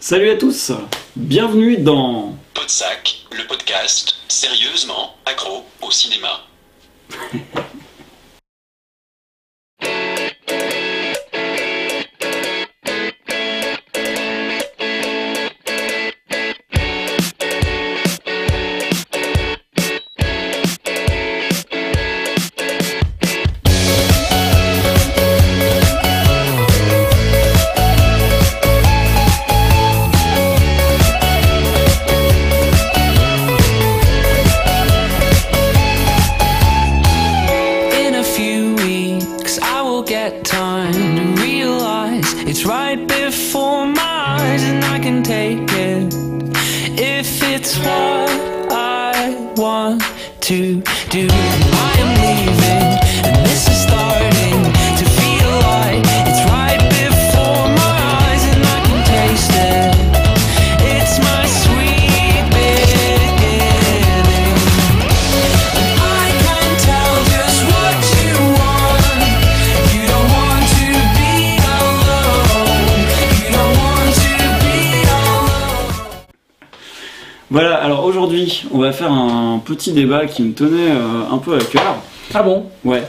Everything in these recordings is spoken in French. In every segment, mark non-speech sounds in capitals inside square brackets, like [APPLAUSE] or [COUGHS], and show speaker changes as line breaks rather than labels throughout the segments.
Salut à tous, bienvenue dans...
Podsac, le podcast sérieusement accro au cinéma.
In a few weeks, I will get time to realize it's right before my eyes, and I can take it if it's what I want to do. I am leaving, and this is starting to feel like it's right before my eyes, and I can taste it. It's my sweet beginning. I can tell just what you want. You don't want to be alone. You don't want to be alone.
Voilà, alors aujourd'hui, on va faire un petit débat qui me tenait euh, un peu à cœur.
Ah bon
Ouais.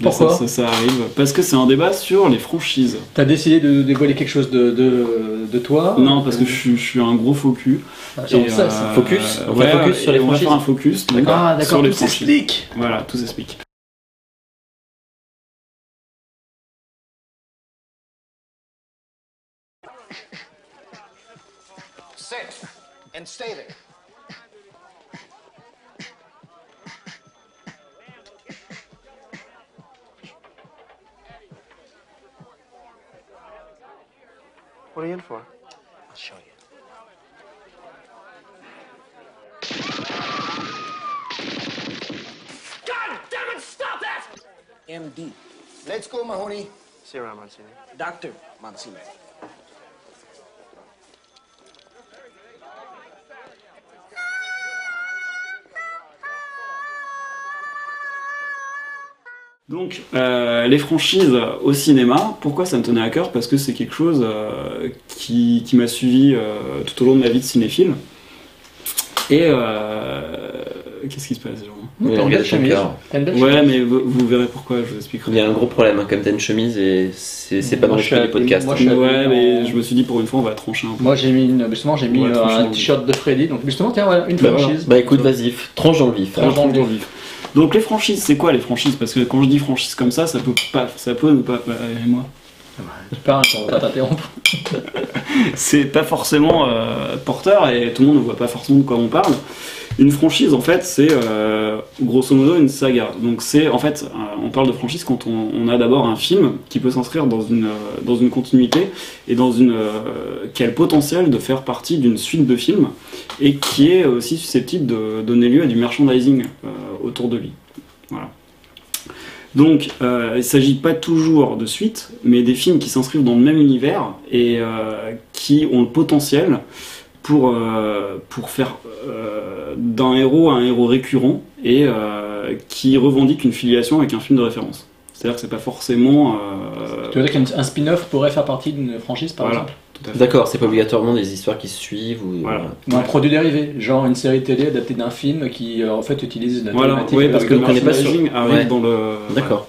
Là,
Pourquoi
ça, ça, ça arrive. Parce que c'est un débat sur les franchises.
T'as décidé de dévoiler quelque chose de, de, de toi
Non, parce que je, suis- je suis un gros faux cul.
euh, Ah,
Et,
c'est ça,
euh,
c'est-
focus, on fait
ouais,
focus sur
et
les
on va faire un focus donc,
Ah d'accord,
sur les
tout
franchises.
s'explique
Voilà, tout s'explique.
Sit and stay there. What are you in for? I'll show you.
MD,
Let's go, Mahoney. See you around, Mancini.
Dr. Mancini.
Donc, euh, les franchises au cinéma, pourquoi ça me tenait à cœur Parce que c'est quelque chose euh, qui, qui m'a suivi euh, tout au long de ma vie de cinéphile. Et euh, qu'est-ce qui se passe, Jérôme
Mais
T'as une belle
regarde ton
chemise.
cœur.
T'as une belle chemise.
Ouais, mais vous, vous verrez pourquoi, je vous expliquerai.
Il y a un gros problème hein, quand t'as une chemise et c'est c'est pas dans
Moi, je
l'esprit
suis
du
à-
podcast.
moi, je suis à-
Ouais, mais je me suis dit pour une fois, on va trancher un peu.
Moi j'ai mis une, justement j'ai mis
Ouais,
euh,
franchement,
un t-shirt de Freddy, donc justement tiens voilà, une
Bah,
franchise.
bah écoute, vas-y, f- tranche dans le vif. hein.
Tranche dans le
vif. Donc les franchises, c'est quoi les franchises Parce que quand je dis franchise comme ça, ça peut pas, ça peut ne pas. et moi.
Tu parles, on va [LAUGHS]
[LAUGHS]
pas t'interrompre.
c'est pas forcément euh, porteur et tout le monde ne voit pas forcément de quoi on parle. Une franchise, en fait, c'est euh, grosso modo une saga. Donc c'est, en fait, euh, on parle de franchise quand on, on a d'abord un film qui peut s'inscrire dans une euh, dans une continuité et dans une euh, qui a le potentiel de faire partie d'une suite de films et qui est aussi susceptible de donner lieu à du merchandising euh, autour de lui. Voilà. Donc, euh, il ne s'agit pas toujours de suites, mais des films qui s'inscrivent dans le même univers et euh, qui ont le potentiel pour, euh, pour faire euh, d'un héros un héros récurrent et euh, qui revendique une filiation avec un film de référence. C'est-à-dire que c'est pas forcément. euh,
Tu veux dire qu'un un spin-off pourrait faire partie d'une franchise par
Voilà.
exemple
tout à fait.
D'accord, c'est pas obligatoirement des histoires qui se suivent ou.
Voilà.
Ou un
Ouais.
produit dérivé, genre une série télé adaptée d'un film qui euh, en fait utilise la
Voilà,
thématique,
oui,
euh,
parce que
de-
le
donc on est pas sûr.
merchandising arrive
Ouais.
dans le.
D'accord.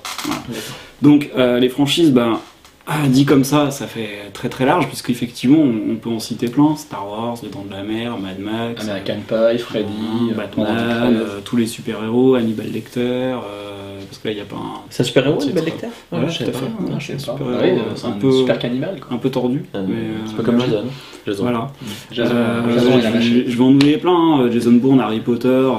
Donc euh, les franchises, ben, ah, dit comme ça, ça fait très très large, puisqu'effectivement on, on peut en citer plein, Star Wars, Les Dents de la Mer, Mad Max,
American Pie, Freddy,
Hein,
euh,
Batman,
Vendredi 13.
euh, tous les super-héros, Hannibal Lecter, euh, parce que là il n'y a pas un...
C'est un super héros,
C'est
le bel
très-
lecteur
Ouais,
je
tout
sais
à
pas.
fait.
Ah,
un
je sais pas.
super-héros,
Ouais, c'est
un
un
peu-
super cannibale quoi.
Un peu tordu,
Euh,
mais...
C'est
euh,
pas comme Jason. Jason.
Voilà.
Jason,
Euh,
Jason, il a
je,
lâché.
je vais en oublier plein, hein, Jason Bourne, Harry Potter, euh,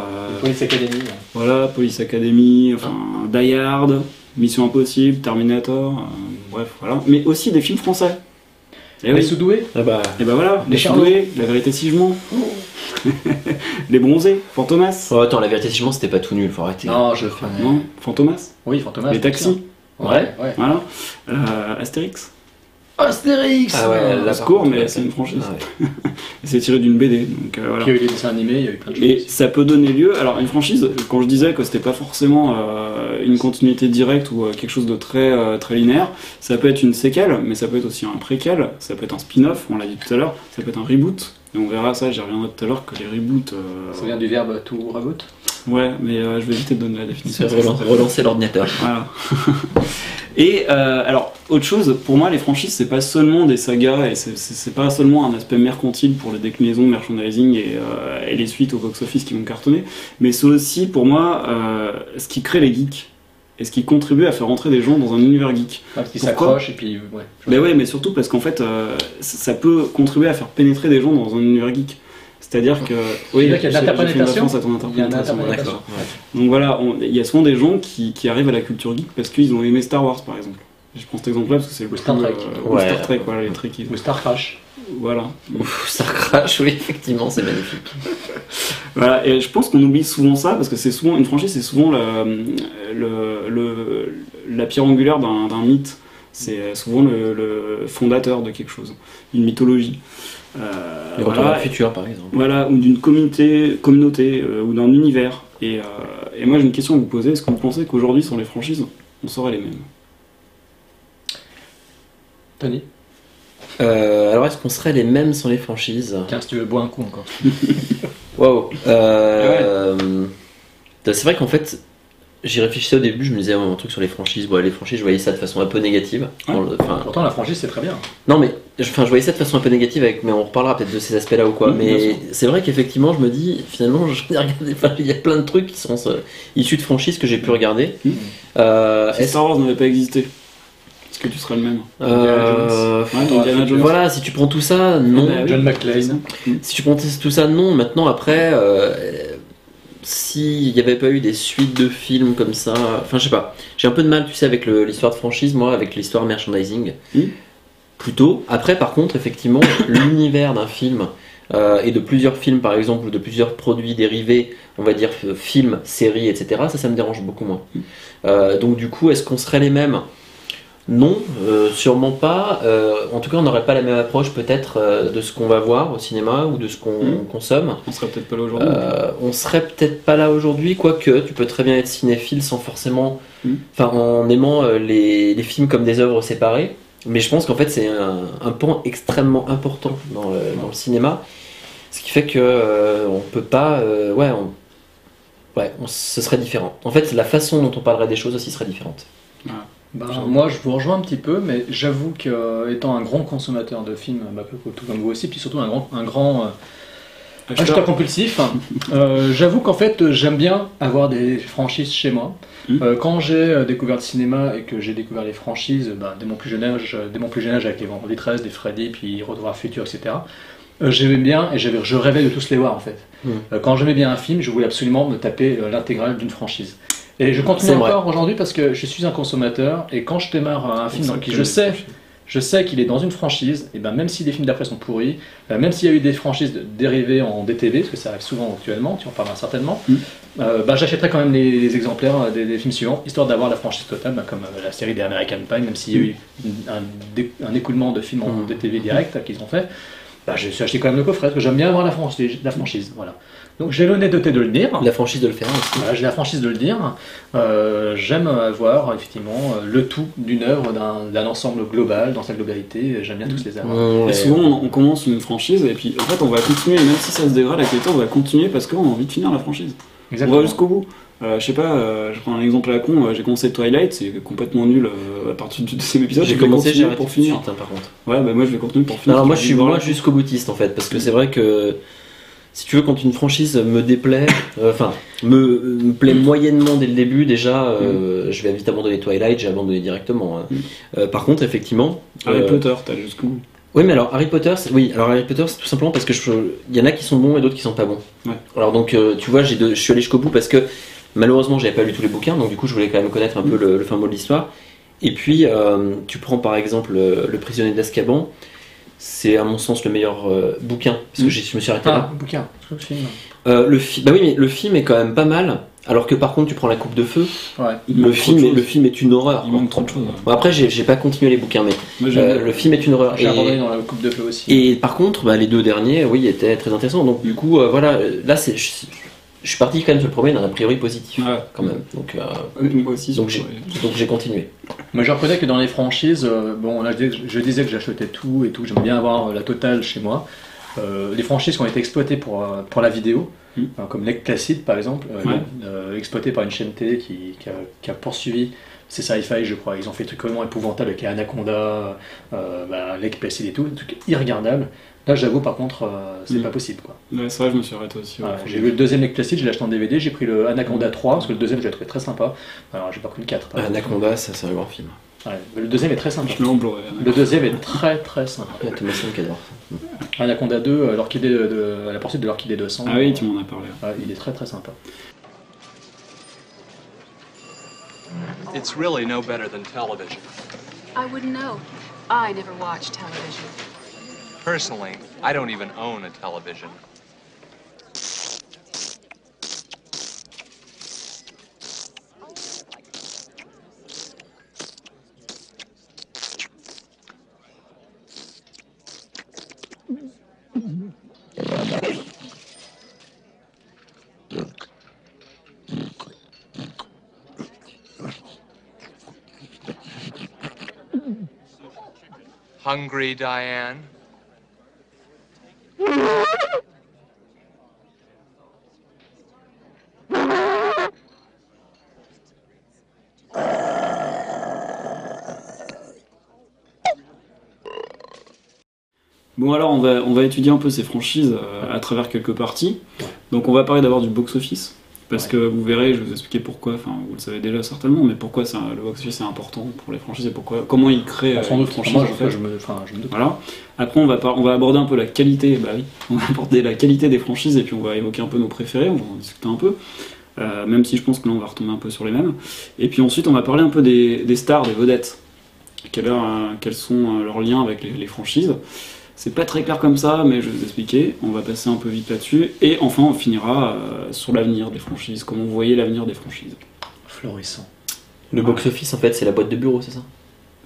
Police Academy. ouais.
voilà, Police Academy, enfin, Die Hard, Mission Impossible, Terminator, euh, bref, voilà. Mais aussi des films français. Eh
Les
oui.
sous-doués
Ah bah.
Et ben voilà,
Les
Les
Charlots.
Charloués, La Vérité si je mens, [LAUGHS] Les Bronzés, Fantomas,
Oh, attends, la vérité, si je mens, c'était pas tout nul, faut arrêter.
Non, je fais.
non, Fantomas,
Oui, Fantomas.
Les Taxis,
Ouais, ouais.
voilà, Euh, Astérix,
Astérix
Ah ouais, là, par contre, ouais. Ah C'est tiré d'une BD, donc euh, voilà.
Il y a eu des dessins animés, il y a eu plein de
Et
choses.
ça peut donner lieu. Alors, une franchise, quand je disais que c'était pas forcément euh, une continuité directe ou euh, quelque chose de très, euh, très linéaire, ça peut être une séquelle, mais ça peut être aussi un préquel, ça peut être un spin-off, on l'a dit tout à l'heure, ça peut être un reboot. Et on verra ça, j'y reviendrai tout à l'heure, que les reboots. euh,
Ça vient du verbe tout rabote.
Ouais, mais euh, je vais éviter de donner la
C'est
définition.
relan- relancer l'ordinateur.
Voilà. [LAUGHS] et euh, alors, autre chose, pour moi, les franchises, c'est pas seulement des sagas et c'est- c'est c'est pas seulement un aspect mercantile pour les déclinaisons, merchandising et, euh, et les suites au box-office qui vont cartonner, mais c'est aussi, pour moi, euh, ce qui crée les geeks et ce qui contribue à faire rentrer des gens dans un univers geek.
Enfin, parce qu'ils
Pourquoi
s'accrochent et puis. Ouais.
Mais ouais, mais surtout parce qu'en fait, euh, ça ça peut contribuer à faire pénétrer des gens dans un univers geek. C'est-à-dire que. Oui,
C'est-à-dire qu'il y a de
j'ai- j'ai fait une
l'interprétation
référence à ton
Il y a un
interprétation.
intermédiaire.
D'accord.
Donc voilà, on- il y a souvent des gens qui, qui arrivent à la culture geek parce qu'ils ont aimé Star Wars par exemple. Je prends cet exemple-là parce que c'est le
Ou Star
plus,
Trek.
ou
Ouais.
Star Trek, voilà, les trucs qu'ils
Ou Star Crash.
Voilà.
Ouf, ça crache, oui, effectivement, c'est magnifique.
voilà. Et je pense qu'on oublie souvent ça parce que c'est souvent une franchise, c'est souvent la, le, le- la pierre angulaire d'un d'un mythe. C'est souvent le, le fondateur de quelque chose, une mythologie. Euh,
Le retour
voilà.
vers le futur, par exemple.
Voilà, ou d'une communauté, communauté euh, ou d'un univers. Et, euh, et moi j'ai une question à vous poser, est-ce que vous pensez qu'aujourd'hui sur les franchises, on serait les mêmes
Tony,
Euh, alors, est-ce qu'on serait les mêmes sans les franchises
tiens, si tu veux, bois un coup encore.
Waouh
Ah
Euh, C'est vrai qu'en fait, j'y réfléchissais au début, je me disais ouais, un truc sur les franchises. Bon, les franchises, je voyais ça de façon un peu négative.
Ouais.
Dans le- enfin,
Pourtant, la franchise, c'est très bien.
non, mais je, enfin, je voyais ça de façon un peu négative, avec, mais on reparlera peut-être de ces aspects-là ou quoi.
Mhm, bien
mais c'est vrai qu'effectivement, je me dis, finalement, je [LAUGHS] regardais enfin, il y a plein de trucs qui sont euh, issus de franchises que j'ai pu regarder.
Mhm.
Euh,
Si
est-ce-
Star Wars n'avait pas existé, est-ce que tu serais le même
euh,
Ouais, Indiana Jones.
Voilà, si tu prends tout ça, non.
bah Ah oui.
John McClane.
Si tu prends tout ça, non. Maintenant, après, euh, s'il n'y avait pas eu des suites de films comme ça, enfin, je sais pas. J'ai un peu de mal, tu sais, avec le- l'histoire de franchise, moi, avec l'histoire merchandising.
Mm.
Plutôt. Après, par contre, effectivement, [COUGHS] l'univers d'un film euh, et de plusieurs films, par exemple, ou de plusieurs produits dérivés, on va dire euh, films, séries, etc., ça, ça me dérange beaucoup moins. Euh, donc, du coup, est-ce qu'on serait les mêmes non, euh, sûrement pas. Euh, en tout cas, on n'aurait pas la même approche peut-être euh, de ce qu'on va voir au cinéma ou de ce qu'on
Mhm.
consomme.
On serait peut-être pas là aujourd'hui.
Euh, on serait peut-être pas là aujourd'hui, quoique tu peux très bien être cinéphile sans forcément.
Mhm.
Enfin, en aimant euh, les, les films comme des œuvres séparées. Mais je pense qu'en fait, c'est un, un pan extrêmement important dans le, dans le cinéma. Ce qui fait que euh, on peut pas. euh, ouais, on, ouais on- ce serait différent. En fait, la façon dont on parlerait des choses aussi serait différente.
Ben, moi, je vous rejoins un petit peu, mais j'avoue que, euh, étant un grand consommateur de films, bah, tout comme vous aussi, puis surtout un grand, un grand euh,
Acheteur.
acheteur compulsif, euh, j'avoue qu'en fait, euh, j'aime bien avoir des franchises chez moi.
Hmm.
Mhm.
Euh, quand j'ai euh, découvert le cinéma et que j'ai découvert les franchises, ben, dès mon plus jeune âge, euh, dès mon plus jeune âge avec les Vendredi 13, des Freddy, puis Retour vers le futur, etc. euh, J'aimais bien et j'avais- je rêvais de tous les voir en fait.
Mhm.
Euh, Quand j'aimais bien un film, je voulais absolument me taper euh, l'intégrale d'une franchise. Et je continue
Ah, C'est vrai.
encore aujourd'hui parce que je suis un consommateur et quand je démarre un film dans lequel je sais, je sais qu'il est dans une franchise, et ben même si les films d'après sont pourris, euh, même s'il y a eu des franchises de- dérivées en DTV, parce que ça arrive souvent actuellement, tu en parleras certainement,
Mm.
euh, ben, j'achèterai quand même les, les exemplaires euh, des, des films suivants, histoire d'avoir la franchise totale, ben, comme euh, la série des American Pie, même s'il y a eu une- un, dé- un écoulement de films en
Mm.
DTV direct euh, qu'ils ont fait, ben, je suis acheté quand même le coffret, parce que j'aime bien avoir la franchise. La franchise voilà. Donc j'ai l'honnêteté de le dire.
La franchise de le faire aussi.
Voilà, j'ai la franchise de le dire. Euh, J'aime avoir effectivement euh, le tout d'une œuvre, d'un d'un ensemble global, dans sa globalité. J'aime bien tous les avoir.
Et souvent, on, on commence une franchise et puis en fait, on va continuer, même si ça se dégrade avec les temps, on va continuer parce qu'on a envie de finir la franchise. On va jusqu'au bout. Euh, je sais pas, euh, je prends un exemple à la con, euh, j'ai commencé Twilight, c'est complètement nul euh, à partir du deuxième épisode.
J'ai
je vais
commencé,
continuer
j'ai arrêté
pour finir.
tout de suite, hein, par contre.
Ouais, bah moi je vais continuer pour finir.
Non, alors moi je suis moi
Voilà.
jusqu'au boutiste en fait, parce que c'est vrai que si tu veux quand une franchise me déplaît, euh, enfin me, me plaît moyennement dès le début déjà, euh, je vais vite abandonner Twilight, j'ai abandonné directement. hein.
Mm.
Euh, par contre effectivement,
Harry
euh,
Potter, t'as jusqu'au bout.
oui, mais alors Harry Potter, c'est- oui, alors Harry Potter, c'est tout simplement parce que je- il y en a qui sont bons et d'autres qui sont pas bons.
Ouais.
Alors donc, euh, tu vois, j'ai deux- je suis allé jusqu'au bout parce que malheureusement, j'avais pas lu tous les bouquins, donc du coup, je voulais quand même connaître un peu le, le fin mot de l'histoire. Et puis, euh, tu prends par exemple euh, Le Prisonnier d'Azkaban, c'est à mon sens le meilleur euh, bouquin parce que
Mm.
j'ai- je me suis arrêté là.
Ah, bouquin.
Euh, le fi- bah oui, mais le film est quand même pas mal. Alors que par contre, tu prends la coupe de feu,
Ouais.
Il
le
manque trop
film,
de
est, le
choses.
film est une horreur.
Il
quoi.
manque trop de choses. hein.
Bon, après, j'ai j'ai pas continué les bouquins, mais
Moi, j'aime
euh,
bien.
le film est une horreur.
J'ai abandonné
Et,
dans la coupe de feu aussi.
et par contre, bah, les deux derniers, oui, étaient très intéressants. Donc du coup, euh, voilà, euh, là, c'est, je, je suis parti quand même sur le premier d'un a priori positif,
Ouais.
Ah, quand même. Donc, euh,
Euh, [LAUGHS] Moi aussi,
donc
je-
j'ai donc j'ai continué.
Moi, je reconnais que dans les franchises, euh, bon, là, je disais que- je disais que j'achetais tout et tout, j'aime bien avoir euh, la totale chez moi. Euh, les franchises qui ont été exploitées pour, euh, pour la vidéo,
Mm.
hein, comme Lake Placid par exemple, euh,
Ouais.
euh, exploité par une chaîne télé qui, qui a, qui a poursuivi ces sci-fi, je crois. Ils ont fait des trucs vraiment épouvantables avec Anaconda, euh, bah, Lake Placid et tout, des trucs irregardables. Là, j'avoue, par contre, euh, c'est
Mm.
pas possible. Quoi.
Ouais, c'est vrai, je me suis arrêté aussi. ouais.
Voilà, j'ai vu le deuxième Lake Placid, je l'ai acheté en DVD, j'ai pris le
Hmm.
Anaconda 3, parce que le deuxième, je l'ai trouvé très sympa. Alors, j'ai pas pris le 4. par exemple.
Anaconda, ça, c'est un grand film.
Ouais, mais le deuxième est très sympa.
Je l'ai en Blu-ray, hein.
Le deuxième est très très sympa.
Ouais, Thomas Hanks adore.
Anaconda 2, euh, l'orchidée de, de- à la poursuite de l'orchidée 200.
Ah oui, tu m'en as parlé.
Ouais, il est très très sympa.
It's really no better than television.
I wouldn't know. I never watch television.
Personally, I don't even own a television. Hungry, Diane?
Bon alors on va, on va étudier un peu ces franchises euh, à travers quelques parties. Donc on va parler d'abord du box-office. Parce que vous verrez, je vais vous expliquer pourquoi, enfin vous le savez déjà certainement, mais pourquoi ça, le box-office est important pour les franchises et pourquoi, comment ils créent euh,
Sans
une
doute,
franchise,
moi
en
je,
fait.
je me, enfin, je me doute.
Voilà. Après on va, par- on va aborder un peu la qualité, bah oui, [LAUGHS] on va aborder la qualité des franchises et puis on va évoquer un peu nos préférés, on va en discuter un peu. Euh, même si je pense que là on va retomber un peu sur les mêmes. Et puis ensuite on va parler un peu des, des stars, des vedettes. Quelle heure, euh, quels sont euh, leurs liens avec les, les franchises. C'est pas très clair comme ça, mais je vais vous expliquer. On va passer un peu vite là-dessus. Et enfin on finira euh, sur l'avenir des franchises, comment vous voyez l'avenir des franchises.
Florissant.
Le box-office, en fait, c'est la boîte de bureau, c'est ça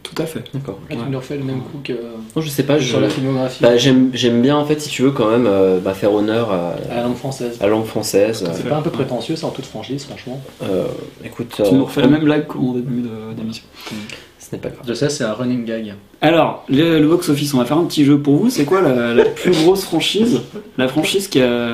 Tout à fait.
D'accord.
Ah, tu me refais le même coup que
Non, je sais pas. Je...
sur la filmographie,
Bah, j'aime, j'aime bien, en fait, si tu veux, quand même, euh, bah, faire honneur à
à la langue française.
la langue française.
C'est pas un peu prétentieux, ça, en toute franchise, franchement.
Euh, écoute,
Tu nous
euh,
refais la même blague qu'en début de- d'émission.
ce n'est pas grave.
Je sais, c'est un running gag.
Alors, le, le box-office, on va faire un petit jeu pour vous. C'est quoi la, la plus grosse franchise La franchise qui a,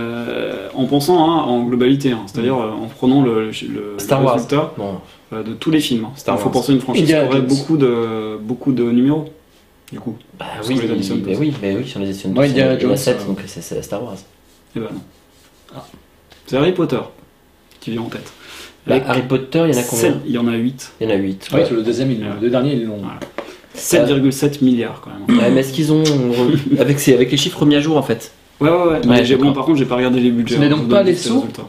en pensant hein, en globalité, hein, c'est-à-dire euh, en prenant le, le- le
Star Wars.
résultat
Bon,
euh, de tous les films. hein.
Star
Il faut
Wars.
penser à une franchise qui
Indiana
aurait
Jones.
beaucoup de, beaucoup de numéros, du coup.
bah
Parce
oui,
qu'on les additionne
mais
tous.
oui, mais oui, si on les additionne
Moi,
tous,
Indiana
il hein. y en a
Jones,
7,
euh,
donc c'est, c'est la Star Wars.
Eh ben non.
Ah.
C'est Harry Potter qui vient en tête.
Bah,
Avec
Harry Potter, il y en a combien Euh,
sept- Il y en a 8.
Il y en a 8.
Ah Oui, le deuxième, ils l'ont- le dernier, ils l'ont.
Ouais. 7,7 milliards quand même.
mais est-ce qu'ils ont. re- avec, ces- avec les chiffres mis à jour, en fait
Ouais, ouais, ouais. Mais
Ouais,
j'ai- bon,
d'accord.
par contre, j'ai pas regardé les budgets.
Ce n'est
hein,
donc
je vous
pas
donne
les
juste
sauts
résultats.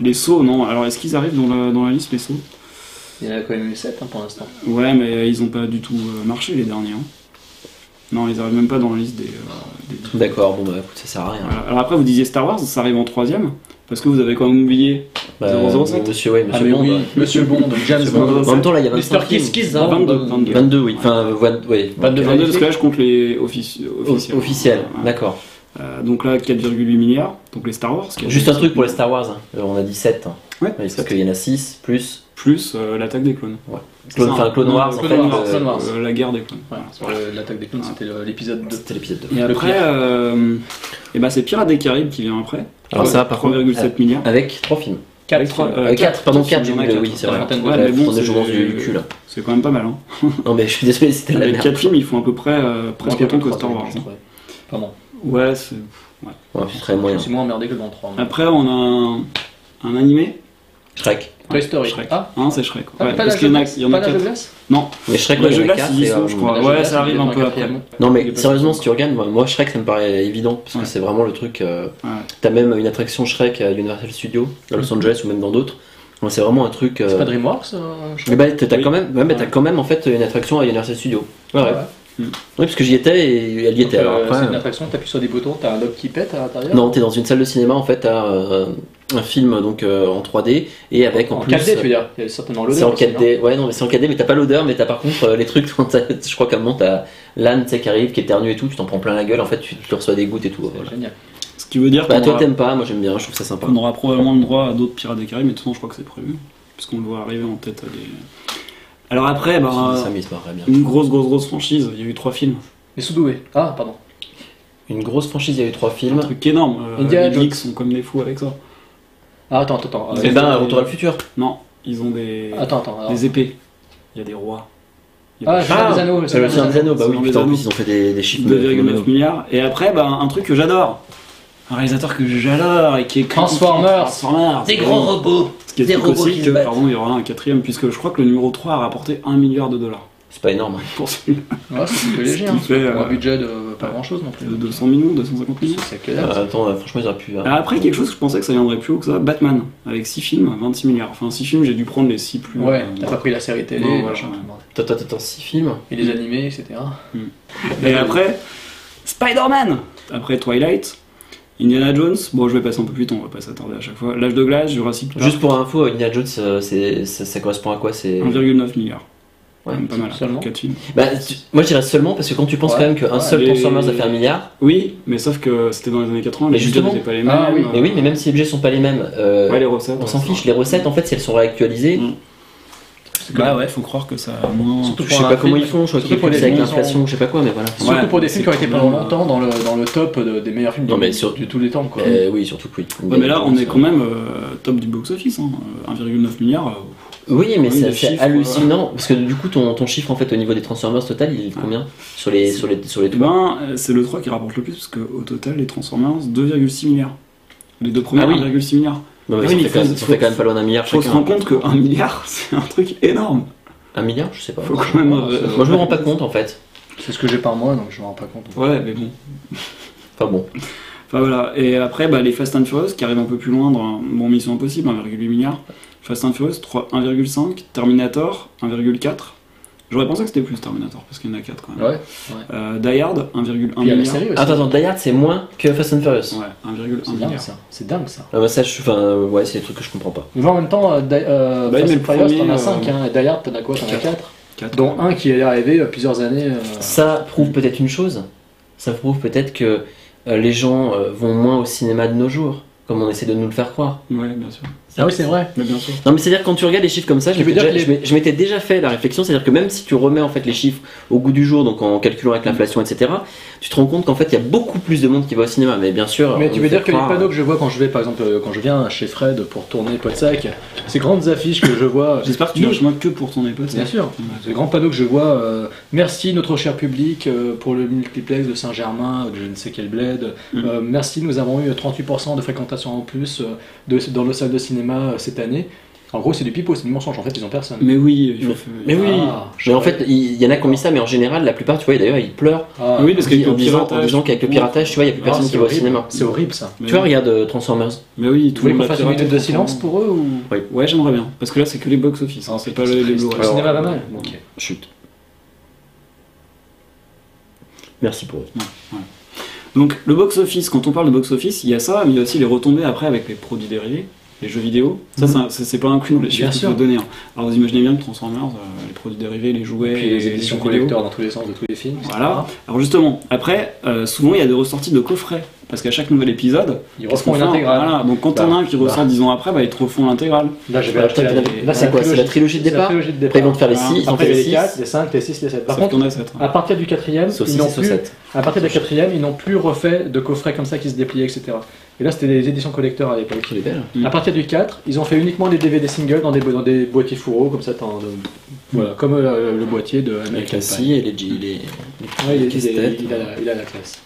Les sauts, non. Alors, est-ce qu'ils arrivent dans la, dans la liste, les sauts
Il y en a quand même eu 7 pour l'instant.
Ouais, mais ils ont pas du tout euh, marché, les derniers. hein. Non, ils arrivent même pas dans la liste des. euh, des-
D'accord, bon, bah écoute, ça sert à rien.
Voilà. Alors, après, vous disiez Star Wars, ça arrive en troisième. Parce que vous avez quand même oublié.
Bah,
007.
Monsieur, ouais,
ah,
monsieur
mais
Bond, bah,
oui,
ouais.
Monsieur Bond, James
Monsieur Bond.
Bond.
En même temps, là, il y a 25
Mr. Kiss
films.
Kiss
22, 22.
22, oui. Enfin, euh, ouais, ouais.
22,
22, parce que là, je compte les offici- officiels.
Officiel,
Ouais.
d'accord.
Euh, donc là, 4,8 milliards. Donc les Star Wars.
Juste un truc pour les Star Wars, hein. Euh, on a dit 7. hein.
Ouais,
Oui, parce qu'il y en a 6 plus.
Plus euh, l'attaque des clones.
Clone,
ça,
enfin, Clone
non,
Wars, en
Clone
fait.
Wars,
euh,
Clone Wars.
Euh, la guerre des clones.
Ouais,
Voilà.
sur le- l'attaque des clones, c'était le- l'épisode 2.
C'était l'épisode 2.
Et
Le
après,
pire.
euh, et ben c'est Pirates des Caraïbes qui vient après.
Alors Ah, ça, par contre,
3,7 milliards.
Avec 3 films.
Avec
4
trois- euh,
4,
quatre,
pardon,
parce
4,
qu'il y
j'ai
en a
oublié,
quatre.
oui, c'est vrai.
Ouais,
Ouais,
mais bon,
on est
c'est-
jouvence du cul, là.
C'est quand même pas mal. Hein.
Non, mais je suis désolé, c'était la
Avec
merde.
4 films, ils font à peu près euh, presque autant que Star Wars. hein.
Pas moi.
Ouais, c'est-
Ouais, c'est très
Je
moyen.
suis moins emmerdé que dans le 3. mais-
Après, on a un, un animé.
Shrek.
Toy Story.
Shrek.
Ah,
Hein, c'est Shrek.
ah,
Ouais,
pas
parce
l'âge
qu'il y en a,
glace
il y en a
Pas l'âge
quatre.
de glace
Non,
Mais Shrek,
Ouais,
ouais, il y en
Bah, je
a
glace,
euh, 4.
ils y sont, je crois. Ouais,
L'âge de glace,
ça arrive
il est
un
dans
peu
le
après.
quatrième.
Non,
Il est
mais
pas
sérieusement,
sorti
si tu regardes, moi, moi, Shrek, ça me paraît évident, parce
Ouais.
que c'est vraiment le truc. euh,
Ouais.
T'as même une attraction Shrek à Universal Studios, à Los Angeles ou même dans d'autres. Ouais, C'est vraiment un truc. euh,
C'est pas DreamWorks euh, je
Eh ben, t'as t'as quand même, ouais, mais t'as
Ouais.
quand même en fait une attraction à Universal Studios. Ouais, ouais.
crois.
Oui, parce que j'y étais et elle y était.
Donc,
alors
euh,
après,
c'est une
euh,
attraction, t'appuies sur des boutons, t'as un lock qui pète à l'intérieur.
non, t'es dans une salle de cinéma en fait, t'as euh, un film donc euh, en 3D et avec en,
en
plus. euh,
4D, tu veux dire Il y a certainement l'odeur.
C'est en
aussi,
4D, ouais, non, mais c'est en 4D, mais t'as pas l'odeur, mais t'as par contre euh, les trucs, [LAUGHS] je crois qu'à un moment t'as l'âne tu sais, qui arrive, qui éternue et tout, tu t'en prends plein la gueule, en fait, tu, tu reçois des gouttes et tout.
hein.
voilà.
Génial.
Ce qui veut dire
Bah,
qu'on
toi
aura,
t'aimes pas, moi j'aime bien, je trouve ça sympa.
qu'on aura probablement le droit à d'autres Pirates des Caraïbes, mais de toute façon, je crois que c'est prévu. Puisqu'on le voit arriver en tête à des. Alors après, bah,
Ça, mais il se marrerait bien.
une grosse, grosse, grosse franchise. Il y a eu trois films.
Les Soudoués. Ah, pardon.
Une grosse franchise, il y a eu trois
Un
films.
truc énorme. Euh,
Indiana
les
Jones.
geeks sont comme des fous avec ça.
Ah, attends, attends, attends.
Et
Euh,
ben, Retour à le futur.
Non, ils ont des,
Attends, attends.
Ah.
alors.
des épées. Il y a des rois. Il y a
Ah,
des-
le Seigneur des Anneaux. le
C'est le
Seigneur des
Seigneur des Anneaux, bah oui,
Seigneur des
putain, en
Anneaux.
plus ils ont fait des, des chiffres.
2,9
phénoménaux.
milliards. Et après, ben, un truc que j'adore, un réalisateur que j'adore et qui est
Transformers.
Transformers.
Des gros robots.
Ce qui
des
explique
robots
aussi
qui se
que,
battent.
pardon, il y aura un quatrième, puisque je crois que le numéro 3 a rapporté 1 milliard de dollars
C'est pas énorme. hein.
pour celui-là.
Ouais,
[LAUGHS]
c'est plutôt léger.
Ce
Hein.
qui fait,
Pour
euh,
un budget de pas grand chose non plus.
De 200 Euh, millions, 250 millions.
C'est que dalle.
Euh, attends, euh, franchement, ils auraient pu. euh,
Alors Après, quelque chose que je pensais que ça viendrait plus haut que ça, Batman, avec 6 films, 26 milliards. Enfin, 6 films, j'ai dû prendre les 6 plus.
Ouais,
euh,
t'as pas pris la série télé,
Non, voilà,
machin,
ouais. Mm.
tout le bordel.
Attends, attends, attends, six films.
et Euh, les animés, etc.
Et après, Spider-Man Après Twilight, Indiana Jones, bon je vais passer un peu plus vite, on va pas s'attarder à chaque fois. L'âge de glace, Jurassic Park,
Juste pour info, Indiana Jones, euh, c'est- ça, ça correspond à quoi C'est
1,9 milliard.
Ouais,
Même pas mal,
seulement.
4 films.
Bah, tu- Moi, je dirais seulement parce que quand tu penses
Ouais,
quand même qu'un
ouais,
seul
les-
Transformers a fait un milliard.
Oui, mais sauf que c'était dans les années 80,
Mais
les budgets
justement.
n'étaient pas les mêmes.
Ah oui,
Mais oui, mais même si les budgets sont pas les mêmes, euh,
Ouais, les recettes.
on s'en fiche. Les recettes, en fait, si elles sont réactualisées,
Mm. Bah ouais, faut croire que ça a moins.
Surtout
je
pour
sais
un
pas comment
film.
ils font, je crois
Surtout
qu'ils
pour
font
les
ça avec
films,
l'inflation, je sais pas quoi, mais voilà.
Ouais,
Surtout pour des
c'est
films qui ont été
quand
pendant
même, euh,
longtemps dans le, dans le top de- des meilleurs films
Non,
du-
mais sur-
de tous les temps. Quoi.
Euh, oui, surtout que oui.
Ouais, mais là, on est quand même euh, top du box-office, hein. Euh, 1,9 milliard. euh,
Oui,
Oui,
mais c'est
les
c'est
chiffres, euh,
hallucinant parce que du coup, ton, ton chiffre en fait au niveau des Transformers total, il est de combien sur les sur les sur les
Eh
trois
ben, euh, c'est le 3 qui rapporte le plus, parce que au total, les Transformers, 2,6 milliards. Les deux premiers,
Ah oui.
1,6 milliard.
Non,
Ah
mais
oui, mais
ils ont fait quand
faut-
même- ils ont fait quand même pas loin d'un milliard
Faut se
chacun.
rendre compte que 1 milliard, [LAUGHS] c'est un truc énorme.
Un milliard, je sais pas.
Faut quand même. euh,
Moi, je me rends pas compte en fait.
C'est ce que j'ai par mois, donc je me rends pas compte.
Ouais, mais bon.
Enfin bon.
Enfin voilà. Et après, bah, les Fast and Furious qui arrivent un peu plus loin dans bon, Mission Impossible, 1,8 milliard. Fast and Furious, 3 1,5. Terminator, 1,4. J'aurais pensé que c'était plus Terminator, parce qu'il y en a 4 quand même.
Ouais.
Euh, Die Hard, 1,1
Puis il y a la
milliard.
série aussi.
Attends, attends, Die Hard, c'est moins que Fast and Furious.
Ouais, 1,1
c'est dingue
milliard.
ça. C'est dingue ça.
Ah bah ça, je, enfin, euh, ouais, c'est des trucs que je comprends pas.
Mais en même temps, euh, Die- euh,
Bah,
Fast
mais
and
le
Furious, t'en
premier,
as 5,
euh,
hein, et Die Hard, t'en as quoi T'en as
quatre.
4
4.
Dont un qui est arrivé euh, plusieurs années. euh,
Ça prouve peut-être une chose. Ça prouve peut-être que euh, les gens euh, vont moins au cinéma de nos jours, comme on essaie de nous le faire croire.
Ouais, bien sûr.
Ah oui, c'est vrai.
Mais bien sûr.
Non mais c'est-à-dire quand tu regardes les chiffres comme ça, je
Tu veux
m'étais
dire
déjà,
que les-
je m'ai- je m'étais déjà fait la réflexion, c'est-à-dire que même si tu remets en fait les chiffres au goût du jour, donc en calculant avec l'inflation, etc., tu te rends compte qu'en fait il y a beaucoup plus de monde qui va au cinéma. Mais bien
Mais
sûr, on
tu
Bah,
nous
veux
fait
dire que les
croire-
panneaux que je vois quand je vais, par exemple, euh, quand je viens chez Fred pour tourner Podsac, ces grandes affiches que je vois. euh,
J'espère que tu
Nous,
lâches moins que pour ton époque.
Bien sûr. Le grand panneau que je vois, euh, merci notre cher public euh, pour le multiplex de Saint-Germain, de je ne sais quel bled.
Mm.
Euh, merci, nous avons eu 38% de fréquentation en plus euh, de, dans nos salles de cinéma euh, cette année. En gros, c'est du pipeau, c'est du mensonge. En fait, ils ont personne.
Mm.
Mais oui, il faut faire-
Mais oui.
Ah, je
Mais en
savais.
fait, il y en a qui ont mis ça, mais en général, la plupart, tu vois, et d'ailleurs, ils pleurent
Ah,
Oui, parce
en,
qu'avec
dis- en
le
disant, en
piratage,
disant qu'avec le
tout-
piratage, tu vois, il n'y a plus
ah,
personne
c'est
qui va au
horrible.
cinéma.
C'est horrible ça.
Mais
Tu vois,
oui.
regarde euh, Transformers.
Mais oui,
Vous
tout le
voulez
monde
qu'on fasse une minute de silence pour Ah, eux ou
Ouais, j'aimerais bien. Parce que là, c'est que les box-office. hein,
Ah,
c'est pas les, les Blu-ray.
Le cinéma va mal. Ok.
Chut. Merci pour eux.
Donc le box-office, quand on parle de box-office, il y a ça, mais il y a aussi les retombées après avec les produits dérivés, les jeux vidéo. Ça, ça, c'est- c'est pas inclus dans les
Mhm.
chiffres
Bien
que je
sûr.
vais donner. hein. Alors vous imaginez bien que Transformers, euh, les produits dérivés, les jouets,
Et puis les
jeux
éditions
vidéo.
collecteurs dans tous les sens de tous les films.
Voilà. Alors justement, après, euh, souvent il y a des ressorties de coffrets. Parce qu'à chaque nouvel épisode,
Ils
qu'est-ce
refont
qu'on fait, hein
l'intégrale.
Voilà. Donc quand
Bah,
t'en as un qui
bah.
ressort 10 ans après, bah, ils te refont l'intégrale.
Là, j'avais
Bah,
acheté la-
attends,
la-
là, c'est quoi C'est la trilogie de
C'est la
départ
trilogie de
Après, ils vont
départ.
te faire les
Ah,
6, ils en
Après,
fait
il y a
les
les
6.
4, les 5, les 6, les 7. Par
Sauf
contre, Ah.
qu'on a 7.
à partir du quatrième, ils
Saucisse
n'ont
et
plus,
saucette.
à partir de la quatrième, ils n'ont plus refait de coffrets comme ça qui se dépliaient, etc. Et là, c'était des éditions collecteurs à l'époque.
Elle est belle.
Mm.
À partir du 4, ils ont fait uniquement des DVD singles dans des, bo- dans des boîtiers fourreaux, comme ça, t'en- de- voilà, comme euh, le boîtier de
Avec
American
la
Pie.
scie et les, gi- les,
Ouais, il, est- il
les
est-
casse-têtes.
il a, la- il a la classe.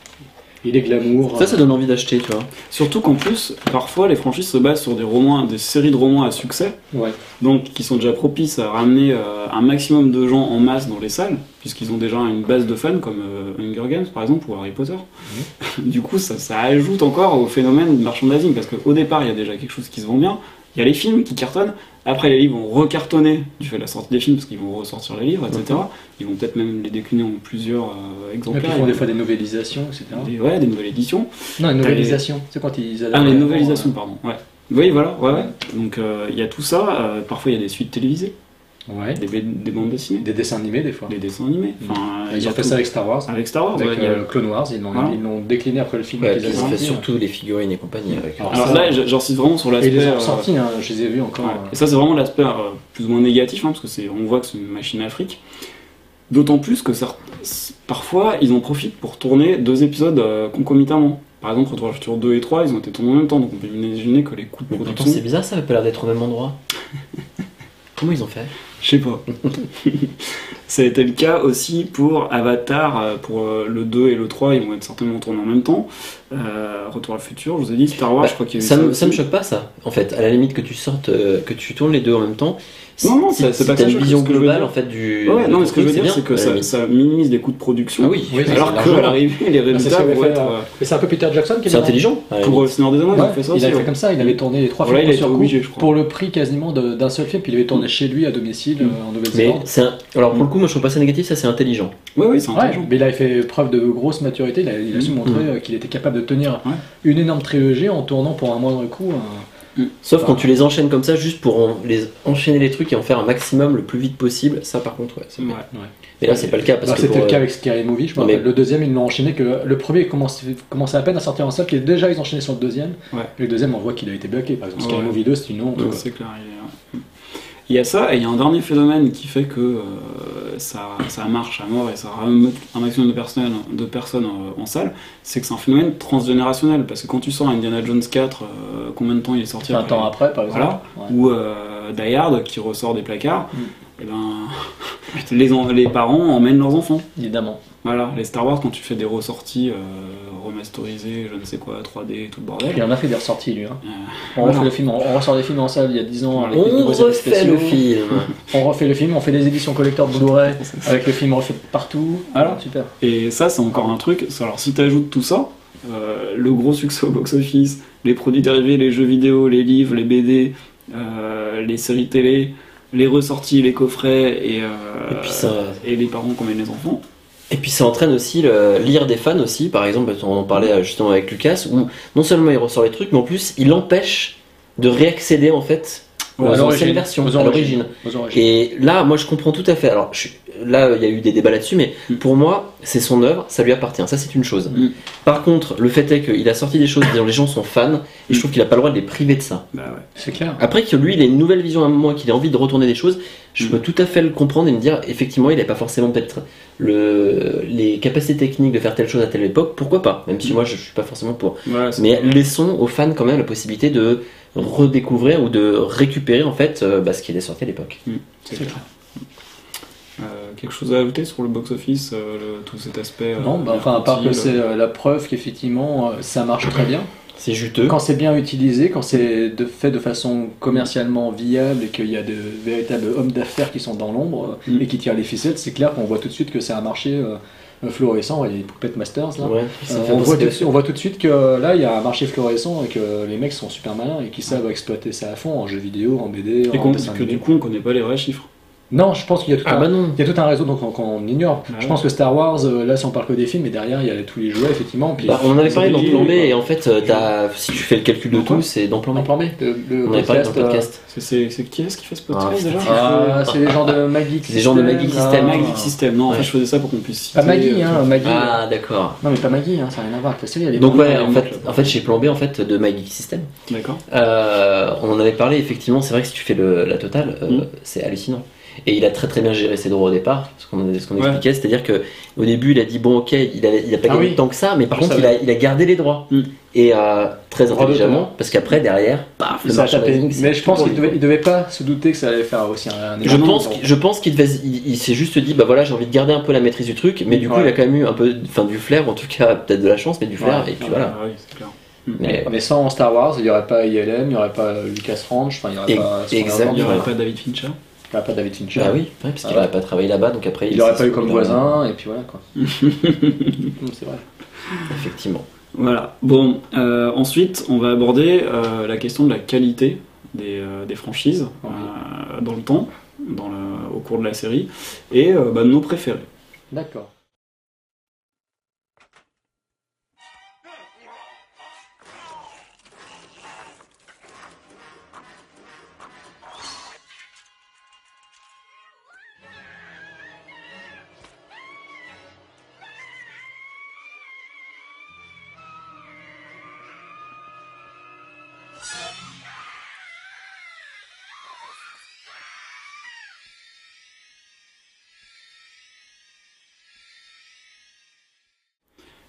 Il est glamour.
euh,
Ça, ça donne envie d'acheter, tu vois.
Surtout qu'en plus, parfois les franchises se basent sur des romans, des séries de romans à succès.
hein. Ouais.
donc qui sont déjà propices à ramener euh, un maximum de gens en masse dans les salles, puisqu'ils ont déjà une base de fans comme euh, Hunger Games par exemple ou Harry Potter. [LAUGHS] du coup, ça, ça ajoute encore au phénomène de marchandising, parce qu'au départ, il y a déjà quelque chose qui se vend bien, il y a les films qui cartonnent, Après, les livres vont recartonner. Tu fais la sortie des films parce qu'ils vont ressortir les livres, etc. Ils vont peut-être même les décliner en plusieurs euh,
Et
exemplaires.
puis ils font des fois des novélisations, etc.
Des- ouais, des nouvelles éditions.
Non, une
T'as
novélisation, c'est quand ils
Ah,
adaptent
les
vraiment,
novélisations, pardon. Ouais. Oui, voilà, ouais, ouais. Donc euh, il y a tout ça. euh, parfois, il y a des suites télévisées,
euh, Ouais.
des, ba- des bandes dessinées,
Des dessins animés, des fois.
des dessins animés.
Mm.
Enfin, euh, il y
Ils
a
ont fait
tout.
ça avec Star Wars, hein,
Avec Star Wars.
avec
ouais, il y a-
euh, Clone Wars, ils l'ont
Voilà.
ils l'ont décliné après le film
Ouais,
qu'ils
puis
avaient
ils ont fait
sorti.
surtout les figurines et compagnie avec. euh,
Alors,
Alors
ça-
là, j- j'insiste vraiment sur
Et
l'aspect.
ils les ont
euh,
ressortis, hein, je les ai vus encore.
ouais.
euh,
Et ça, c'est vraiment l'aspect euh, plus ou moins négatif, hein, parce que c'est, on voit que c'est une machine à fric. D'autant plus que cer- c- parfois, ils en profitent pour tourner deux épisodes euh, concomitamment. Par exemple, Retour à le futur 2 et 3, ils ont été tournés en même temps, donc on peut imaginer que les coûts de
Mais pourtant,
production.
c'est bizarre, ça avait pas l'air d'être au même endroit. [LAUGHS] Comment ils ont fait
Je sais pas. [LAUGHS] ça a été le cas aussi pour Avatar, euh, pour euh, le 2 et le 3, ils vont être certainement tournés en même temps. Euh, Retour à le futur, je vous ai dit, Star Wars,
Bah,
je crois qu'il y a eu
ça, me,
aussi.
ça me choque pas, ça. En fait, à la limite que tu sortes, euh, que tu tournes les deux en même temps. si-
Non, non,
si-
ça- c'est
si
pas
t'as
ça,
une
je-
vision
ce que je veux
globale
dire.
en fait du.
Ouais,
de
non,
ton
mais ce que je veux
truc,
dire,
bien,
c'est que
à la
ça,
limite.
ça minimise les coûts de production.
Ah oui,
Oui, c'est
alors que
largement.
à l'arrivée, les
Ah, c'est ce
résultats
qu'avait
vont
fait,
être.
euh,
euh,
Mais c'est un peu Peter Jackson qui
c'est
l'a
intelligent. à
Pour
la
euh,
limite.
le Seigneur des Anneaux,
Ouais,
ils ont fait ça
il
aussi. hein.
avait fait
ouais.
comme ça, il avait tourné les trois
Voilà,
films
il a
sur
été
coup,
obligé, je crois.
pour le prix quasiment de- d'un seul film, puis il avait
Mm.
tourné chez lui à domicile euh, en
Mais
Nouvelle-Zélande.
c'est un- alors pour le coup, moi je trouve pas ça négatif, ça c'est intelligent.
Ouais, oui, c'est
Ouais,
intelligent.
mais il avait fait preuve de grosse maturité, il a, il a su
Mm.
montrer euh, qu'il était capable de tenir
Ouais.
une énorme trilogie en tournant pour un moindre hein. coût. un-
Sauf
Bah.
quand tu les enchaînes comme ça, juste pour en- les enchaîner les trucs et en faire un maximum le plus vite possible, ça par contre, ouais. c'est bien.
Ouais.
Mais là c'est pas le cas parce
Alors,
que.
Bah, C'était
pour,
le cas
euh,
avec Scary Movie, je me
non, mais-
rappelle. Le deuxième, ils l'ont enchaîné que le premier commençait, commençait à peine à sortir en salle, et déjà ils enchaînaient sur le deuxième.
Ouais.
Et le deuxième, on voit qu'il a été bloqué. Par exemple, Scary
Ouais.
Movie 2, c'est une honte.
Ouais,
quoi.
c'est clair. Il y a- Il y a ça, et il y a un dernier phénomène qui fait que euh, ça, ça marche à mort et ça ramène un maximum de personnes, de personnes euh, en salle, c'est que c'est un phénomène transgénérationnel. Parce que quand tu sors Indiana Jones 4, euh, combien de temps il est sorti
20 ans après, par exemple.
Voilà.
Ouais.
ou euh, Die Hard qui ressort des placards,
Mm.
eh
[LAUGHS]
ben, les, en- les parents emmènent leurs enfants.
Évidemment.
Voilà, les Star Wars, quand tu fais des ressorties euh, remasterisées, je ne sais quoi, 3D, tout le bordel.
Il en a fait des ressorties, lui. hein.
Euh,
On,
voilà.
refait le film, on on ressort des films en salle il y a 10 ans avec des
On
nouveaux effets
refait
spéciaux.
le film.
On refait le film, on fait des éditions collector Blu-ray avec le film refait partout.
Voilà.
super.
Et ça, c'est encore un truc. Alors, si tu ajoutes tout ça, euh, le gros succès au box-office, les produits dérivés, les jeux vidéo, les livres, les BD, euh, les séries télé, les ressorties, les coffrets et, euh,
Bah,
Et puis ça-
et les parents qu'on met les enfants.
Et puis ça entraîne aussi le lire des fans aussi, par exemple, on en parlait euh, justement avec Lucas, où non seulement il ressort les trucs, mais en plus il empêche de réaccéder en fait
Ouais,
aux
à
anciennes versions, à l'origine.
Aux origines.
Et là, moi je comprends tout à fait. Alors je suis- là, il y a eu des débats là-dessus, mais
Mm.
pour moi, c'est son œuvre, ça lui appartient, ça c'est une chose.
Mm.
Par contre, le fait est qu'il a sorti des choses dont les gens sont fans, et je trouve qu'il a pas le droit de les priver de ça.
Bah ouais.
C'est clair.
Après que lui, il ait une nouvelle vision à moi, qu'il ait envie de retourner des choses, je
Mm.
peux tout à fait le comprendre et me dire, effectivement, il n'a pas forcément peut-être le, les capacités techniques de faire telle chose à telle époque, pourquoi pas Même si
Mm.
moi, je ne suis pas forcément pour.
Voilà, c'est-
Mais laissons aux fans quand même la possibilité de redécouvrir ou de récupérer en fait euh, bah, ce qu'il est sorti à l'époque.
c'est clair. Euh, quelque chose à ajouter sur le box-office, euh, le- tout cet aspect euh,
Non, bah, enfin, à part que
mercantile,
c'est euh, la preuve qu'effectivement euh, ça marche très bien.
C'est juteux.
Quand c'est bien utilisé, quand c'est de- fait de façon commercialement viable et qu'il y a de véritables hommes d'affaires qui sont dans l'ombre euh,
Mm.
et qui tirent les ficelles, c'est clair qu'on voit tout de suite que c'est un marché euh, florissant. Et Puppet Masters, là,
Ouais, ça
Euh,
fait
on, voit
penser-
tout, de suite- on voit tout de suite que là, il y a un marché florissant et que les mecs sont super malins et qui savent exploiter ça à fond en jeux vidéo, en BD,
Et
en
qu'on
dessin
que du
animé.
coup, on connaît pas les vrais chiffres.
Non, je pense qu'il y a tout
Ah
un...
bah non.
Il y a tout un réseau donc, qu'on- qu'on ignore.
Ah
Je
ouais.
pense que Star Wars, euh, là, si on parle que des films, mais derrière, il y a tous les jouets, effectivement. Puis
Bah, on en avait parlé dans
oublié,
Plan B
quoi.
et en fait, euh, t'as- si tu fais le calcul de
Dans quoi
tout, c'est dans Plan B.
en plan B, le, le
On en avait parlé dans
podcast.
le podcast.
C'est- C'est c'est qui est-ce qui fait ce podcast
Ah,
déjà
putain.
euh, ah, c'est les gens de Magic
[LAUGHS] Les gens de Magic
C'était
System,
ah.
Magic System. Non, en
Ouais.
fait, je faisais ça pour qu'on puisse citer.
Pas Maggie,
euh,
hein, Maggie.
Ah d'accord.
Non, mais pas Maggie, hein, ça n'a rien à voir. avec la série, elle est
Donc
pas-
ouais, en
les
fait,
mecs, là.
en fait, j'ai Plan B en fait de My Geek System.
D'accord.
Euh, on en avait parlé effectivement, c'est vrai que si tu fais le- la totale, euh,
Mm.
c'est hallucinant. Et il a très très bien géré ses droits au départ, ce qu'on ce qu'on
Ouais.
expliquait, c'est-à-dire que au début il a dit bon ok, il a, il a pas
Ah
gagné
oui.
tant que ça, mais par
Je
contre il
savais.
a, il a gardé les droits.
Mm.
Et euh, très
Droit
intelligemment,
d'auteur.
parce qu'après derrière, paf, le
Ça a tapé.
merchandising, c'est
Mais je
tout
pense
pour
qu'il
lui.
devait, il devait pas se douter que ça allait faire aussi un, un hein.
Je
énorme
pense,
nombre.
qu'il- je pense qu'il devait, il, il s'est juste dit, bah voilà, j'ai envie de garder un peu la maîtrise du truc, mais du coup,
Ouais.
il a quand même eu un peu, enfin, du flair, ou en tout cas, peut-être de la chance, mais du flair,
Ouais.
et puis
Ah,
voilà.
bah, oui, c'est clair.
Mais,
Mais sans Star Wars, il n'y aurait pas ILM, il n'y aurait pas Lucas Ranch, enfin, il n'y aurait
Et-
pas. ce qu'on a
exact.
Il
entendu,
n'y aurait
Voilà.
pas David Fincher.
Il n'y aurait pas David Fincher.
bah oui, ouais, parce qu'il
Ah ouais.
n'aurait pas travaillé là-bas, donc après,
Il n'aurait
s'est
pas eu
retrouvé
comme
dans la-
voisin, et puis
[LAUGHS]
voilà quoi. Hum, c'est vrai.
Effectivement.
Voilà. Bon, euh, ensuite, on va aborder euh, la question de la qualité des, euh, des franchises
Ok.
euh, dans le temps, dans le- au cours de la série, et euh, bah, nos préférés.
D'accord.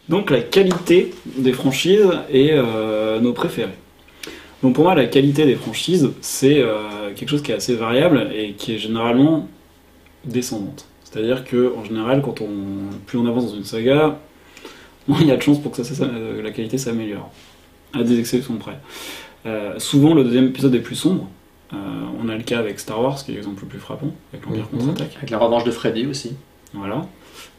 Donc la qualité des franchises et euh, nos préférés. Donc pour moi, la qualité des franchises, c'est euh, quelque chose qui est assez variable et qui est généralement descendante. C'est-à-dire que en général, quand on plus on avance dans une saga, [LAUGHS] moins il y a de chances pour que ça- ça- ça- la qualité s'améliore, à des exceptions près. Euh, souvent, le deuxième épisode est plus sombre. Euh, on a le cas avec Star Wars, qui est l'exemple le plus frappant, avec l'Empire
Mhm.
contre-attaque.
Avec la revanche de Freddy aussi.
Voilà.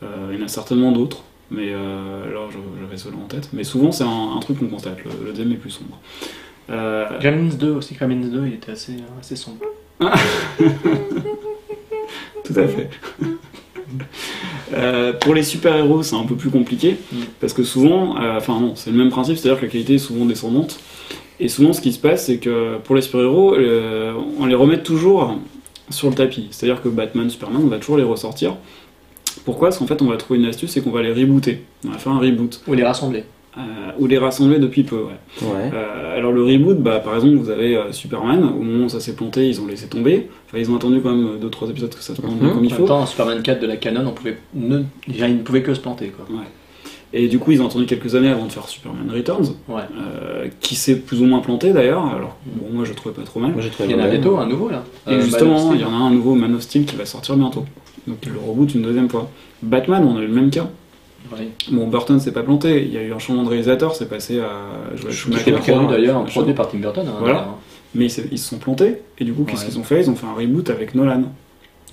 Euh, il y en a certainement d'autres, mais euh, là je- j'avais cela en tête. Mais souvent c'est un, un truc qu'on constate, le, le deuxième est plus sombre. Euh,
Gremlins 2 aussi, Gremlins 2, il était assez, euh, assez sombre.
tout à fait. [LAUGHS] Euh, pour les super-héros, c'est un peu plus compliqué
Mm.
parce que souvent, euh, enfin non, c'est le même principe, c'est-à-dire que la qualité est souvent descendante. Et souvent, ce qui se passe, c'est que pour les super-héros, euh, on les remet toujours sur le tapis. C'est-à-dire que Batman, Superman, on va toujours les ressortir. Pourquoi Parce qu'en fait, on va trouver une astuce, c'est qu'on va les rebooter. On va faire un reboot.
Ou les rassembler.
Euh, ou les rassembler depuis peu, ouais.
Ouais.
Euh, alors le reboot, bah, par exemple, vous avez euh, Superman, au moment où ça s'est planté, ils ont laissé tomber. Enfin, ils ont attendu quand même 2-3 épisodes que ça se plante
Mhm.
comme il
En
faut.
même temps, Superman 4 de la canon, on pouvait ne, il ne pouvait que se planter. Quoi.
Et du coup, ils ont attendu quelques années avant de faire Superman Returns,
Ouais.
euh, qui s'est plus ou moins planté d'ailleurs. Alors, bon, moi je le trouvais pas trop mal.
Moi j'ai trouvé
Il y en a
mal.
bientôt un nouveau là.
Et
Euh, Man of
justement,
Steel.
il y en a un nouveau Man of Steel qui va sortir bientôt. Donc ils le rebootent une deuxième fois. Batman, on a eu le même cas.
Ouais.
Bon, Burton s'est pas planté, il y a eu un changement de réalisateur, c'est passé à Joel
Qui
Schumacher.
est produit d'ailleurs,
machin.
produit par Tim Burton. hein,
Voilà.
d'ailleurs.
mais ils se- ils se sont plantés. Et du coup, qu'est-ce
Ouais.
qu'ils ont fait Ils ont fait un reboot avec Nolan.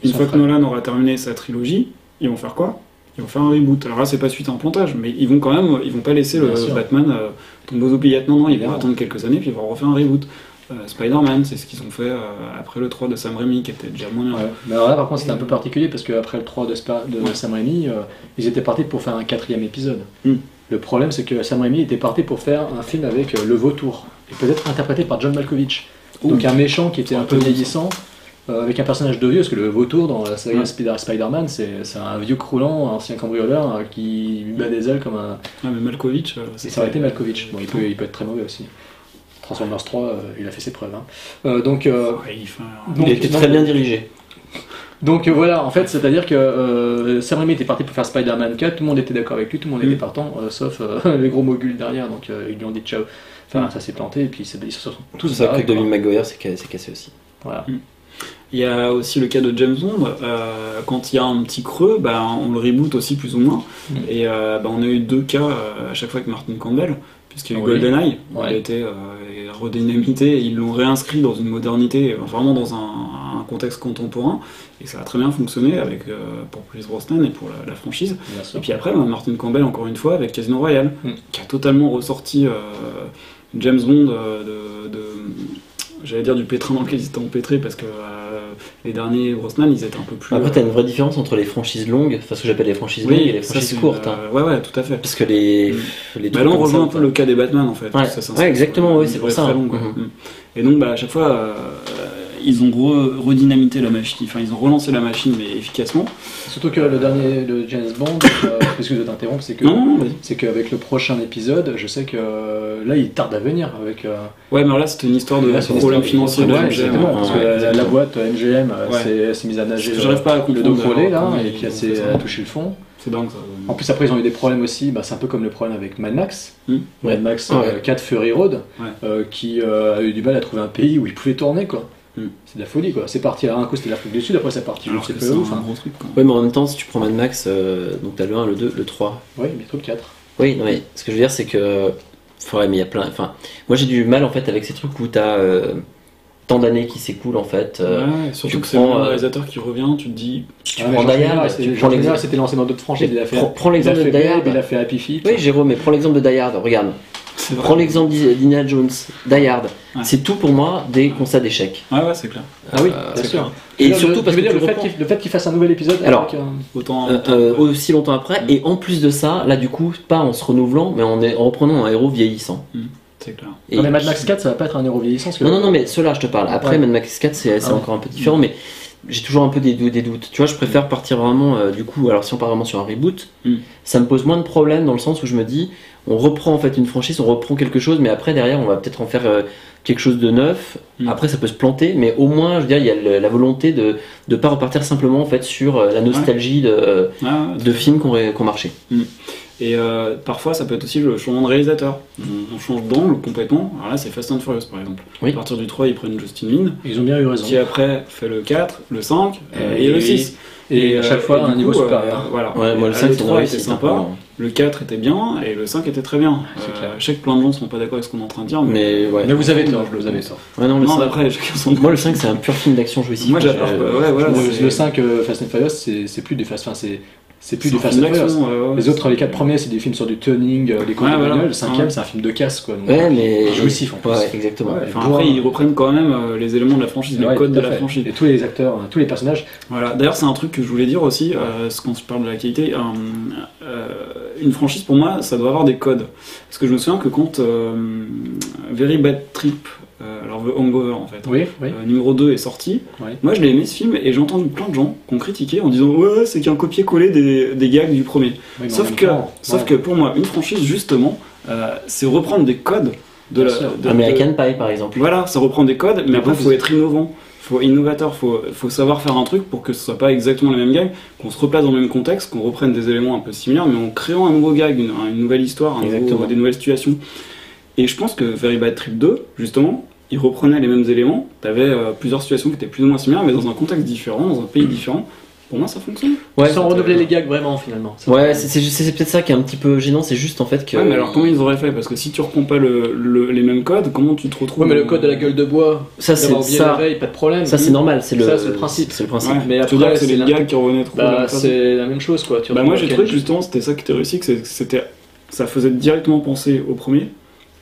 Ils
Une
sont
fois que
prêts.
Nolan aura terminé sa trilogie, ils vont faire quoi Ils vont faire un reboot. Alors là, c'est pas suite à un plantage, mais ils vont quand même, ils vont pas laisser le
Bien sûr.
Batman euh, tomber aux oubliettes. Non, non, ils vont
Évidemment.
attendre quelques années puis ils vont refaire un reboot. Euh, Spider-Man, c'est ce qu'ils ont fait euh, après le 3 de Sam Raimi, qui était déjà moins bien.
Ouais. Mais alors là, par contre, c'était un peu particulier parce qu'après le 3 de, Spa- de
Ouais.
Sam Raimi, euh, ils étaient partis pour faire un quatrième épisode.
Mm.
Le problème, c'est que Sam Raimi était parti pour faire un film avec euh, le vautour, et peut-être interprété par John Malkovich. Donc
Ouh.
un méchant qui était
Ah,
un peu
pas bon, ça.
vieillissant, euh, avec un personnage de vieux, parce que le vautour dans la série
Ouais.
Spider- Spider-Man, c'est c'est un vieux croulant, un ancien cambrioleur euh, qui bat des ailes comme un.
Ouais, mais Malkovich, euh,
C'est
c'était-
ça aurait été Malkovich. Bon, il, peut, il peut être très mauvais aussi. Transformers 3, euh, il a fait ses preuves. hein. Euh, donc. euh,
Ouais, il fait un-
donc-
Il était
non,
très bien dirigé.
donc euh, voilà, en fait, c'est-à-dire que euh, Sam Raimi était parti pour faire Spider-Man 4, tout le monde était d'accord avec lui, tout le monde
Mm.
était partant, euh, sauf euh, [LAUGHS] les gros moguls derrière, donc euh, ils lui ont dit ciao. Enfin, ça s'est planté, et puis ils se ils se sont tous
Tout ça
barrés,
que Devin
quoi.
McGuire s'est ca- s'est cassé aussi.
Voilà.
Il y a aussi le cas de James Bond. euh, quand il y a un petit creux, bah, on le reboot aussi plus ou moins.
Mm.
Et euh, bah, on a eu deux cas euh, à chaque fois avec Martin Campbell, puisqu'il y a eu
Oui.
GoldenEye. où Il
Ouais.
a été euh, redynamité et ils l'ont réinscrit dans une modernité, euh, vraiment dans un, un contexte contemporain. Et ça a très bien fonctionné avec, euh, pour Pierce Brosnan et pour la, la franchise.
Bien
Et
sûr.
puis après, bah, Martin Campbell, encore une fois, avec Casino Royale,
Mm.
qui a totalement ressorti euh, James Bond euh, de. de- J'allais dire du pétrin dans lequel ils étaient empêtrés parce que euh, les derniers Brosnan ils étaient un peu plus.
Après, t'as
euh,
une vraie différence entre les franchises longues, enfin ce que j'appelle les franchises longues et les
ça,
franchises
c'est,
courtes.
euh,
hein.
ouais, ouais, tout à fait.
Parce que les.
Mm.
les
Bah
trucs
là, on
comme
rejoint
ça,
un peu le cas des Batman en fait.
Ouais.
Ça s'inscrit
Ouais, exactement,
sur
oui,
une
c'est
durée
pour ça.
très longue, quoi.
Mhm.
Et donc, bah, à chaque fois, euh, ils ont re- redynamité la machine, enfin, ils ont relancé la machine, mais efficacement.
Surtout que le dernier, le James Bond, euh, [COUGHS] parce que je dois t'interrompre, c'est que.
Non, non, non, vas-y.
C'est qu'avec le prochain épisode, je sais que euh, là, il tarde à venir avec. euh,
Ouais, mais alors là, c'était une histoire de
Là, c'est une
problème
histoire de-
financier.
Ouais,
de hein,
exactement,
MGM.
parce que
Ouais,
la- la,
exactement.
boîte euh, MGM euh,
Ouais.
s'est- s'est mise à nager
Parce que j'arrive
euh,
pas à
le dos
comprendre,
collé, là,
comment
et
ils
puis elle
font
s'est
ça.
elle a touché le fond.
C'est dingue ça.
En plus, après, ils ont eu des problèmes aussi. Bah, c'est un peu comme le problème avec Mad Max.
Hmm.
Mad Max
Ouais.
euh, 4 Fury Road,
Ouais.
euh, qui euh, a eu du mal à trouver un pays où il pouvait tourner. quoi.
Hmm.
C'est de la folie. quoi. C'est parti à un coup, c'était l'Afrique du Sud, après, c'est hein. parti.
Alors
je sais
que
plus
c'est hein. un
où, enfin.
gros truc quand même.
Ouais, mais en même temps, si tu prends Mad Max, euh, donc t'as le 1, le 2, le 3.
Oui, bientôt le 4.
Oui, non, mais ce que je veux dire, c'est que. Enfin, ouais, mais il y a plein. Enfin, moi j'ai du mal en fait avec ces trucs où t'as euh, tant d'années qui s'écoulent en fait. euh,
Ouais, surtout
tu
que c'est
prends,
le même
euh,
réalisateur qui revient, tu te dis.
Si tu
Ah, mais
prends
Jean
Die
Reno,
Hard,
c'est-
tu
Jean
prends
Reno
l'exemple.
s'était lancé dans d'autres franchises. Il a fait,
Prends- prends
il a
l'exemple
fait
de Die
Babe,
Hard.
il a fait Happy Feet.
Oui, Jérôme, mais prends l'exemple de Die Hard, regarde.
C'est vrai.
Prends l'exemple d'I- d'Indiana Jones, Die Hard.
Ouais.
C'est tout pour moi des constats d'échec.
Ouais, ouais, c'est clair.
Ah oui,
Euh,
bien sûr. Je
Et
veux dire,
surtout
je
parce
veux
que
dire,
tu
le fait,
reprends-
qu'il, le fait qu'il fasse un nouvel épisode.
Alors,
avec un-
Autant.
Euh, euh, aussi longtemps après, et en plus de ça, là du coup, pas en se renouvelant, mais en, en reprenant un héros vieillissant.
C'est clair.
Et-
Non, mais Mad Max 4, ça va pas être un héros vieillissant. parce que-
Non, non, non, mais ceux-là, je te parle. Après,
Ouais.
Mad Max 4, c'est c'est
Ah ouais.
encore un peu différent, mais j'ai toujours un peu des, dou- des doutes. Tu vois, je préfère partir vraiment, euh, du coup, alors si on part vraiment sur un reboot,
Mm.
ça me pose moins de problèmes dans le sens où je me dis, on reprend en fait une franchise, on reprend quelque chose, mais après, derrière, on va peut-être en faire euh, quelque chose de neuf.
Mm.
Après, ça peut se planter, mais au moins, je veux dire, il y a le- la volonté de ne pas repartir simplement en fait sur euh, la nostalgie de, euh,
Ouais, ouais.
de films qui ont ré- qui ont marché.
Et euh, parfois, ça peut être aussi le changement de réalisateur. On, on change d'angle complètement. Alors là, c'est Fast and Furious par exemple.
Oui.
À partir du 3, ils prennent Justin Lin,
Ils ont bien eu raison.
qui après fait le 4, le 5 euh, et,
Et-
le 6.
Et, à
euh,
chaque fois,
et
un
du
niveau
coup, euh,
supérieur.
voilà.
Ouais, moi,
Et,
le
euh,
5, c'est une
3 était
réussite, hein,
sympa,
pour moi.
le 4 était bien et le 5 était très bien.
C'est
Euh,
clair.
Je sais que plein de gens ne sont pas d'accord avec ce qu'on est en train de dire, mais.
Mais ouais.
Mais vous avez tort, vous avez tort.
Ouais, non, le
Non,
5
d'après, chacun son
Moi, le 5, c'est un pur film d'action jouissif.
Moi, j'adore.
Euh,
Ouais, voilà,
le,
c'est-
le 5 euh, Fast and Furious, c'est, c'est plus des Fast, enfin, c'est, c'est plus
c'est
des
un
Fast
film
and Furious.
d'action, ouais, ouais,
Les
c'est-
autres, les 4 premiers, c'est des films sur du tuning, euh, des combats
Ouais,
de
voilà.
bagnoles. Le cinquième,
Ouais.
c'est un film de casse, quoi. Donc,
Ouais, mais.
Jouissif, en plus.
Ouais, exactement.
Ouais.
Enfin, après, ils reprennent quand même euh, les éléments de la franchise, les
Ouais,
codes
tout
de
à
la
fait.
franchise.
Et tous les acteurs, hein, tous les personnages,
Voilà. D'ailleurs, c'est un truc que je voulais dire aussi, euh, ce qu'on se parle de la qualité. euh, euh, une franchise, pour moi, ça doit avoir des codes. Parce que je me souviens que quand euh, Very Bad Trip, euh, alors The Hangover en fait,
Oui, oui.
euh, numéro 2 est sorti,
Oui.
moi je l'ai aimé ce film et j'ai entendu plein de gens qui ont critiqué en disant Ouais, c'est qu'un copier-coller des, des gags du premier.
Oui, mais en
Sauf
même
que,
temps,
sauf
ouais.
que pour moi, une franchise, justement, euh, c'est reprendre des codes de
Bien
la.
sûr.
de-
American Pie, par exemple.
voilà, ça reprend des codes, mais
Mais
après,
vous-
faut être innovant, faut innovateur, faut, faut savoir faire un truc pour que ce soit pas exactement les mêmes gags, qu'on se replace dans le même contexte, qu'on reprenne des éléments un peu similaires, mais en créant un nouveau gag, une, une nouvelle histoire, un nouveau-
Exactement.
des nouvelles situations. Et je pense que Very Bad Trip 2, justement, il reprenait les mêmes éléments, t'avais euh, plusieurs situations qui étaient plus ou moins similaires, mais dans un contexte différent, dans un pays différent. Pour moi, ça fonctionne.
Ouais,
Sans renouveler les gags vraiment finalement. Ça-
Ouais, c'est- c'est juste- c'est peut-être ça qui est un petit peu gênant, c'est juste en fait que.
Ouais, mais alors comment ils auraient fait Parce que si tu reprends pas le- le- les mêmes codes, comment tu te retrouves
Ouais, mais le
dans-
code de la gueule de bois,
Ça,
d'avoir
c'est
oublié la
ça.
veille, pas de problème.
Ça, c'est normal, c'est le,
Ça, c'est le principe.
C'est le principe.
Ouais.
Mais
Tu
après,
veux dire que c'est
c'est
les
la-
gags qui revenaient trop. dans
Bah,
le passé.
c'est la même chose quoi. Tu
Bah
rentres
moi
dans
j'ai
quel-
trouvé que justement c'était ça qui était réussi, que c'est- c'était ça faisait directement penser au premier,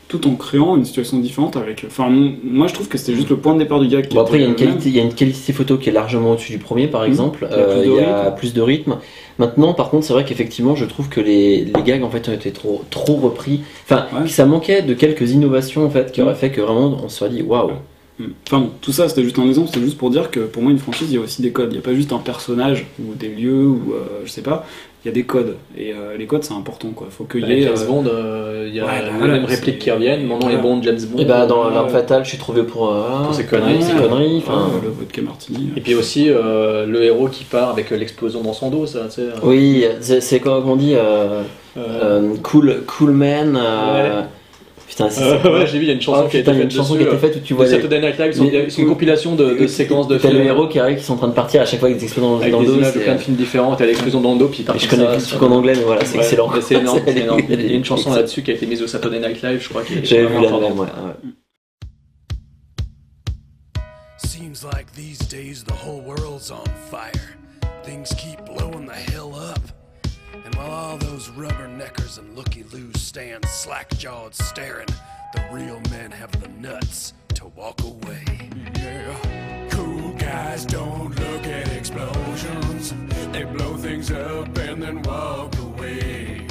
tout en créant une situation différente avec. Enfin m- moi je trouve que c'était juste le point de départ du gag. qui
Bon, après, il y, a
était
une
le même.
qualité, il y a une qualité photo qui est largement au-dessus du premier, par exemple.
Il y a plus
Euh,
de
Il y a
rythme.
plus de rythme. Maintenant, par contre, c'est vrai qu'effectivement, je trouve que les, les gags en fait ont été trop, trop repris. Enfin,
Ouais.
que ça manquait de quelques innovations en fait qui
Mm.
auraient fait que vraiment on se serait dit waouh.
Mm. Enfin bon, tout ça c'était juste un exemple, c'était juste pour dire que pour moi une franchise il y a aussi des codes, il n'y a pas juste un personnage ou des lieux ou euh, je sais pas, il y a des codes et euh, les codes c'est important quoi, faut
Bah,
qu'il y
Avec
ait.
James
euh,
Bond, euh, il y a
ouais, bah,
les
voilà,
mêmes
c'est-
répliques qui reviennent. Mon nom est
Voilà.
Bond, James Bond.
Et bah, dans
Ouais.
l'arme fatale, je suis trouvé pour, euh,
Pour ces conneries.
ces conneries. Enfin,
ouais, le vodka martini.
Et puis aussi euh, le héros qui part avec euh, l'explosion dans son dos, ça, tu sais. euh,
Oui, c'est c'est quoi qu'on dit euh,
euh,
euh, cool, cool man. euh, Putain, c'est
euh,
ça.
[LAUGHS] ouais, j'ai vu, il y a une chanson
Ah,
qui a
putain,
été
il y a
faite
une chanson qui
dessus.
a été
euh,
faite où tu
de
vois les-
Saturday Night Live, ils ont-
les-
c'est une compilation de, de séquences de
T'as
films.
le héros qui arrive, qui sont en train de partir à chaque fois qu'ils explosent dans,
Avec
dans le
des
dos.
images de
c'est- euh,
plein de films différents, t'as l'explosion dans le dos, puis t'as
Mais je
tout
connais
ça,
plus le
ça.
truc en anglais, mais voilà, c'est
Ouais,
excellent.
mais
[LAUGHS]
C'est énorme, c'est énorme. Il y a une chanson
Excellent.
là-dessus qui a été mise au Saturday Night Live, je crois. qui est
[LAUGHS] J'avais vu
vraiment
la
fort.
même, ouais. ouais.
Seems like these days the whole world's on fire. Things keep blowing the hell up. And while all those rubberneckers and looky loos stand slack jawed staring, the real men have the nuts to walk away. Yeah. Cool guys don't look at explosions, they blow things up and then walk away.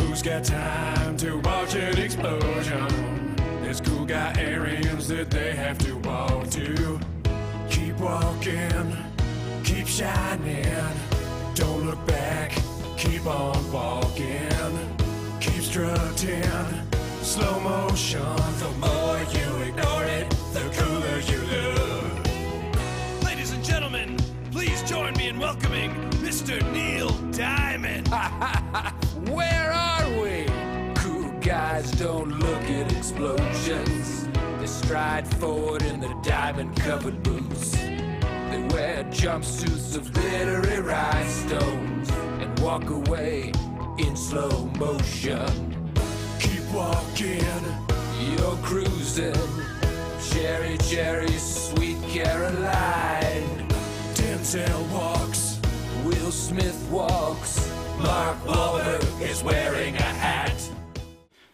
Who's got time to watch an explosion? There's cool guy errands that they have to walk to. Keep walking, keep shining. Don't look back, keep on walking. Keep strutting, slow motion. The more you ignore it, the cooler you look. Ladies and gentlemen, please join me in welcoming Mr. Neil Diamond. Where are we? Cool guys don't look at explosions. They stride forward in their diamond covered boots. They wear jumpsuits of glittery rhinestones and walk away in slow motion. Keep walking, you're cruising. Cherry, cherry, sweet Caroline. Denzel walks, Will Smith walks, Mark Wahlberg is wearing a hat.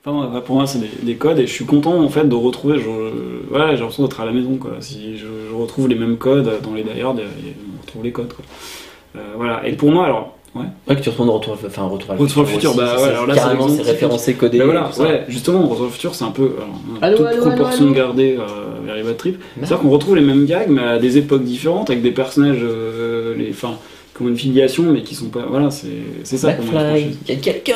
Enfin, ouais, pour moi, c'est des, des codes et je suis content en fait de retrouver. Je, je- ouais, j'ai l'impression d'être à la maison quoi. Si je, je retrouve les mêmes codes euh, dans les Die Hard, euh, et on retrouve les codes quoi. Euh, voilà. Et pour moi, alors, ouais.
Ouais, que tu retournes dans retour, enfin, retour à
Retour au futur,
aussi,
bah
ça,
ouais,
c'est
alors là,
carrément
c'est
c'est référencé, codé.
Ben voilà,
tout ça.
ouais, justement, Retour au futur, c'est un peu. Alors, euh,
Allô,
toute
allô,
proportion
allô, allô.
gardée euh, vers les bad trips. C'est-à-dire qu'on retrouve les mêmes gags, mais à des époques différentes, avec des personnages, euh, les, enfin, qui ont une filiation, mais qui sont pas. Voilà, c'est c'est ça pour moi. la
McFly,
franchise.
y a quelqu'un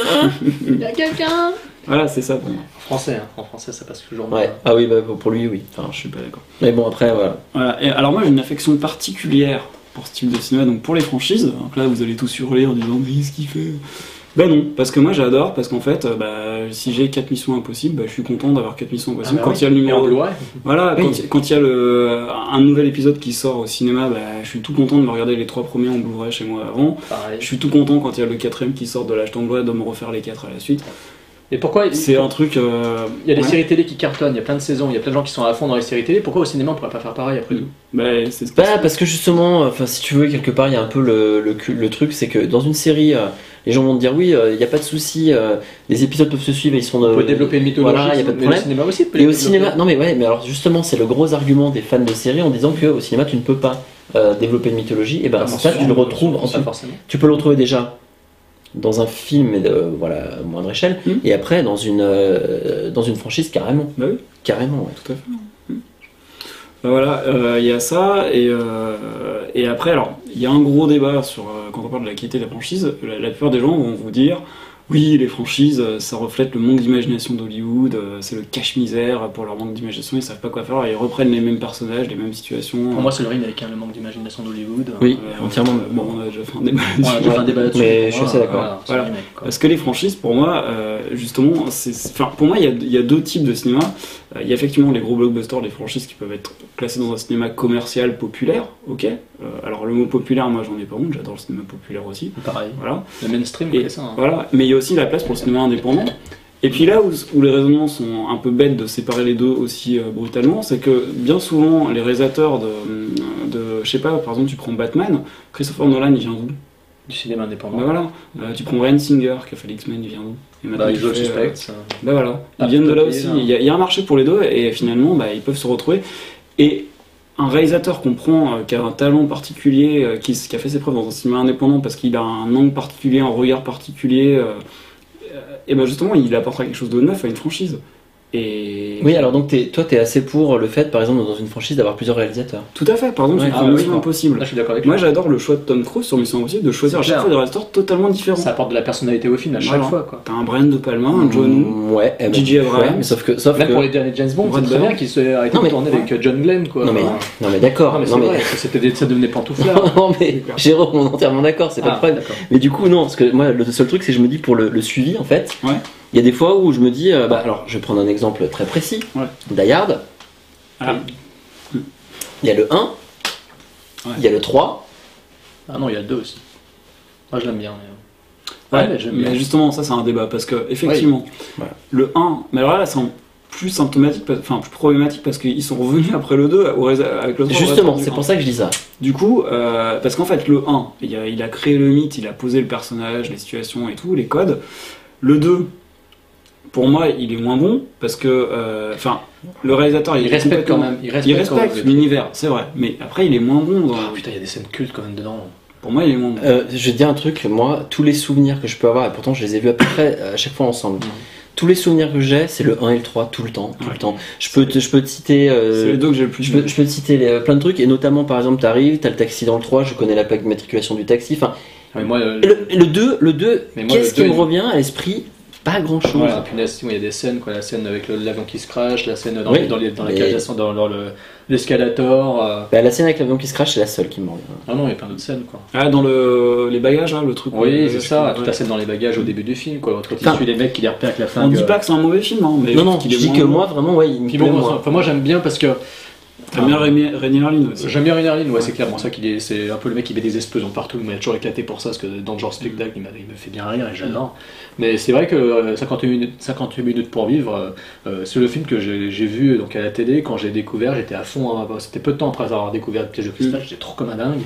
Y'a
quelqu'un
Voilà, c'est ça pour moi.
En français, hein. en français, ça passe toujours
Ouais,
bien.
ah oui, bah, pour lui, oui. Enfin,
Je suis pas d'accord.
mais bon, après, voilà.
Voilà. Et alors moi j'ai une affection particulière pour ce type de cinéma, donc pour les franchises. Donc là vous allez tous hurler en disant mais qu'est-ce qu'il fait Ben non, parce que moi j'adore, parce qu'en fait, euh, bah, si j'ai 4 missions impossibles, bah, je suis content d'avoir 4 missions
Ah
impossibles.
bah
quand
oui.
il y a le
Et en
numéro
Blu-ray.
Voilà,
Oui.
quand, quand il y a le, un nouvel épisode qui sort au cinéma, bah, je suis tout content de me regarder les trois premiers en Blu-ray chez moi avant.
Pareil.
Je suis tout content quand il y a le quatrième qui sort de l'âge d'emploi de me refaire les quatre à la suite.
Et pourquoi
C'est un truc. euh,
Il y a des
ouais.
séries télé qui cartonnent, il y a plein de saisons, il y a plein de gens qui sont à fond dans les séries télé. Pourquoi au cinéma on pourrait pas faire pareil
Mm.
après tout
Bah, c'est
Bah, parce que justement, enfin, si tu veux, quelque part, il y a un peu le, le, cul- le truc, c'est que dans une série, euh, les gens vont te dire oui, euh, il n'y a pas de souci, euh, les épisodes peuvent se suivre, ils sont. euh,
On peut développer une mythologie,
Voilà, il n'y a pas de
mais le
problème.
cinéma aussi peut
Et
les
au
développer.
cinéma, non mais ouais, mais alors justement, c'est le gros argument des fans de séries en disant que au cinéma, tu ne peux pas euh, développer une mythologie. Et ben
Pas
ça, tu le
forcément,
retrouves
pas
ensuite.
forcément.
Tu peux le retrouver déjà dans un film, mais de- voilà, à moindre échelle,
Hmm.
et après dans une euh, dans une franchise carrément,
Bah oui.
carrément. ouais.
Tout à fait. Ben Voilà, euh, il y a ça, et, euh, et après, alors, il y a un gros débat sur, euh, quand on parle de la qualité de la franchise, la, la plupart des gens vont vous dire, oui, les franchises, euh, ça reflète le manque d'imagination d'Hollywood, euh, c'est le cache-misère pour leur manque d'imagination, ils savent pas quoi faire, alors ils reprennent les mêmes personnages, les mêmes situations.
Pour moi, c'est le rythme avec hein, le manque d'imagination d'Hollywood.
Oui,
Euh,
entièrement.
Bon, on a déjà fait un débat
On a déjà fait un débat là-dessus.
Mais
pour
je suis
moi,
assez d'accord.
voilà, c'est
Voilà.
le remake, quoi.
Parce que les franchises, pour moi, euh, justement, c'est, c'est- enfin, pour moi, il y a- il y, a deux types de cinéma. Euh, Il y a effectivement les gros blockbusters, les franchises qui peuvent être classées dans un cinéma commercial populaire, ok. Euh, alors le mot populaire, moi, j'en ai pas honte, j'adore le cinéma populaire aussi.
Pareil.
Voilà.
Le mainstream,
Et-
c'est ça. hein.
Voilà. Mais il y a aussi la place pour le cinéma indépendant. Et puis là où, où les raisonnements sont un peu bêtes de séparer les deux aussi euh, brutalement, c'est que bien souvent les réalisateurs de, de, je sais pas, par exemple tu prends Batman, Christopher Nolan il vient d'où
Du cinéma indépendant.
Bah voilà, Euh, tu prends Ryan Singer qui a fait les X-Men, il vient d'où Et maintenant,
Bah,
il
ils jouent le
fait, euh,
suspect.
Bah voilà, ils
Ah,
viennent de là
ok,
aussi.
là.
Il y, a- il y a un marché pour les deux et finalement bah, ils peuvent se retrouver. Et un réalisateur qu'on prend, euh, qui a un talent particulier, euh, qui, s- qui a fait ses preuves dans un cinéma indépendant parce qu'il a un angle particulier, un regard particulier, euh, et ben justement il apportera quelque chose de neuf à une franchise. Et
Oui, alors donc t'es- toi, t'es assez pour le fait, par exemple, dans une franchise, d'avoir plusieurs réalisateurs.
tout à fait, par exemple,
Ouais,
tu
ah,
prends
bah,
Mission
d'accord.
Impossible.
Là, je suis d'accord avec
Moi
toi.
j'adore le choix de Tom Cruise sur Mission Impossible de choisir à
C'est
chaque
clair.
fois des réalisateurs totalement différents.
Ça Mmh. apporte de la personnalité au film à chaque
Voilà.
fois. quoi.
T'as un Brian De Palma, un John Woo,
Mm, Ouais, eh ben,
Gigi
ouais,
Abrams.
mais sauf que. Sauf
Même
que...
pour les derniers James Bond,
Brad
c'est très
Bird.
bien qu'ils se arrêté
Non,
de
mais-
tourner avec John Glenn. Quoi.
Non mais,
Enfin,
non, mais d'accord,
non, mais
non,
c'est
mais-
vrai, c'était des- ça devenait pantouflard.
[LAUGHS] non mais Jérôme, on est entièrement d'accord, c'est pas le
Ah,
problème.
d'accord.
Mais du coup, non, parce que moi, le seul truc, c'est que je me dis pour le, le suivi, en fait, il
Ouais.
y a des fois où je me dis, euh, bah, alors, je vais prendre un exemple très précis.
Ouais.
Die Hard,
Ah.
il y a le 1, il
Ouais.
y a le 3,
Ah non, il y a le deux aussi. Moi, je l'aime bien. mais-
Ouais,
Ouais, mais j'aime bien.
mais justement, ça c'est un débat parce que effectivement,
Voilà.
le 1, mais alors là, c'est en plus symptomatique, parce- enfin plus problématique parce qu'ils sont revenus après le 2 au rés- avec le 3.
justement, c'est pour ça que je dis ça.
Du coup, euh, parce qu'en fait, le 1, il a, il a créé le mythe, il a posé le personnage, les situations et tout, les codes. Le 2, pour moi, il est moins bon parce que, euh, enfin, le réalisateur, il,
Il
est
respecte quand
complètement-
même. Il
Il
respecte quand
respecte
même.
l'univers, c'est vrai, mais après, il est moins bon. dans-
Ah, Putain, il y a des scènes cultes quand même dedans.
Pour moi, il est moins bon.
Euh, je vais te dire un truc, moi, tous les souvenirs que je peux avoir, et pourtant je les ai vus à peu près euh, à chaque fois ensemble,
Mhm.
tous les souvenirs que j'ai, c'est le 1 et le 3, tout le temps, tout
Ouais.
le temps. Je peux te, je peux te citer... euh,
c'est les deux que j'ai le plus.
Je peux, je peux te citer les- euh, plein de trucs, et notamment par exemple, t'arrives, t'as le taxi dans le 3, je connais la plaque d'immatriculation du taxi. Enfin,
Mais moi, euh, le-
et le, et le 2, le 2
Mais moi,
qu'est-ce
le
qui
deux,
me
il-
revient à l'esprit Pas grand chose.
Voilà, punaise, il y a des scènes, quoi, la scène avec le- l'avion qui se crash, la scène dans,
Oui,
les- dans, les- dans la
mais-
cage d'ascenseur, dans, dans le- l'escalator. euh,
Bah, la scène avec l'avion qui se crache, c'est la seule qui me revient.
Ah non, il y a plein d'autres scènes, quoi.
Ah, dans le, les bagages, hein, le truc.
Oui,
euh,
c'est
je
ça,
sais
toute
pas,
la scène dans les bagages au début du film, quoi. Quand il
Enfin,
suit les mecs qui les repèrent avec la
On
flingue. euh.
dit pas que c'est un mauvais film, hein, mais
non, non,
qu'il
je
est
dis
moins
que
bon.
moi, vraiment, ouais, il me
Puis
plaît,
bon,
moi.
enfin, moi j'aime bien parce que
T'aimes bien Rémi- Rainier Harlin aussi.
j'aime bien Rennerlin, ouais, c'est clair. Bon, ça qu'il est, c'est un peu le mec qui met des explosons partout. Il m'a toujours éclaté pour ça parce que dans le genre spectacle, il, m'a- il me fait bien rire et j'adore. Mais c'est vrai que euh, 58 minutes, 58 minutes pour vivre, euh, euh, c'est le film que j'ai j'ai vu donc à la télé quand j'ai découvert. J'étais à fond, hein. Bon, c'était peu de temps après avoir découvert le piège de cristal, j'étais trop comme un dingue.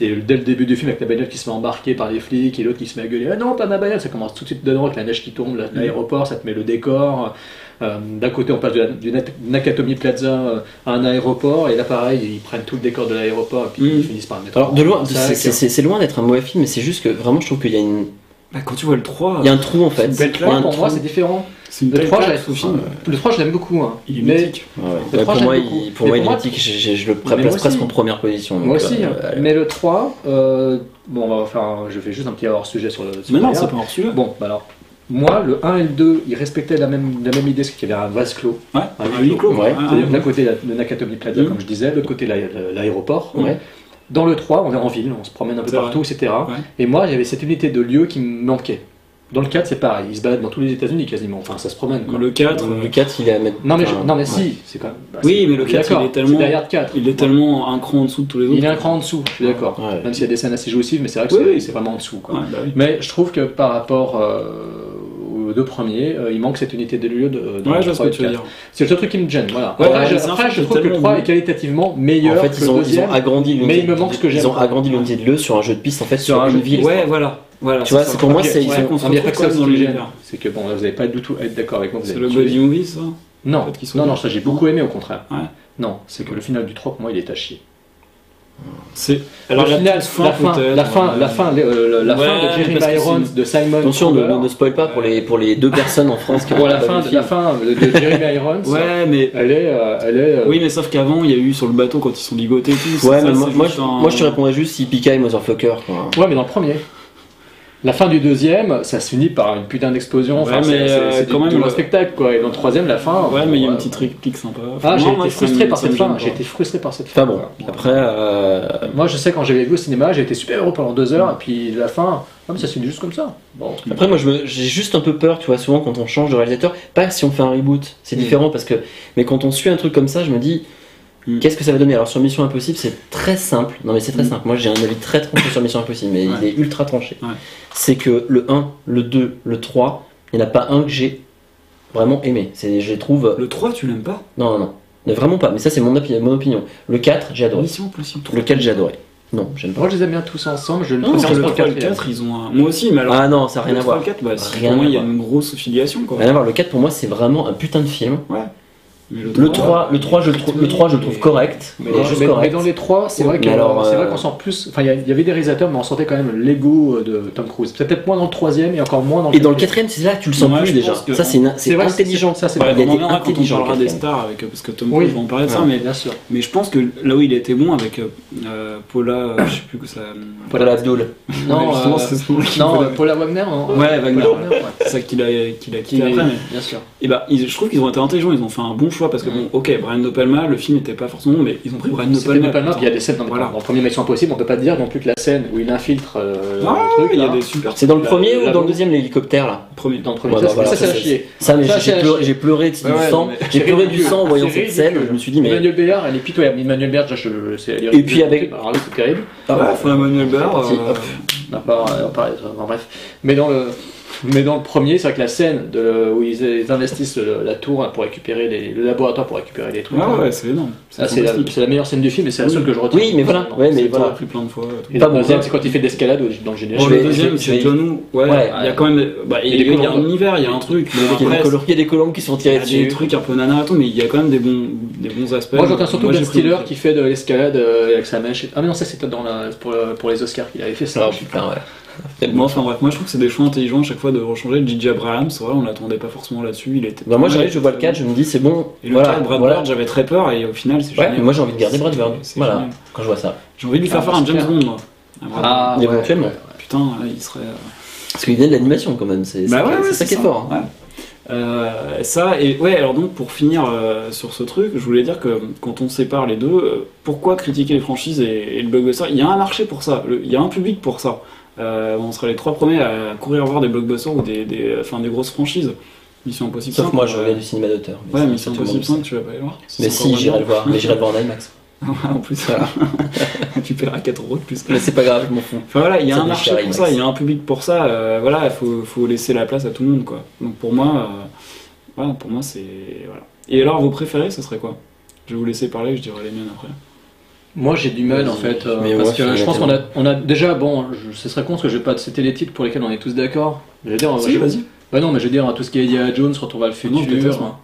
Et dès le début du film, avec la bagnole qui se fait embarquer par les flics et l'autre qui se met à gueuler Ah non, pas ma bagnole Ça commence tout de suite dedans avec la neige qui tombe, la- l'aéroport, ça te met le décor. Euh, D'un côté, on passe de la- du Nat- Nakatomi Plaza euh, à un aéroport, et là, pareil, ils prennent tout le décor de l'aéroport et puis ils finissent par le mettre
Alors, de
en
loin,
sac.
c'est- c'est c'est- c'est loin d'être un mauvais film, mais c'est juste que vraiment, je trouve qu'il y a une.
quand tu vois le 3,
Il y a un trou en fait.
une belle
Il y a
claque
un
Pour moi,
trou.
c'est différent.
c'est une
Le
belle
3,
claque,
je
ce film.
l'aime- le 3, je l'aime beaucoup. hein.
Il est
Mais-
mythique.
Ouais, ouais.
Le
Ouais,
trois,
pour
j'aime
moi,
beaucoup.
il, pour
Mais pour
moi, il
moi,
est mythique. Je, je- je le
Mais moi
place presque
aussi.
en première position.
Moi
donc,
aussi,
euh,
hein.
allez.
mais le 3, euh, bon, on va faire un- je fais juste un petit hors sujet sur le. sur
Mais non,
le
c'est
regard.
pas hors sujet.
Bon, bah alors, moi, le 1 et le 2, ils respectaient la même, la même idée, c'est qu'il y avait un vase clos.
Ouais, un huis clos.
Ouais.
Ah,
C'est-à-dire que
ouais.
d'un côté, la- le Nakatomi Plaza,
Mhm.
comme je disais, de l'autre côté, la- la- l'aéroport.
Ouais.
Dans le 3, on est en ville, on se promène un peu
Mm. C'est
partout, etc.
Ouais.
Et moi, j'avais cette unité de lieu qui me manquait. Dans le 4, c'est pareil, ils se baladent dans tous les États-Unis quasiment, enfin, ça se promène quoi.
Le 4,
Le 4, il est à mettre.
Non, mais, je-
enfin,
non, mais
ouais.
si, c'est quand même. bah,
Oui,
c'est-
mais le
on
4, il
d'accord,
est tellement-
C'est derrière le 4.
il est tellement un cran en dessous de tous les autres.
Il est un cran en dessous, je suis d'accord.
Ouais.
Même s'il y a des scènes assez jouissives, mais c'est vrai que
Oui,
c'est-
oui.
c'est vraiment en dessous. Quoi.
Ouais, bah oui.
Mais je trouve que par rapport euh, aux deux premiers, euh, il manque cette unité de lieu. De, dans
Ouais,
le
je vois ce
trois
que
et
tu veux
quatre.
dire.
C'est le seul truc qui me gêne. Voilà.
Ouais,
après,
ouais,
je,
c'est un
après,
film
je trouve que le
tellement
3 est
mou.
qualitativement
En
meilleur
fait,
que
ils ont,
le
ils
deuxième.
ont agrandi l'unité.
mais il me manque ce que j'aime.
Ils ont agrandi l'unité de lieu sur un jeu de piste en fait sur
un jeu
une
de
ville.
Ouais, voilà. voilà
Tu vois,
ça.
c'est pour moi,
Ok,
c'est- ils
ouais,
sont-
qu'on se
Il n'y a pas
retrouve
que ça
quand même
qui me
dans les
gêne.
genres.
C'est que bon, là, vous n'allez pas du tout être d'accord avec moi. vous
C'est
allez
le
me tuer.
body movie, ça
Non,
Peut-être qu'ils sont
non,
bien.
non, ça j'ai beaucoup aimé au contraire.
Ouais.
Non, c'est que le final du 3 pour moi il est à chier.
C'est.
le final, la
toute
fin, la fin,
peut-être,
la fin,
ouais.
la fin, euh, la fin
Ouais,
de Jerry
parce que
Irons,
c'est-
de Simon.
Attention, ne,
Cowell.
ne, ne spoil pas pour les, pour les deux personnes en France qui
Bon,
ont
la
pas
fin,
vu
de,
le
la
film.
fin de de Jeremy Irons,
Ouais, mais.
elle est. euh, elle est euh,
Oui, mais sauf qu'avant, il y a eu sur le bateau quand ils sont ligotés et tout.
Ouais,
ça,
mais
c'est
moi, moi,
juste
je,
un-
moi, je te répondrais juste si Pika et Motherfucker. Quoi.
Ouais, mais dans le premier. La fin du deuxième, ça se finit par une putain d'explosion. Enfin,
Ouais,
c'est-
mais,
c'est
euh,
c'est du-
quand même,
du
le-
spectacle, quoi. Et dans le troisième, la fin.
Ouais, mais il y a
euh,
une petite réplique sympa.
Ah, j'ai
Moi,
été
moi, ça
frustré
me-
par
ça me
cette
gêne
fin.
pas.
J'ai été frustré par cette fin.
Enfin bon, après. euh,
Moi, je sais quand j'avais vu au cinéma, j'ai été super heureux pendant deux heures, et puis la fin, ah, mais ça se finit juste comme ça. Bon.
Après, moi, je me- j'ai juste un peu peur, tu vois, souvent quand on change de réalisateur, pas si on fait un reboot, c'est
Mm.
différent parce que, mais quand on suit un truc comme ça, je me dis,
Mm.
qu'est-ce que ça va donner Alors sur Mission Impossible, c'est très simple. Non, mais c'est très
Mm.
simple. Moi, j'ai un avis très tranché sur Mission Impossible, mais il
Ouais.
est ultra tranché.
Ouais.
C'est que le 1, le 2, le 3, il n'y en a pas un que j'ai vraiment aimé. C'est, je les trouve,
Le 3, tu l'aimes pas
non, non, non, Mais vraiment pas. Mais ça, c'est mon, opi- mon opinion. Le 4, j'ai adoré.
Mission Impossible 3.
Le 4, j'ai adoré. Non, j'aime pas.
Moi, je les aime bien tous ensemble, je le
Non,
Parce
préfère
que
sur
le 3 et le
quatrième.
4, ils ont un. Moi aussi, mais alors.
Ah non, ça n'a rien
le
à
3
voir.
et le 4, bah, si,
Rien
pour moi,
à
il y a
voir.
une grosse filiation, quoi.
Rien à voir. Le 4, pour moi, c'est vraiment un putain de film.
Mais
Le 3, le 3, je le trouve, le 3, je le trouve correct.
Mais
il
dans,
est juste
mais-
correct.
mais dans les trois, c'est vrai
Mais
que-
alors,
c'est
euh,
vrai qu'on sent plus. Enfin, il y a- il y avait des réalisateurs, mais on sentait quand même l'ego euh, de Tom Cruise. Peut-être moins dans le troisième et encore moins dans le.
Et dans le quatrième, c'est là que tu le sens
Ouais,
plus
je
déjà.
pense que-
Ça, c'est une- c'est
vrai que
intelligent.
c'est- ça, c'est
Il y a
Ouais,
des
on en reviendra quand on
intelligents,
parlera
le
des
quatrième.
stars, avec, parce que Tom
Oui.
Cruise, on va en parler de ça, mais,
bien sûr.
mais je pense que là où il était bon avec euh, euh, Paula, euh, je sais plus que ça.
Voilà, Abdul.
Non,
Ouais, justement,
euh,
c'est ce nom-là qui
Non,
me-
euh, Paula Wagner, non
Ouais, Wagner.
Paula Wagner, ouais.
C'est ça qu'il a, qu'il a
Qui
quitté après. mais-
Bien sûr.
Et bah, ils- je trouve qu'ils ont été intelligents, ils ont fait un bon choix parce que, bon, ok, Brian De Palma, le film n'était pas forcément bon, mais ils ont pris Brian De
C'était
Palma.
De Palma, puis il y a des scènes dans,
Voilà.
dans le premier Mission Impossible, on peut pas dire non plus que la scène où il infiltre euh,
Ouais,
le truc.
il y a
là,
des super
C'est dans le
La-
premier
la-
ou dans le deuxième l'hélicoptère là
premiers.
Dans le premier,
Ouais,
ça,
bah, voilà,
ça, c'est
ça,
à
c'est-
chier.
Ça, mais
Ça,
j'ai-
c'est
j'ai
la
pleuré,
chier.
j'ai pleuré de- du
Ouais, ouais,
sang.
mais-
J'ai
c'est
pleuré du
ridicule.
sang en voyant
C'est
cette
ridicule.
scène. Je me suis dit mais.
Emmanuel Béard, elle est pitoyable. Emmanuel Béard, je, je- c'est, elle est
Et puis avec-
Alors là, c'est terrible.
Ah,
Ouais, enfin, bah, Emmanuel Barr.
parti,
euh,
hop.
À part, euh, à part- enfin, bref. Mais dans le. Mais dans le premier, c'est vrai que la scène de, où ils, ils investissent le- la tour pour récupérer les, le laboratoire pour récupérer les trucs.
Ouais,
là,
Ah ouais, c'est énorme.
ça, Ah, c'est, la,
fantastique.
c'est la meilleure scène du film et c'est la
Oui.
seule que je retiens.
Oui, mais voilà. Ouais, mais
C'est
voilà.
repris plein de fois. euh, tout.
Et
Pas
le
bon.
deuxième, c'est quand il fait de l'escalade au- dans le générique.
Je
Bon, le
vais- je
deuxième,
vais-
c'est
je vais-
John Woo. Ouais,
Ouais.
il y a quand même. Bah, il,
Il y a des
y a un
colombes.
univers, il y a un truc. mais
Il y a des
après,
colombes- il y a des colombes qui sont
Il y
tirées
a des
dessus.
trucs un peu nanar et tout, mais il y a quand même des bons, des bons aspects.
Moi, j'entends surtout
j'ai
Ben
pris-
Stiller qui fait de l'escalade euh, avec sa mèche. Ah, mais non, ça c'était dans la, pour, le- pour les Oscars qu'il avait fait ça.
Ah, putain, ouais.
Moi, enfin bref, moi je trouve que c'est des choix intelligents à chaque fois de rechanger. J.J. Abrahams, voilà, on l'attendait pas forcément là-dessus. Il était.
Bah, moi j'arrive,
j'arrive,
je vois le 4, je me dis c'est bon.
Et le
voilà,
4, Brad
voilà.
Bird, j'avais très peur et au final, c'est
Ouais,
génial.
mais moi j'ai envie de garder Brad Bird.
C'est
Voilà,
génial.
quand je vois ça.
J'ai envie de lui
Ah,
faire faire un
c'est
James
clair.
Bond, moi. Ah, Brad
Ah, ouais.
Éventuellement.
Bird. Putain, là, il serait. euh,
Parce qu'il vient de l'animation quand même, c'est c'est- c'est ça qui est fort. hein.
Ouais. Euh, ça et ouais alors donc pour finir euh, sur ce truc je voulais dire que euh, quand on sépare les deux euh, pourquoi critiquer les franchises et, et le blockbuster il y a un marché pour ça le- il y a un public pour ça Euh, on serait les trois premiers à courir voir des blockbusters ou des, des, euh, enfin, des grosses franchises Mission Impossible
Sauf
5,
moi je
euh,
regarde du cinéma d'auteur. mais
ouais
ça,
Mission
tout le monde
Impossible
le
5
sait.
tu vas pas aller voir c'est
Mais si,
encore
j'irai le
moins
voir,
[LAUGHS]
mais j'irai le voir en IMAX.
bien. en plus [LAUGHS] tu paieras 4 euros de plus
Mais c'est pas grave, je m'en fous.
Enfin voilà, il y a
Ça
un
déchire
marché pour
IMAX.
ça, il y a un public pour ça. euh, voilà, il faut, faut laisser la place à tout le monde, quoi. Donc pour moi, euh, voilà, pour moi c'est voilà. Et alors vos préférés, ça serait quoi Je vais vous laisser parler, je dirai les miennes après.
Moi j'ai du mal en fait, euh,
Mais
parce
moi,
que
c'est
je pense qu'on a,
exactement.
on a déjà, bon, je- ce serait con parce que je vais pas te citer les titres pour lesquels on est tous d'accord. Je veux dire,
Si,
je-
vas-y.
Bah non, mais je veux dire, tout ce qui est Indiana Jones, Retour vers le
Non, je déteste,
futur.
moi.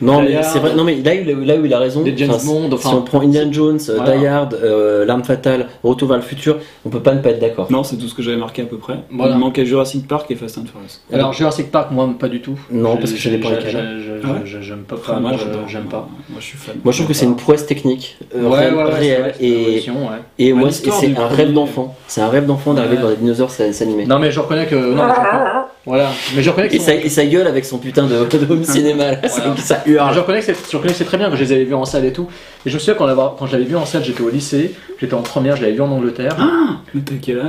Non,
Die
mais
Hard.
c'est vrai. Non, mais là, où- là où il a raison.
Les James
enfin, si-
Bond, enfin,
si on prend Indiana Jones, euh,
voilà.
Die Hard, euh, l'arme fatale, Retour vers le futur, on peut pas ne pas être d'accord.
Non, c'est tout ce que j'avais marqué à peu près.
Voilà.
Il manquait Jurassic Park et Fast and Furious.
hein. Alors Jurassic Park, moi pas du tout.
Non, parce que j'ai
j'ai-
des points
j'ai-
calmes.
j'ai-
Ah ouais
j'ai- J'aime pas,
Enfin,
vraiment, je-
j'adore.
j'aime pas.
Moi, je suis fan.
Moi, je trouve que c'est une prouesse technique euh, réelle, réelle
c'est vrai, c'est une
et,
évolution, ouais.
et moi, c'est
l'histoire
c'est
du
un
premier-
rêve d'enfant. C'est un rêve d'enfant d'arriver
Ouais.
dans les dinosaures s'an- s'animer.
Non mais je reconnais que. non, mais je reconnais- voilà. Mais je reconnais que.
Et sa, et sa gueule avec son putain de,
[LAUGHS]
de home cinéma, là, c'est-
Voilà.
ça
Ah, je
hurle.
reconnais que c'est je reconnais que c'est très bien que je les avais vus en salle et tout. Et je me souviens quand, l'avait- quand je l'avais vu en salle, j'étais au lycée, j'étais en première, je l'avais vu en Angleterre. euh,
Ah Mais t'as quel âge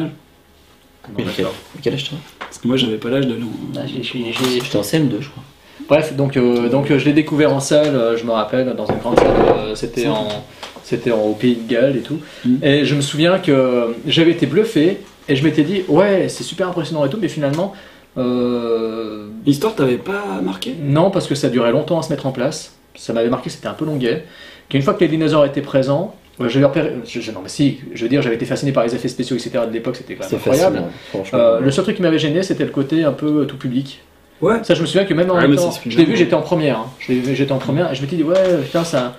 Mais quel, quel âge toi
Parce que moi, j'avais pas l'âge hein. d'aller en.
Ah, j'ai- j'ai- j'ai-
J'étais en CM2, je crois.
Bref, donc, euh, donc euh, je l'ai découvert en salle, euh, je me rappelle, dans une grande salle, euh, c'était en, c'était en- au Pays de Galles et tout.
Mhm.
Et je me souviens que euh, j'avais été bluffé et je m'étais dit, ouais, c'est super impressionnant et tout, mais finalement, euh,
L'histoire t'avait pas marqué
non, parce que ça durait longtemps à se mettre en place. Ça m'avait marqué, c'était un peu longuet. Qu'une fois que les dinosaures étaient présents, euh, j'avais repéré. je- je- non, mais si, je veux dire, j'avais été fasciné par les effets spéciaux, etc. de l'époque, c'était quand même
C'est
Bah, incroyable.
fascinant, franchement.
Euh, le seul truc qui m'avait gêné, c'était le côté un peu euh, tout public.
Ouais.
Ça, je me souviens que même en
Ah,
Ouais,
même
mais
temps,
ça se
je l'ai vu,
fait.
j'étais en première. hein. Je l'ai vu, J'étais en première et je m'étais dit, ouais, putain, ça.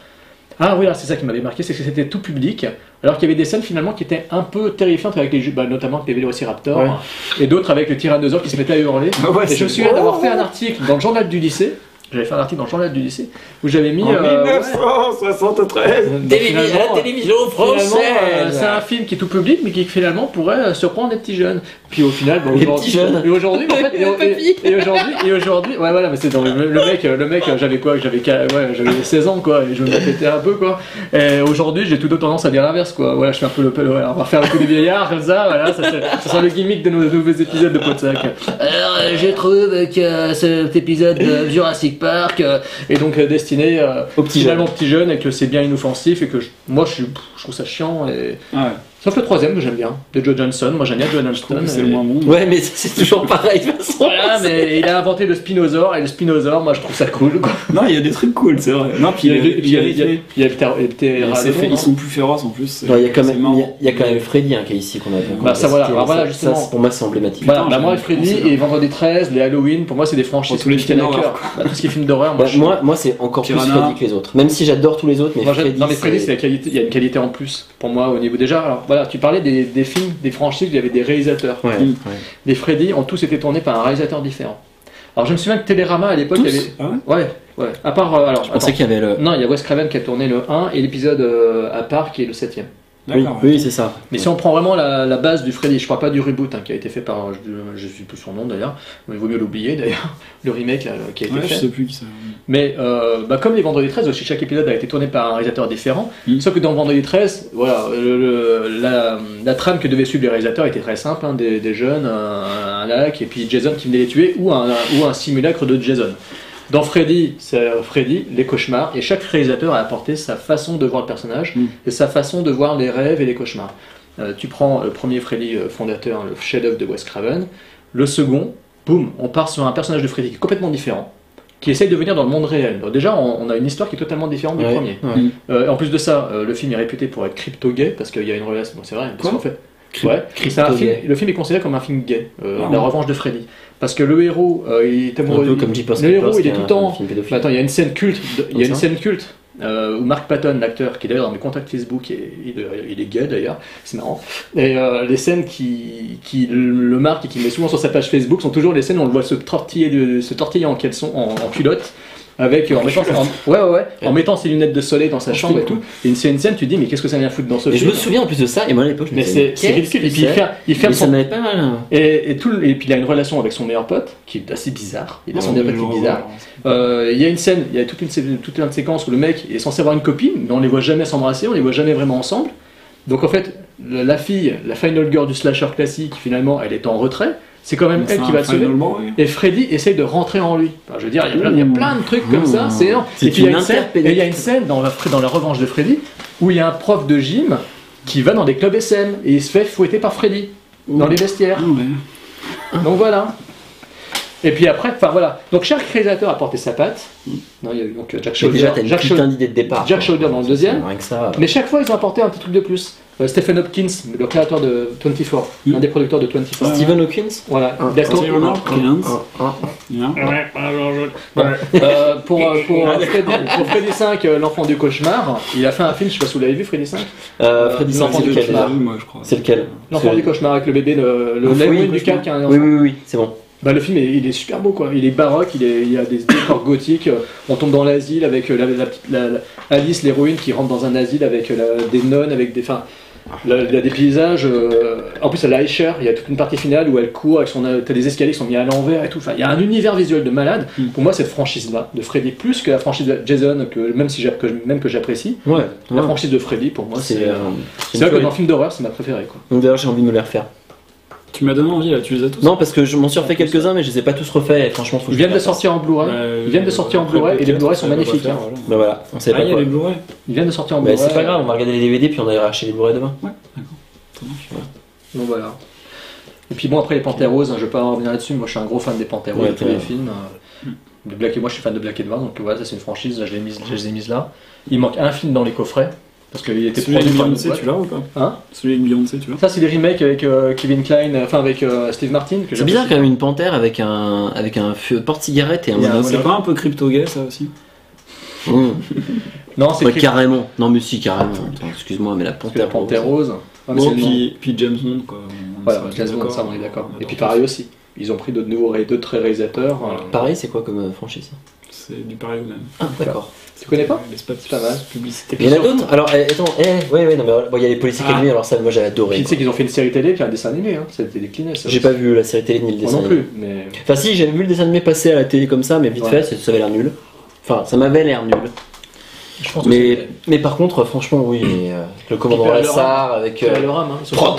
Ah oui, là, c'est ça qui m'avait marqué, c'est que c'était tout public, alors qu'il y avait des scènes finalement qui étaient un peu terrifiantes, avec les, ju- bah, notamment avec les vélociraptors,
Ouais.
hein, et d'autres avec le tyrannosaure qui se mettait à hurler.
Ah ouais,
et je me
c'est-
souviens d'avoir
oh,
fait un article dans le journal du lycée, j'avais fait un article dans le journal du lycée, où j'avais mis.
En
euh, ouais,
1973
donc
Télévi- à la
finalement, euh,
télévision
Finalement, euh,
française
c'est un film qui est tout public, mais qui finalement pourrait euh, surprendre les petits jeunes. Puis au final, bon,
Les
aujourd'hui-
petits jeunes.
et aujourd'hui,
[LAUGHS]
en fait, et,
papy.
et- et aujourd'hui, et aujourd'hui, ouais, voilà, mais c'est dans le, le mec, euh, le mec, euh, j'avais quoi, j'avais, qu'à- ouais, j'avais 16 ans, quoi, et je me la pétais un peu, quoi. Et Euh, aujourd'hui, j'ai tout autant tendance à dire l'inverse, quoi. Voilà, je fais un peu le, ouais, on va faire le coup des vieillards, comme ça, voilà, ça, c'est- ça sera le gimmick de nos nouveaux épisodes de Podsac. Alors, euh, je trouve que euh, cet épisode de Jurassic Park euh, est donc euh, destiné euh,
Au petit
finalement petit jeune et que c'est bien inoffensif et que je- moi je, suis, je trouve ça chiant et
Ah ouais,
sauf le troisième que j'aime bien de Joe Johnson moi j'aime bien Joe
je trouve
Johnson
que c'est
et-
le moins bon.
Ouais, mais c'est c'est toujours pareil de toute façon.
[LAUGHS]
voilà mais il a inventé le spinosaure et le spinosaure moi je trouve ça cool quoi.
Non, il y a des trucs cool, c'est vrai. Non, puis il y a,
le-
il y a,
il y a- il y a le ter- le
il y a- ces faits,
ptérodon,
ils
non
sont plus féroces en plus.
Non, il y a quand
c'est
même,
marrant.
il y a- il y a quand même Freddy hein, qui est ici qu'on a vu.
Bah, ça, voilà. Alors, voilà, justement.
pour moi, c'est emblématique.
voilà,
Putain,
bah, moi,
j'avais
Freddy
pensé, là.
et Vendredi 13, les Halloween, pour moi, c'est des franchises
Pour tous les
qui me tiennent à
films
cœur. Bah, tout ce qui est film d'horreur, moi,
Bah,
je-
moi, moi, c'est encore plus
Piranha.
Freddy que les autres. Même si j'adore tous les autres, mais
Moi, j'aime-
Freddy.
non mais Freddy, c'est la qualité. Il y a une qualité en plus pour moi au niveau déjà. Alors voilà, tu parlais des, des films, des franchises, il y avait des réalisateurs.
Ouais,
Mm.
ouais.
Les Freddy ont tous été tournés par un réalisateur différent. Alors je me souviens que Télérama à l'époque, il y avait.
Ah ouais
Ouais, ouais. À part euh, alors.
Je pensais
attends.
qu'il y avait le.
Non, il y a Wes Craven qui a tourné le 1 et l'épisode euh, à part qui est le 7
Oui,
D'accord.
oui, c'est ça.
Mais si on prend vraiment la, la base du Freddy, je parle pas du reboot hein, qui a été fait par. Je ne sais plus son nom d'ailleurs, mais il vaut mieux l'oublier d'ailleurs, [LAUGHS] le remake là, le- qui a été
Ouais, je
fait.
sais plus qui ça.
Mais euh, bah, comme les Vendredi 13, aussi chaque épisode a été tourné par un réalisateur différent.
Mm.
Sauf que dans Vendredi 13, voilà, le- le- la, la trame que devaient suivre les réalisateurs était très simple hein, des, des jeunes, un, un lac, et puis Jason qui venait les tuer, ou un, ou un simulacre de Jason. Dans Freddy, c'est euh, Freddy, les cauchemars, et chaque réalisateur a apporté sa façon de voir le personnage
Mm.
et sa façon de voir les rêves et les cauchemars. Euh, tu prends le premier Freddy euh, fondateur, hein, le chef-d'œuvre de Wes Craven, le second, boum, on part sur un personnage de Freddy qui est complètement différent, qui essaye de venir dans le monde réel. Donc déjà, on, on a une histoire qui est totalement différente du
Ouais,
premier.
ouais.
Euh, en plus de ça, euh, le film est réputé pour être crypto-gay parce qu'il y a une relation. Bon, c'est vrai, parce
Quoi
qu'en fait. Ouais, c'est un film-
crypto-gay.
le film est considéré comme un film gay, euh,
Ah,
La
ouais.
Revanche de Freddy. Parce que le héros, euh, il est
Un
amoureux.
peu comme Jeepers
le héros,
Creepers,
il
qui
est tout
un-
le temps.
un film pédophile.
Bah, attends, il y a une scène culte, de- il y a
Comme
une
ça
scène culte euh, où Mark Patton, l'acteur, qui est d'ailleurs dans mes contacts Facebook, et, il, il est gay d'ailleurs, c'est marrant. Et euh, les scènes qui, qui le marquent et qu'il met souvent sur sa page Facebook sont toujours les scènes où on le voit se tortiller, de- se tortiller en caleçon, en, en culotte. Avec, euh, en, mettant, en- ouais, ouais, ouais, en mettant ses lunettes de soleil dans sa chambre et tout. Et c'est une scène, tu te dis, mais qu'est-ce que ça vient foutre dans ce
Et je
film
me souviens en plus de ça, et moi à l'époque, je me
Mais
disais,
c'est c'est
qu'est-ce
ridicule.
que
Et puis il
c'est
ferme, il ferme
Mais
son
ça m'avait pas mal. hein.
et, et tout le- et puis il a une relation avec son meilleur pote, qui est assez bizarre. Il a
Ah,
son meilleur pote qui est bizarre. Euh, Il y a une scène, il y a toute une, sé- toute une séquence où le mec est censé avoir une copine, mais on les voit jamais s'embrasser, on les voit jamais vraiment ensemble. Donc en fait, la, la fille, la final girl du slasher classique, finalement, elle est en retrait. C'est quand même elle qui va le sauver. Et Freddy essaye de rentrer en lui. Enfin, je veux dire, il y a plein, il y a plein de trucs comme ça,
Mmh.
c'est énorme.
C'est
Et puis il y a
une
une scène, et il y a une scène dans la, dans la revanche de Freddy où il y a un prof de gym qui va dans des clubs SM et il se fait fouetter par Freddy dans les vestiaires.
Ah ouais.
Donc voilà. Et puis après, enfin voilà. Donc chaque réalisateur a porté sa patte. Non, il y a eu donc euh, Jack
Mais
Shoulder.
déjà, t'as une
Jack
putain
Shoulder-
d'idée de départ.
Jack
quoi.
Shoulder dans le deuxième.
Rien que ça.
Mais chaque fois, ils ont apporté un petit truc de plus. Euh, Stephen Hopkins, le créateur de 24,
Mm.
l'un des producteurs de 24.
Stephen Hawkins
Voilà,
Un,
Gaston.
un,
Stephen
un,
Hopkins.
un,
Ah,
un.
Euh, pour euh, pour, euh, Freddy, pour Freddy 5, euh, l'enfant du cauchemar, il a fait un film, je sais pas si vous l'avez vu, Freddy 5.
Euh, Freddy
Non, c'est
Sands, c'est
le
lequel
cauchemar.
déjà
Oui, moi, je crois.
C'est lequel
L'enfant
C'est- Ah,
du cauchemar avec le bébé, le, le,
Oui,
l'héroïne du
cauchemar.
cap qui a un
Oui,
enfant.
oui, oui, c'est bon.
Bah, le film est, il est super beau quoi, il est baroque, il, est, il y a des décors gothiques, euh, on tombe dans l'asile avec euh, la, la petite- la- la- Alice, l'héroïne qui rentre dans un asile avec euh, la- des nonnes, avec des... Enfin, là, il y a des paysages, euh, en plus à l'Aisher, il y a toute une partie finale où elle court, avec son, euh, t'as des escaliers qui sont mis à l'envers et tout, enfin, il y a un univers visuel de malade,
Mm.
pour moi cette franchise-là, de Freddy, plus que la franchise de Jason, que, même, si j'a- que, même que j'apprécie,
Ouais.
la franchise de Freddy pour moi c'est...
C'est
euh,
euh,
C'est
c'est
vrai que dans
une tuerie.
le film d'horreur c'est ma préférée quoi.
Donc d'ailleurs, j'ai envie de me les refaire.
Tu m'as donné envie là, tu les as tous.
Non, parce que je m'en suis refait quelques-uns, mais je les ai pas tous refaits. Et franchement, faut que
Ils
je
viennent
les
de
refasse.
sortir en Blu-ray,
Euh,
ils viennent hein. de sortir en
après le
Blu-ray et les
podcast,
Blu-ray
on
sont
va
magnifiques.
faire,
hein.
voilà.
Bah voilà, on sait
Ah,
pas
il y a
quoi.
les Blu-ray.
Ils viennent de sortir en
Mais
Blu-ray.
c'est pas grave, on va regarder les DVD puis on ira acheter les Blu-ray demain.
Donc voilà. Et puis bon, après les Panthères Roses, hein, je vais pas revenir là-dessus, moi je suis un gros fan des Panthères Roses,
Ouais,
de tous
t'es-
les films. euh, de Black et moi je suis fan de Black Edward, donc voilà, ça c'est une franchise, là, je, l'ai mise, je les ai mises là. Il manque un film dans les coffrets, parce qu'il était
Celui avec
produit par une
Beyoncé,
boîte.
tu l'as ou pas
Hein
Celui avec Beyoncé, tu l'as
Ça c'est des remakes avec euh, Kevin Klein, euh, enfin avec euh, Steve Martin. que
C'est
j'apprécie.
bizarre quand même une panthère avec un avec un feu- porte-cigarette et un
Il y a un
monocle.
C'est pas un peu crypto-gay ça aussi
Mmh.
Non, c'est
Ouais,
Kevin-
carrément. Non, mais si, carrément. Attends, Excuse-moi, mais la
parce que la
panthère.
Panthère
rose.
Rose. Ah, mais c'est
Bon,
le nom.
puis, puis James Bond quoi. On- on
Voilà,
est
James Bond,
d'accord.
ça on est d'accord.
euh,
On
Et puis
adore
pareil aussi, ils ont pris de nouveaux ré- d'autres réalisateurs. euh,
Pareil, c'est quoi comme euh, franchise
ça. C'est du pareil ou même.
Ah, d'accord.
Tu connais pas
L'espace
Pas mal.
publicité.
Il y en a d'autres Alors, eh, attends, eh, ouais, ouais, non, mais euh, bon, il y a les policiers
Ah.
Academy, alors ça, moi j'ai
Puis
adoré.
tu sais qu'ils ont fait une série télé puis un dessin animé, hein. ça a été décliné. ça
J'ai
aussi.
pas vu la série télé ni le
Moi
dessin.
non
animé.
plus, mais.
Enfin, si, j'avais vu le dessin animé passer à la télé comme ça, mais vite
Ouais.
fait, ça ça avait l'air nul. Enfin, ça m'avait l'air nul.
Je pense
Mais, mais par contre, franchement, oui, mais, euh, le commandant
Puis,
Lassar avec.
c'est
euh,
le rame. Hein, ils sont-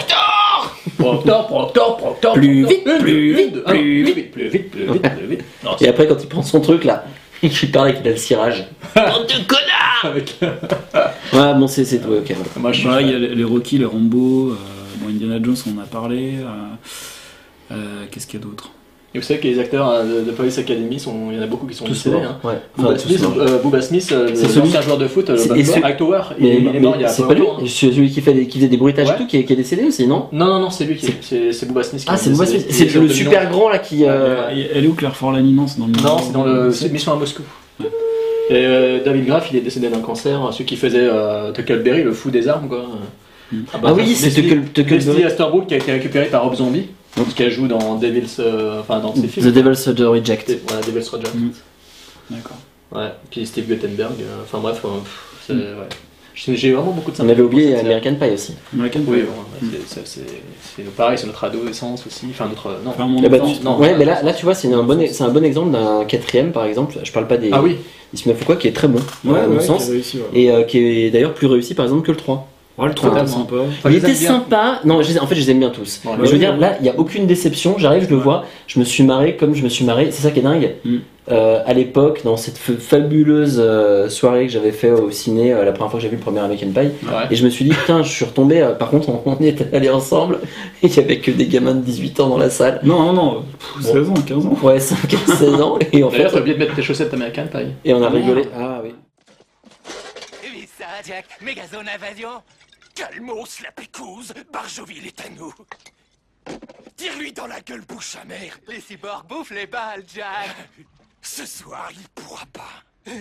Proctor, Proctor, Proctor.
Plus
Proctor.
vite, plus vite,
un, plus
plus
vite, plus vite, plus vite, plus vite. Non,
Et après, quand il prend son truc là, [LAUGHS] il parle avec il a le cirage. Bande de connards
Avec-
Ouais, bon, c'est. c'est- ouais, ok. ouais.
Moi, je suis
il y a les les Rocky, les Rambo, euh, bon, Indiana Jones, on en a parlé. euh, euh, Qu'est-ce qu'il y a d'autre
Et vous savez que les acteurs hein, de, de Police Academy, sont... il y en a beaucoup qui sont
Tous
décédés.
morts.
Hein.
Ouais. Enfin,
Booba
tous
Smith,
morts.
euh, Booba Smith, euh,
C'est
l'ancien
celui-
joueur de foot,
C'est-
le
et celui-
Black Tower, il,
Mais,
il est mort il y
mais
a
c'est
pas
pas lui
longtemps, hein.
C'est celui qui, fait des- qui faisait des bruitages
Ouais.
et tout qui est, qui est décédé aussi, non
Non, non, non, c'est lui qui. C'est c'est Booba Smith qui
Ah,
est
c'est le
décédé.
c'est
Il est
le
de
super grand là qui. euh,
Elle elle est où Claire Forlani Non, c'est dans le.
Non, c'est dans le Euh, c'est Mission à Moscou. Et euh, David Graff, il est décédé d'un cancer, hein, celui qui faisait euh, Tuckleberry, le fou des armes, quoi. bah,
Ah oui, c'est Tuckle- Tuckleberry.
Leslie Asterbrook qui a été récupéré par Rob Zombie, qui a joué dans Devil's, euh, enfin dans ses
Mm. The
films.
Devil's Soldier Reject.
Voilà, Devil's Roger.
D'accord.
Mm.
Ouais. Puis Steve Guttenberg. euh, Enfin bref, euh, pff, c'est- ouais. J'ai j'ai vraiment beaucoup de
On avait
sympathie
oublié euh,
pour cette série.
American Pie aussi.
American
Oui,
Pie.
bon, ouais, c'est- c'est- c'est- c'est pareil, c'est notre adolescence aussi. Enfin notre non.
Enfin, mon
Eh ben,
enfance,
tu-
non.
ouais, mais là, là tu vois, c'est un bon, e-, c'est un bon exemple d'un quatrième par exemple. Je parle pas des.
Ah oui.
Il se met quoi qui est très bon,
Ouais,
à mon
ouais,
sens.
qui a réussi, ouais.
Et euh, qui est d'ailleurs plus réussi par exemple que le 3.
Ouais, le 3
Totalement.
est sympa.
Enfin, je
il
les
était
aime bien.
sympa. Non, je les- en fait, je les aime bien tous.
Ouais,
Mais
ouais,
je veux dire,
ouais.
là, il n'y a aucune déception. J'arrive, je le vois. Je me suis marré comme je me suis marré. C'est ça qui est dingue.
Mm.
Euh, à l'époque, dans cette f- fabuleuse euh, soirée que j'avais fait au ciné, euh, la première fois que j'ai vu le premier American Pie,
Ouais.
et je me suis dit, putain, je suis retombé. euh, par contre, [LAUGHS] on, on y était allés ensemble et il n'y avait que des gamins de 18 ans dans la salle.
Non, non, non, pff, 16 ans, 15 ans.
Ouais, 5 16 ans. Et en fait,
D'ailleurs, t'as oublié de mettre tes chaussettes américaines, pareil.
et on a rigolé. Ah oui.
Mais ça, Jack, mégazone invasion Calmos, la pécouse, Barjoville est à nous. Tire-lui dans la gueule, bouche amère. Les cyborgs bouffent les balles, Jack. [LAUGHS] Ce soir, il pourra pas.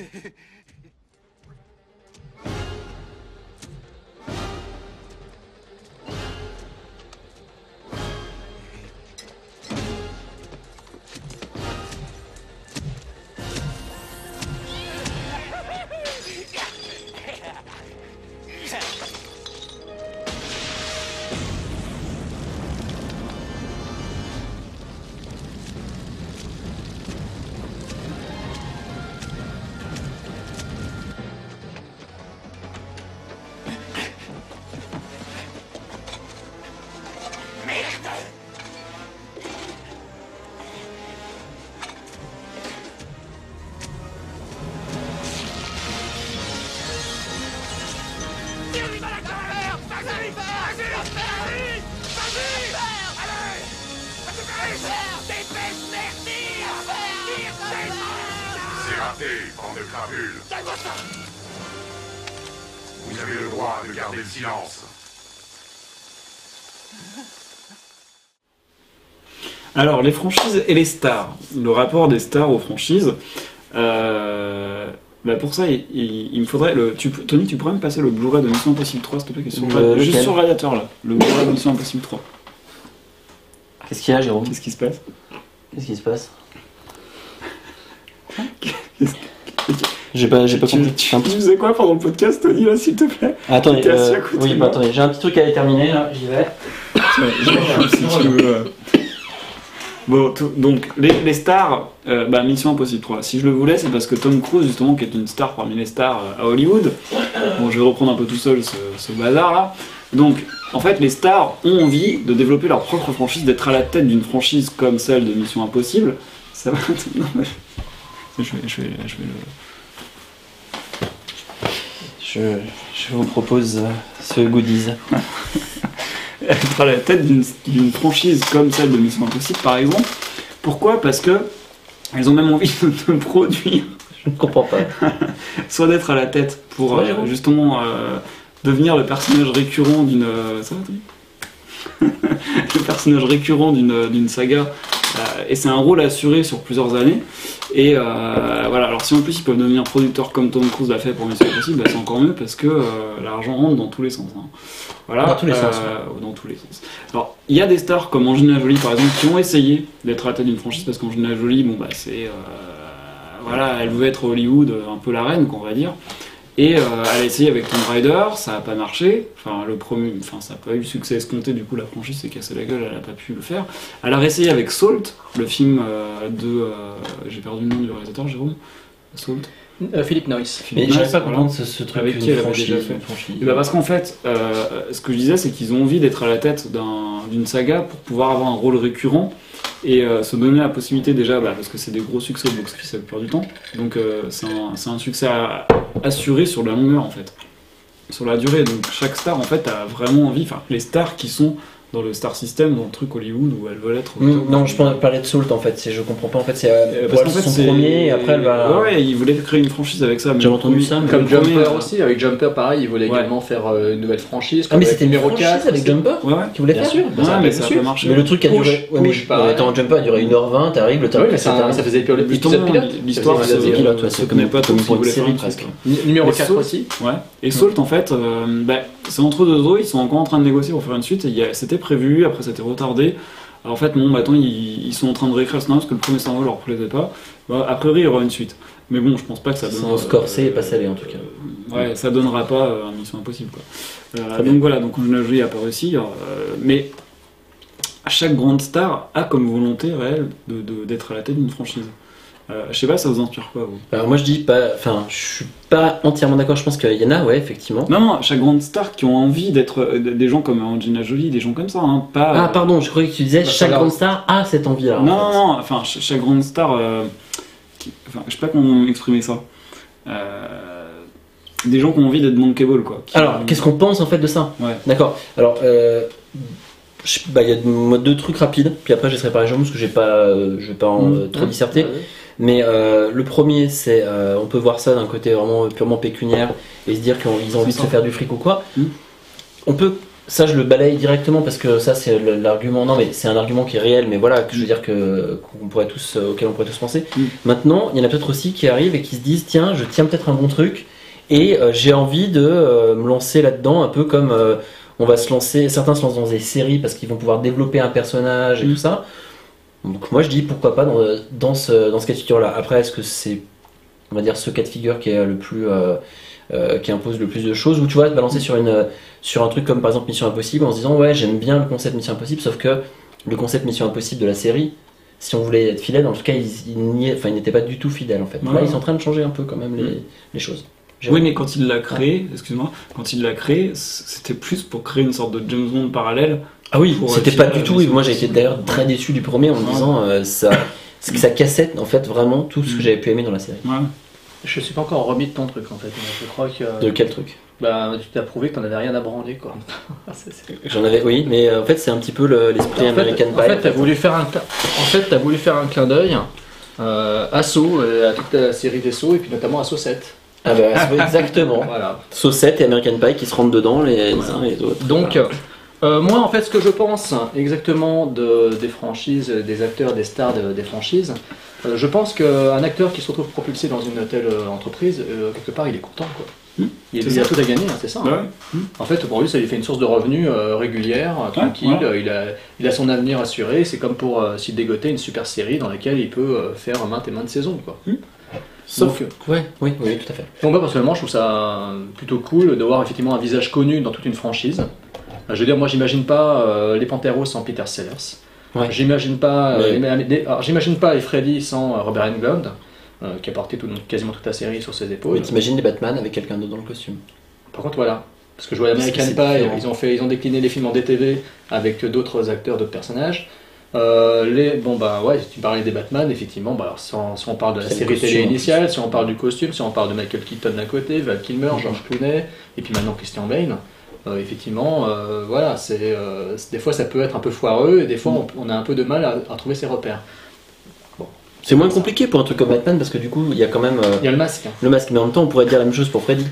Tire-lui dans la gueule Vas-y, vas-y, vas-y, vas-y Vas-y Allez Vas-y, vas-y Dépêche, merde, tire
Gardez, bande de crapules. Vous avez le droit de garder le silence.
Alors, les franchises et les stars. Le rapport des stars aux franchises. Euh, bah pour ça, il, il- il me faudrait. Le, tu, peux- Tony, tu pourrais me passer le Blu-ray de Mission Impossible 3, s'il te plaît, qui est sur,
Le-
juste
lequel
sur le radiateur là. Le Blu-ray de Mission Impossible 3.
Qu'est-ce qu'il y a, Jérôme
Qu'est-ce qui se passe
Qu'est-ce qui se passe J'ai pas, j'ai pas
Tu,
compris.
tu- tu faisais quoi pendant le podcast, Tony, là, s'il te plaît
Attendez,
T'étais assis
euh,
à côté
oui,
de
bah,
moi.
attendez, j'ai un petit truc à déterminer là, j'y vais.
Ouais, je- si tu veux, euh. [LAUGHS] Bon, tout- donc les, les stars, euh, bah, Mission Impossible 3. Si je le voulais, c'est parce que Tom Cruise, justement, qui est une star parmi les stars euh, à Hollywood. Bon, je vais reprendre un peu tout seul ce, ce bazar là. Donc, en fait, les stars ont envie de développer leur propre franchise, d'être à la tête d'une franchise comme celle de Mission Impossible. Ça va [LAUGHS] non, mais- je vais, je vais- je vais le-
Je, je vous propose euh, ce goodies.
être à la tête d'une d'une franchise comme celle de Mission Impossible, par exemple. Pourquoi Parce que elles ont même envie [LAUGHS] de produire
Je ne comprends pas.
soit d'être à la tête pour
Ouais,
euh,
Jérôme.
justement euh, devenir le personnage récurrent d'une euh, ça va, Tony [LAUGHS] le personnage récurrent d'une d'une saga euh, et c'est un rôle assuré sur plusieurs années et euh, voilà alors si en plus ils peuvent devenir producteurs comme Tom Cruise l'a fait pour Mission Impossible bah, c'est encore mieux parce que euh, l'argent rentre dans tous les sens hein. voilà Euh,
Dans tous les sens,
dans tous les sens alors il y a des stars comme Angelina Jolie par exemple qui ont essayé d'être à la tête d'une franchise parce qu'Angelina Jolie bon bah c'est euh, voilà, elle voulait être Hollywood, euh, un peu la reine, qu'on va dire. Et euh, elle a essayé avec Tomb Raider, ça n'a pas marché. Enfin, le premier, enfin, ça n'a pas eu le succès escompté. Du coup, la franchise s'est cassée la gueule, elle n'a pas pu le faire. Elle a réessayé avec Salt, le film euh, de, euh, j'ai perdu le nom du réalisateur, Jérôme. Salt.
Euh, Philippe Noyce.
Mais
Nice,
j'arrive pas à
voilà.
comprendre ce, ce truc
Avec
une
qui elle avait
franchise,
déjà fait.
une franchise.
Et bah parce qu'en fait, euh, ce que je disais, c'est qu'ils ont envie d'être à la tête d'un- d'une saga pour pouvoir avoir un rôle récurrent et euh, se donner la possibilité déjà, bah, parce que c'est des gros succès de box-office la plupart du temps, donc euh, c'est un, c'est un succès à- assuré sur la longueur en fait, sur la durée. Donc chaque star en fait a vraiment envie, enfin les stars qui sont dans le star system, dans le truc Hollywood où elles veulent être.
Mm, Non, je parlais de Salt en fait, c'est- je comprends pas en fait, c'est
Euh,
euh,
parce
pour
qu'en
elle,
fait,
son
c'est-
premier et après elle va.
Ouais, ouais, ils voulaient créer une franchise avec ça. mais
J'avais
le
entendu
premier-
ça, mais
le
Comme
premier,
Jumper
euh,
aussi, avec Jumper pareil, il voulait
Ouais.
également faire euh, une nouvelle franchise.
Ah, mais
comme
c'était une
numéro
franchise
4.
avec Jumper
Ouais, ouais.
Tu voulais
Bien
faire
sûr,
Ouais,
ça a
mais
pas
ça a
marché.
pas marché.
Mais le truc a
Push,
duré. Ouais, mais
push, pareil.
euh, attends, Jumper a duré 1h20, t'arrives, le temps.
Ah Oui,
que
mais ça,
t'as-
ça faisait le pilote.
Justement,
pilote.
l'histoire
Ça faisait
se,
des
pilotes, ouais,
se
c'est
connaît
comme-
pas
comme
trop si
pour
vous
une
voulez faire
série,
un truc,
presque.
quoi.
N- Numéro
Et
4
Saul-
aussi.
Ouais. Et Salt, en fait, euh, bah, c'est entre deux eaux, ils sont encore en train de négocier pour faire une suite. et il y a- C'était prévu, après c'était retardé. Alors, en fait, bon, maintenant ils, ils sont en train de réécrire ce nom parce que le premier cerveau leur plaisait pas. Bah, a priori, il y aura une suite. Mais bon, je pense pas que ça
Ils
donne.
sont scorsés et pas salés, en tout cas.
Ouais, ça donnera pas euh, un Mission Impossible. Quoi. Euh, donc voilà, donc Angelina Jolie a pas réussi. euh, mais chaque grande star a comme volonté réelle de- de- d'être à la tête d'une franchise. Euh, je sais pas, ça vous inspire quoi, vous
Alors moi je dis pas. Enfin, je suis pas entièrement d'accord, je pense qu'il y en a, ouais, effectivement.
Non, non, chaque grande star qui ont envie d'être euh, des gens comme Angelina Jolie, des gens comme ça, hein, pas.
Ah,
euh,
pardon, je croyais que tu disais
Bah,
chaque
alors-
grande star a cette envie-là. en
Non,
fait.
non, non, enfin, ch- chaque grande star. euh, qui- enfin, je sais pas comment exprimer ça. Euh, des gens qui ont envie d'être bankable, quoi. qui-
Alors, qu'est-ce qu'on pense en fait de ça
Ouais.
D'accord. Alors, euh, je- bah, il y a de- moi, deux trucs rapides, puis après je laisserai parler Jérôme parce que j'ai pas, euh, je vais pas en,
Mmh.
euh, trop disserter. Mais euh, le premier, c'est euh, on peut voir ça d'un côté vraiment euh, purement pécuniaire et se dire qu'ils ont envie de
ça.
se faire du fric ou quoi.
Mmh.
On peut, ça je le balaye directement parce que ça c'est le- l'argument. Non mais c'est un argument qui est réel, mais voilà, que je veux dire que qu'on pourrait tous, euh, auquel on pourrait tous penser.
Mmh.
Maintenant, il y en a peut-être aussi qui arrivent et qui se disent tiens, je tiens peut-être un bon truc et euh, j'ai envie de euh, me lancer là-dedans un peu comme euh, on va se lancer. Certains se lancent dans des séries parce qu'ils vont pouvoir développer un personnage et
Mmh.
tout ça. Donc moi je dis pourquoi pas dans, dans ce, dans ce cas de figure là. Après est-ce que c'est on va dire ce cas de figure qui est le plus euh, euh, qui impose le plus de choses ou tu vois te balancer sur une sur un truc comme par exemple Mission Impossible en se disant ouais j'aime bien le concept Mission Impossible sauf que le concept Mission Impossible de la série si on voulait être fidèle en tout cas ils, ils n'y- enfin, ils n'étaient pas du tout fidèles en fait.
Ouais.
Là, ils sont en train de changer un peu quand même les,
Mm.
les choses.
Oui, mais quand il l'a créé, excuse-moi, quand il l'a créé, c- c'était plus pour créer une sorte de James Bond parallèle.
Ah oui,
Pour, euh,
c'était
finir
pas du
la
tout. Et
mission
moi, j'ai été
possible.
d'ailleurs très déçu du premier en me
Ouais.
disant
[COUGHS]
euh, ça, c'est que ça cassait en fait vraiment tout ce que
Mm.
j'avais pu aimer dans la série.
Ouais.
Je suis pas encore remis de ton truc en fait. Je crois que euh,
De quel truc
bah, tu t'as prouvé que t'en avais rien à branler quoi. [LAUGHS] C'est- c'est-
J'en avais, oui, mais euh, en fait c'est un petit peu le- l'esprit
En fait,
American
en
Pie.
fait, t'as voulu faire un, cl- en fait, t'as voulu faire un clin d'œil euh, Assaut, euh, à toute la série des sauts, et puis notamment Assaut 7.
Ah bah, Assaut, [LAUGHS] exactement.
Voilà.
Saucette et American Pie qui se rentrent dedans les les uns et les autres.
Donc,
Voilà.
euh, moi, en fait, ce que je pense hein, exactement de- des franchises, euh, des acteurs, des stars de- des franchises, euh, je pense qu'un acteur qui se retrouve propulsé dans une telle euh, entreprise, euh, quelque part, il est content, quoi. il,
Hmm. c'est
il a
ça.
tout à gagner, hein, c'est
bah
ça. hein.
Ouais.
En fait, pour lui, ça lui fait une source de revenus euh, régulière, euh, tranquille.
voilà.
euh, Il, a, il a son avenir assuré. C'est comme pour euh, s'y dégoter une super série dans laquelle il peut euh, faire maintes et maintes saisons, quoi.
Sauf
Donc,
que. Ouais, oui, oui, tout à fait.
donc moi personnellement je trouve ça euh, plutôt cool de voir effectivement un visage connu dans toute une franchise. Euh, Je veux dire moi j'imagine pas euh, les Panteros sans Peter Sellers.
Ouais.
J'imagine pas, euh,
Mais-
les Amédée- alors, j'imagine pas les Freddy sans euh, Robert Englund euh, qui a porté tout- quasiment toute la série sur ses épaules.
Mais t'imagines les Batman avec quelqu'un d'autre dans le costume.
Par contre, voilà. Parce que je vois American
Parce que
Pie,
c'est différent.
ils ont, fait, ils ont décliné les films en DTV avec d'autres acteurs, d'autres personnages. Euh, les, bon, bah ouais, si tu parlais des Batman, effectivement, bah, alors, si, on, si on parle de la
C'est le
série
costume,
télé
en plus. Mm-hmm.
initiale, si on parle du costume, si on parle de Michael Keaton d'un côté, Val Kilmer, George Clooney, et puis maintenant Christian Bale. euh, effectivement, euh, voilà, c'est euh, c'est- des fois ça peut être un peu foireux et des fois
Mm-hmm.
on, on a un peu de mal à, à trouver ses repères.
C'est moins compliqué pour un truc comme Batman parce que du coup il y a quand même euh,
Il y a le masque.
le masque, mais en même temps on pourrait dire la même chose pour Freddy.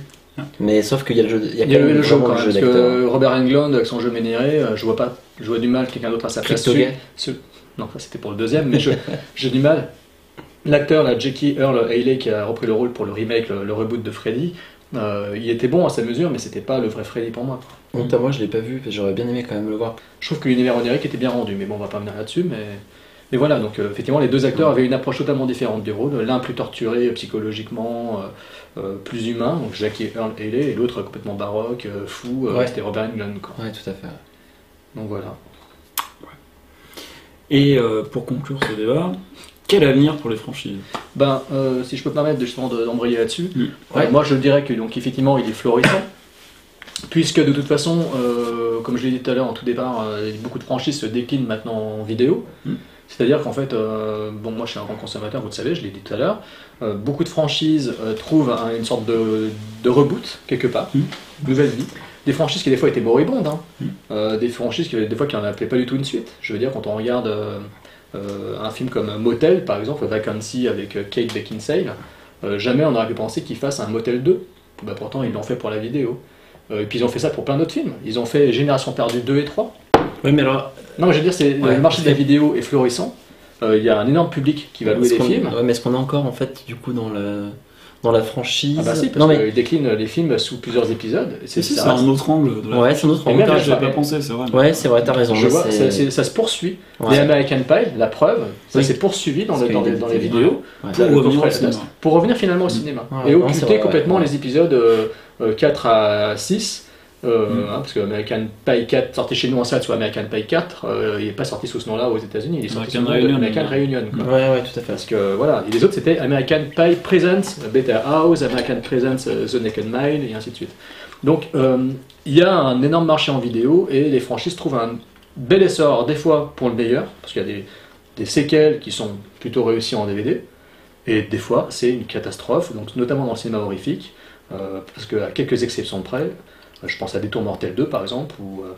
Mais sauf qu'il y a le jeu, il y a
Il y a
quand
eu
même
le jeu
vraiment
quand même, parce
d'acteur.
que Robert Englund avec son jeu ménéré, euh, je vois pas, je vois du mal quelqu'un d'autre à sa place.
Crypto-gay.
Celui- celui- Non, ça c'était pour le deuxième, mais je- j'ai du mal. L'acteur, là, Jackie Earl Haley, qui a repris le rôle pour le remake, le, le reboot de Freddy, euh, il était bon à sa mesure, mais c'était pas le vrai Freddy pour moi. quoi.
Honte à moi, je l'ai pas vu, parce que j'aurais bien aimé quand même le voir.
Je trouve que l'univers onirique était bien rendu, mais bon, on va pas venir là-dessus, mais. Mais voilà, donc euh, effectivement, les deux acteurs avaient une approche totalement différente du rôle. L'un plus torturé euh, psychologiquement, euh, euh, plus humain, donc Jackie Earl Haley, et l'autre complètement baroque, euh, fou, euh,
Ouais.
c'était Robert Englund. Quoi.
Ouais, tout à fait.
Donc voilà.
Et euh, pour conclure ce débat, quel avenir pour les franchises
Ben, euh, si je peux me permettre de- justement de- d'embrayer là-dessus,
Mm.
euh, moi je dirais que donc effectivement il est florissant, puisque de toute façon, euh, comme je l'ai dit tout à l'heure en tout départ, euh, beaucoup de franchises se déclinent maintenant en vidéo.
Mm.
C'est-à-dire qu'en fait, euh, bon, moi je suis un grand consommateur, vous le savez, je l'ai dit tout à l'heure. euh, beaucoup de franchises euh, trouvent un- une sorte de, de reboot quelque part,
Mm.
nouvelle vie. Des franchises qui des fois étaient moribondes, hein. Euh, des franchises qui des fois qui n'en appelaient pas du tout une suite. Je veux dire quand on regarde euh, euh, un film comme Motel, par exemple, Vacancy avec euh, Kate Beckinsale, euh, jamais on n'aurait pu penser qu'ils fassent un Motel 2. Bah, pourtant, ils l'ont fait pour la vidéo. Euh, et puis ils ont fait ça pour plein d'autres films. Ils ont fait Génération perdue 2 et 3.
Oui, mais alors.
Non, mais je veux dire, c'est,
Ouais,
le marché de la vidéo est florissant. Euh, Il y a un énorme public qui va louer
est-ce
des
qu'on-
films.
ouais, mais est-ce qu'on est encore en fait du coup dans le dans la franchise
Ah bah si, parce
Non mais
qu'ils déclinent les films sous plusieurs épisodes. Et
Si,
C'est
si,
ça
c'est un autre angle. De la...
ouais, c'est notre
Et même
Ah,
la-
avantage.
j'y avais pas pensé, c'est vrai. mais-
Ouais, c'est vrai, t'as raison.
Je
mais
vois,
c'est-
ça, c'est- ça se poursuit.
Ouais.
Les American Pie, la preuve, ça
Oui.
s'est poursuivi dans,
Parce
les-
qu'il
dans
y a
les,
des
dans les
vidéos.
vidéos
Ouais.
Pour
Le
revenir
coffret
au cinéma.
Stas. Pour revenir
Mm.
finalement au cinéma.
Ouais,
et
non, c'est
occulter
vrai, ouais,
complètement
ouais.
les épisodes euh, euh, 4 à 6. euh,
Mm.
hein, parce que American Pie 4 sortait chez nous en salle, soit American Pie 4, euh, il n'est pas sorti sous ce nom-là aux États-Unis, il est sorti sous le nom
American
de
Reunion,
American
ouais.
Reunion. quoi.
Ouais, ouais, tout à fait.
Parce que voilà, et les autres c'était American Pie Presents, Better House, American Presents, euh, The Naked Mile, et ainsi de suite. Donc euh, il y a un énorme marché en vidéo et les franchises trouvent un bel essor, des fois pour le meilleur, parce qu'il y a des, des séquelles qui sont plutôt réussies en DVD, et des fois c'est une catastrophe, donc notamment dans le cinéma horrifique, euh, parce qu'à quelques exceptions près, euh, je pense à Détour Mortel 2 par exemple, où euh,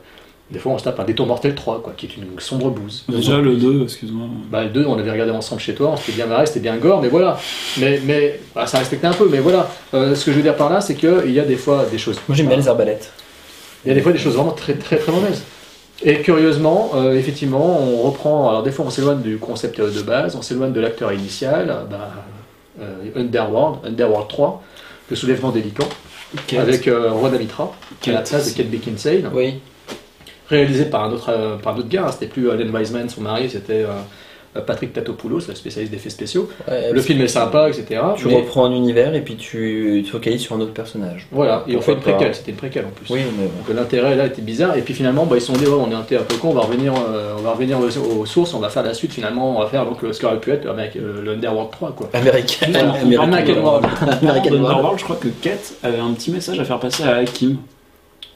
des fois on se tape un Détour Mortel 3, quoi, qui est une sombre bouse.
Déjà le 2, excuse-moi.
Bah, le 2, on l'avait regardé ensemble chez toi, on s'était bien marré, c'était bien gore, mais voilà. Mais, mais bah, ça respectait un peu, mais voilà. Euh, ce que je veux dire par là, c'est qu'il y a des fois des choses.
Moi j'aime bien les arbalètes.
Il y a des fois des choses vraiment très très très mauvaises. Et curieusement, euh, effectivement, on reprend. Alors des fois, on s'éloigne du concept euh, de base, on s'éloigne de l'acteur initial. euh, Bah, euh, Underworld, Underworld 3, le soulèvement des licans,
Kate.
avec euh, Rhoda Mitra, qui est la
Kate.
place de Kate Beckinsale
Oui.
réalisé par un autre, euh, par un autre gars, hein. c'était plus Alan Wiseman, son mari, c'était euh, Patrick Tatopoulos, le spécialiste d'effets spéciaux.
Ouais,
Le film est sympa, etc.
Tu
mais
reprends un univers et puis tu tu focalises sur un autre personnage.
Voilà, et on fait
Pourquoi
une préquelle,
pas.
c'était une préquelle en plus.
Oui, mais bon.
Donc l'intérêt là était bizarre, et puis finalement bah, ils se sont dit ouais, on est un thé un peu con, on va revenir, euh, on va revenir aux, aux sources, on va faire la suite finalement, on va faire donc, ce qu'aurait pu être avec, euh, le Underworld 3 quoi.
Américain.
Voilà. American World.
American
Dans
World.
Underworld, je crois que Kate avait un petit message à faire passer à Hakim.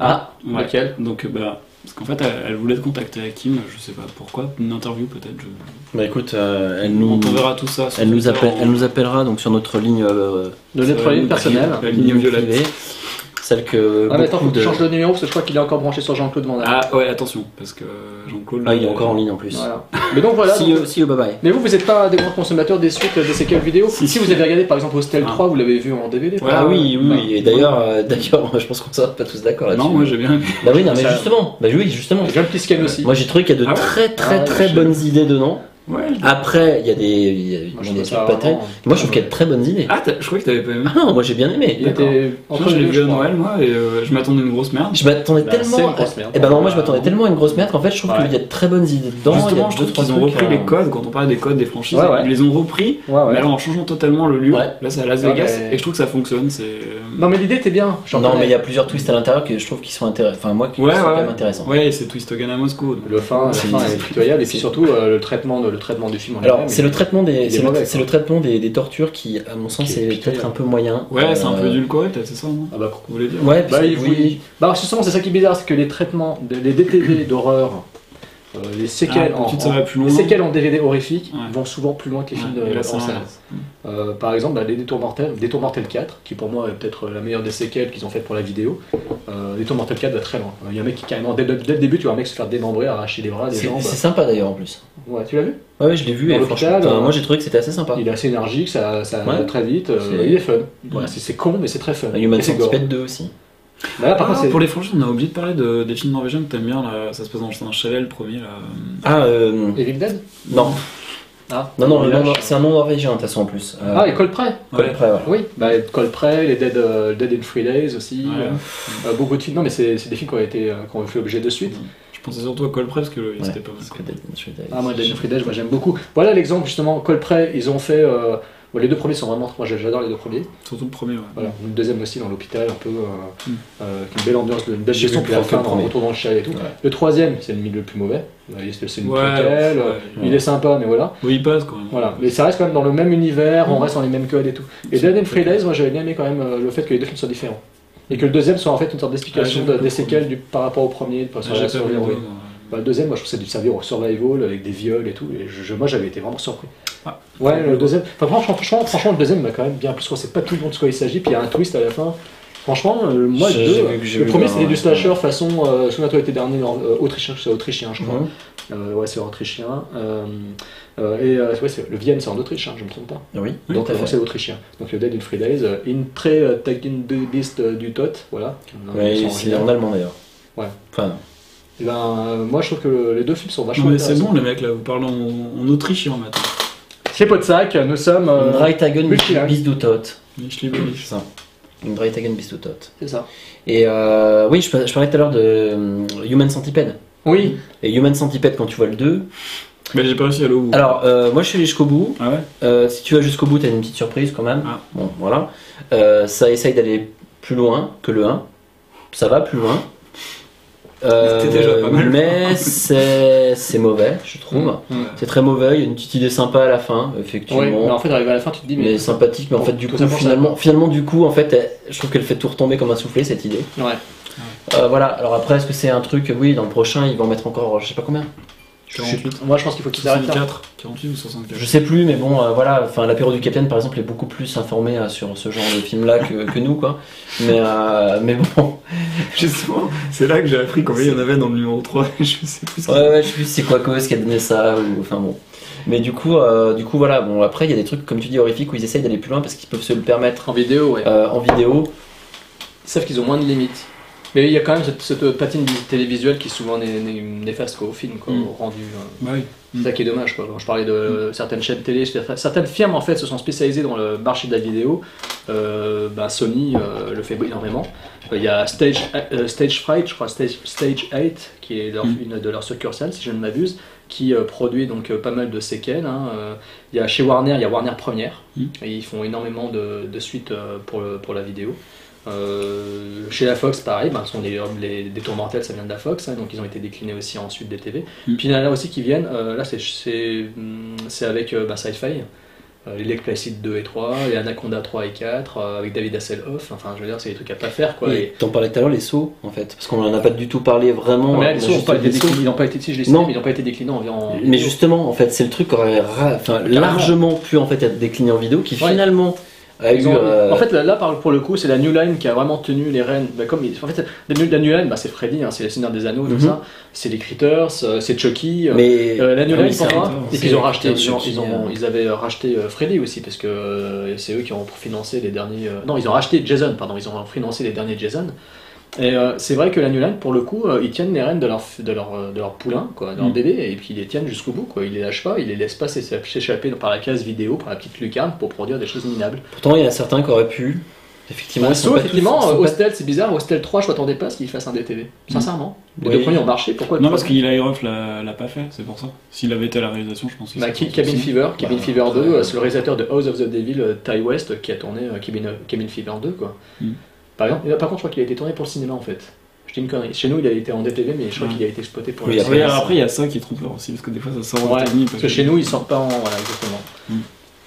Ah,
Ouais.
lequel
Donc, euh, bah, parce qu'en fait, elle, elle voulait te contacter Hakim, je sais pas pourquoi, une interview peut-être. je-
[LAUGHS] Bah écoute, euh, elle nous.
On verra tout ça. sur
Elle nous,
Twitter,
appelle,
on-
elle nous appellera donc sur notre ligne euh,
De notre
Euh,
ligne personnelle.
La ligne violette.
privée. Celle que.
Ah, mais attends, faut
beaucoup
que tu
de-
changes le numéro parce que je crois qu'il est encore branché sur Jean-Claude Van Damme.
Ah ouais, attention, parce que euh, Jean-Claude.
Ah, il est encore en ligne en plus.
Voilà. Mais donc voilà.
See
donc-
you, see you, bye bye.
Mais vous, vous n'êtes pas des grands consommateurs des suites euh, des séquelles vidéo si, vous avez regardé par exemple Hostel 3, vous l'avez vu en DVD.
ah
par
oui,
exemple.
oui,
Bah,
oui. Et d'ailleurs, euh, [LAUGHS] d'ailleurs, je pense qu'on sera pas tous d'accord là-dessus.
Non, moi j'ai bien aimé.
Bah oui, non, mais
Ça-
justement, bah oui, justement.
J'ai un petit scan aussi.
Moi j'ai trouvé qu'il y a de
Ah ouais
très très
Ah ouais,
très
je-
bonnes idées dedans.
Ouais.
Après, il y a des, il y a- il y a
je trouve
des trucs
ça
pas très.
vraiment-
Moi je trouve qu'il y a de très bonnes idées.
Ah, t'as- je croyais que t'avais pas aimé.
Ah non, moi j'ai bien aimé.
Il était
Sinon,
entre
je
les
l'ai
deux,
vu
je
à
crois.
Noël, moi, et euh, je m'attendais à une grosse merde.
Je m'attendais
Bah,
tellement.
c'est une grosse merde.
Et ben non, moi je m'attendais
Ouais.
tellement à une grosse merde qu'en fait je trouve qu'il y a de très bonnes idées dedans. il y a
Justement,
deux,
je trouve
trois
qu'ils ont
trucs,
repris
euh,
les codes, quand on parle des codes des franchises,
Ouais, ouais.
ils les ont repris,
Ouais, ouais.
mais alors en changeant totalement le lieu.
Ouais.
Là, c'est à Las
Ouais,
Vegas,
mais-
et je trouve que ça fonctionne. C'est. euh,
Non, mais l'idée était bien. j'en
Non, mais il y
connais.
a plusieurs twists à l'intérieur que je trouve qui sont intéressants. Enfin, moi qui
Ouais,
sont quand
ouais.
même intéressants.
Ouais, et c'est Twist Again à Moscou. donc.
Le fin, la
C'est-
fin
c'est-
est pitoyable et puis surtout euh, le, traitement de- le traitement du film en
Alors,
lui-même,
c'est
il-
le traitement des,
il est
c'est
mauvais,
le, c'est
quoi.
le traitement des, des tortures qui, à mon sens,
Qui est
c'est
pitoyable.
peut-être un peu moyen.
Ouais, c'est un peu
Euh,
édulcoré, peut-être, c'est ça, non
Ah bah,
Vous voulez dire
Ouais,
Bah,
parce-
il vous-
oui.
Bah, justement, c'est ça qui est bizarre, c'est que les traitements, de- les
[COUGHS]
DTV d'horreur, euh, les séquelles
Ah,
en,
tout ça
en-
va plus
les
loin.
séquelles en DVD horrifiques
Ouais.
vont souvent plus loin que les films
Ouais,
de
et là,
en
c'est un-
salle. Euh, par exemple, bah, les Détours Mortels, Détours Mortels 4, qui pour moi est peut-être la meilleure des séquelles qu'ils ont faites pour la vidéo. Euh, Détours Mortels 4 va très loin. Il y a un mec qui carrément, dès, le- dès le début, tu vois un mec se faire démembrer, arracher les bras, les
C'est
jambes.
c'est sympa d'ailleurs en plus.
Ouais, tu l'as vu
Ouais, ouais, je l'ai vu
bah. Dans
et
l'hôpital,
franchement, putain,
euh,
moi j'ai trouvé que c'était assez sympa.
Il est assez énergique, ça, ça
Ouais.
va très vite, euh,
C'est-
il est fun. Voilà, c'est c'est con, mais c'est très fun.
Euh, Human
Et c'est gore.
Centipede 2 aussi.
Bah, là, par
Ah,
contre, c'est-
pour les franchises, on a oublié de parler de- des films norvégiens que t'aimes bien, là. ça se passe dans un chalet, le premier. Là.
Ah, euh,
Evil Dead
non.
Ah,
Non, non, le
Village.
nom- c'est un nom norvégien de toute façon en plus. Euh,
Ah, et Coldplay
Coldplay, voilà.
Oui, bah, Coldplay, les Dead, euh, Dead in Three Days aussi,
Ouais.
euh, euh, beaucoup de films. Non, mais c'est c'est des films qui ont été, euh, qui ont fait objet de suite.
Je pensais surtout à Coldplay parce que le-
Ouais,
c'était pas mal.
parce que Dead Man's Shoot,
Ah, moi, Dead in Three Days, moi j'aime beaucoup. Voilà l'exemple justement, Coldplay, ils ont fait. euh, bon, les deux premiers sont vraiment. Moi j'adore les deux premiers.
Surtout le premier, ouais.
Voilà, le deuxième aussi dans l'hôpital, un peu. euh,
Mm.
euh, avec une belle ambiance, une belle
J'ai
gestion
vu
pour la
le
fin,
premier.
en retournant le chalet et tout.
Ouais.
Le troisième, c'est le milieu le plus mauvais. Euh, C'est une
Ouais,
hôtel,
ouais.
euh, il est sympa, mais voilà.
Oui, il passe quand même.
Voilà, mais ça reste quand même dans le même univers,
Hmm.
on reste dans les mêmes codes et tout. Et Dead and Free Days, moi j'avais bien aimé quand même euh, le fait que les deux films soient différents. Et que le deuxième soit en fait une sorte d'explication
Ah, j'ai
de-
vu
des
le
séquelles
premier.
du, par rapport au premier, de
Ah,
façon
j'ai
à
pas vu le
survivre.
deux, moi.
Bah, le deuxième, moi je trouve que c'est du servir au survival avec des viols et tout. Et je, je- moi j'avais été vraiment surpris.
Ah.
Ouais, le deuxième. Enfin, franchement, franchement, franchement, le deuxième m'a quand même bien plus. Parce qu'on sait pas tout le monde de quoi il s'agit, puis il y a un twist à la fin. Franchement, euh, moi,
J'ai-
le,
j'ai
deux,
vu que j'ai
le
vu
premier
un-
c'était du slasher façon. Euh, Souviens-toi, l'été dernier, euh, autrichien, c'est autrichien, je crois.
Mhm.
Euh, ouais, c'est autrichien. Euh, euh, et euh, ouais, c'est- le Vienne, c'est en Autriche, hein, je me trompe pas.
Ah Oui,
Donc
tout à
euh,
fait.
c'est autrichien. Donc le Dead in Three Days, euh, In Tre euh, Tagen de Beast euh, du Tot, voilà.
Ouais,
Ils sont
c'est
originaux.
en allemand d'ailleurs.
Ouais.
Enfin,
Eh ben, euh, moi je trouve que le- les deux films sont
Non,
vachement
mais c'est bon,
intéressants.
les mecs, là, vous parlez en, en autrichien maintenant.
Chez Podsac, nous sommes. euh,
une Dreitagen
multilingue.
bis du Tot.
Je l'ai vu.
C'est ça. Une Dreitagen bis du Tot.
C'est ça.
Et euh, oui, je, par- je parlais tout à l'heure de euh, Human Centipede.
Oui.
Et Human Centipede, quand tu vois le 2.
Mais j'ai pas réussi à le où.
Alors, euh, moi je suis allé jusqu'au bout.
Ah ouais
Euh, si tu vas jusqu'au bout, t'as une petite surprise quand même.
Ah.
Bon, voilà. Euh, ça essaye d'aller plus loin que le 1. Ça va plus loin. Euh,
C'était déjà pas mal.
Mais c'est c'est mauvais, je trouve.
Mm.
C'est très mauvais. Il y a une petite idée sympa à la fin, effectivement.
Ouais, mais en fait, arrivé à la fin, tu te dis, mais.
mais sympathique, mais en
Bon,
fait, du
tout
coup,
ça pour ça,
finalement,
quoi.
finalement, du coup, en fait, elle- je trouve qu'elle fait tout retomber comme un soufflé cette idée.
Ouais.
Euh, voilà, alors après, est-ce que c'est un truc, oui, dans le prochain, ils vont mettre encore, je sais pas combien je, sais-
48.
Moi je pense qu'il faut qu'ils hein. s'arrêtent là.
64. 48 ou 64
je sais plus, mais bon, euh, voilà, enfin, l'apéro du capitaine, par exemple, est beaucoup plus informé euh, sur ce genre de film-là que, que nous, quoi. Mais, euh, mais bon, [LAUGHS]
Justement, c'est là que j'ai appris combien il y en avait dans le numéro 3. [LAUGHS] je sais plus ce que-
ouais, ouais, je sais plus si c'est quoi cause qui a donné ça, ou enfin bon. Mais du coup, euh, du coup, voilà, bon, après, il y a des trucs, comme tu dis, horrifiques, où ils essayent d'aller plus loin parce qu'ils peuvent se le permettre
En vidéo, ouais.
euh, en vidéo.
Ils savent qu'ils ont moins de limites. Mais il y a quand même cette, cette patine télévisuelle qui souvent n'est n'est- néfaste quoi, au film, quoi,
Mm.
au rendu. euh,
Ouais.
C'est ça qui est dommage. Quoi. Quand je parlais de euh, certaines chaînes télé, certaines- certaines firmes en fait se sont spécialisées dans le marché de la vidéo. Euh, ben, Sony euh, le fait énormément. Euh, Il y a Stage, euh, Stage Fright, je crois, Stage, Stage 8, qui est leur,
Mm.
une de leurs succursales, si je ne m'abuse, qui euh, produit donc euh, pas mal de séquelles. hein. Euh, Il y a chez Warner, il y a Warner Première,
Mm.
et ils font énormément de, de suites euh, pour, le- pour la vidéo. Euh, chez la Fox, pareil, ben, ce sont les, les, des tours mortels, ça vient de la Fox, hein, donc ils ont été déclinés aussi ensuite des TV.
Mm.
Puis il y en a aussi qui viennent, euh, là c'est- c'est hum, c'est avec euh, ben, Sci-Fi, euh, les Lake Placid 2 et 3, les Anaconda 3 et 4, euh, avec David Hasselhoff, enfin je veux dire, c'est des trucs à pas faire quoi.
Et
Et-
T'en parlais tout à l'heure, les sauts, en fait, parce qu'on en a pas du tout parlé vraiment.
Non, mais là,
hein,
les
on a
sauts n'ont
juste
pas
fait
été
des sauts.
déclinés, ils n'ont pas été, si je les
Non.
mais ils n'ont pas été déclinés en, en
Mais
vidéo.
justement, en fait, c'est le truc qui aurait ra- enfin,
Carrément.
largement pu en fait être décliné en vidéo, qui
Ouais.
finalement a eu,
Ils ont-
euh,
En fait, là, là, par- pour le coup, c'est la New Line qui a vraiment tenu les rênes. Bah, comme ils- En fait, la New, la New Line, bah, c'est Freddy, hein, c'est le Seigneur des Anneaux, tout
Mhm.
ça. C'est les Critters, euh, c'est Chucky. euh,
Mais-
euh, la New
Ah oui,
Line, pour
c'est
moi.
vrai.
Et puis ils ont
C'est-
racheté, ils, ont-
Chucky,
ils ont-
euh.
ils avaient euh, racheté euh, Freddy aussi, parce que euh, c'est eux qui ont financé les derniers. euh, Non, ils ont racheté Jason, pardon, ils ont financé les derniers Jason. Et euh, c'est vrai que la New Line, pour le coup, euh, ils tiennent les rênes de leur, de leur, euh, de leur poulain, quoi, de leur
Mm.
bébé, et puis ils les tiennent jusqu'au bout. Quoi. Ils les lâchent pas, ils les laissent pas s'écha- s'échapper par la case vidéo, par la petite lucarne pour produire des choses minables.
Pourtant, il y en a certains qui auraient pu. Effectivement,
Bah,
ils sont
sauf,
pas tous-
effectivement,
ils sont
euh,
pas-
Hostel, c'est bizarre, Hostel 3, je m'attendais pas à ce qu'il fasse un DTV. Sincèrement. Les
Oui.
deux premiers ont marché, pourquoi le
Non, parce
troisième
qu'il Ruff l'a l'a pas fait, c'est pour ça. S'il avait été à la réalisation, je pense que
Bah,
c'est-
Ki- Cabin
c'est-
Fever, Cabin
Bah,
Fever 2,
ouais.
euh, c'est le réalisateur de House of the Devil, euh, Ty West, euh, qui a tourné euh, Cabin, euh, Cabin Fever 2, quoi.
Mm.
Par, exemple, euh, par contre, je crois qu'il a été tourné pour le cinéma, en fait. Je dis une connerie. Chez nous, il a été en DTV, mais je crois
Ouais.
qu'il a été exploité pour
Oui,
le
après,
cinéma.
après, il y a ça qui est trompeur aussi, parce que des fois ça sort aux
Ouais,
États-Unis,
parce que chez nous, ils sortent pas en. Voilà, exactement.
Mm.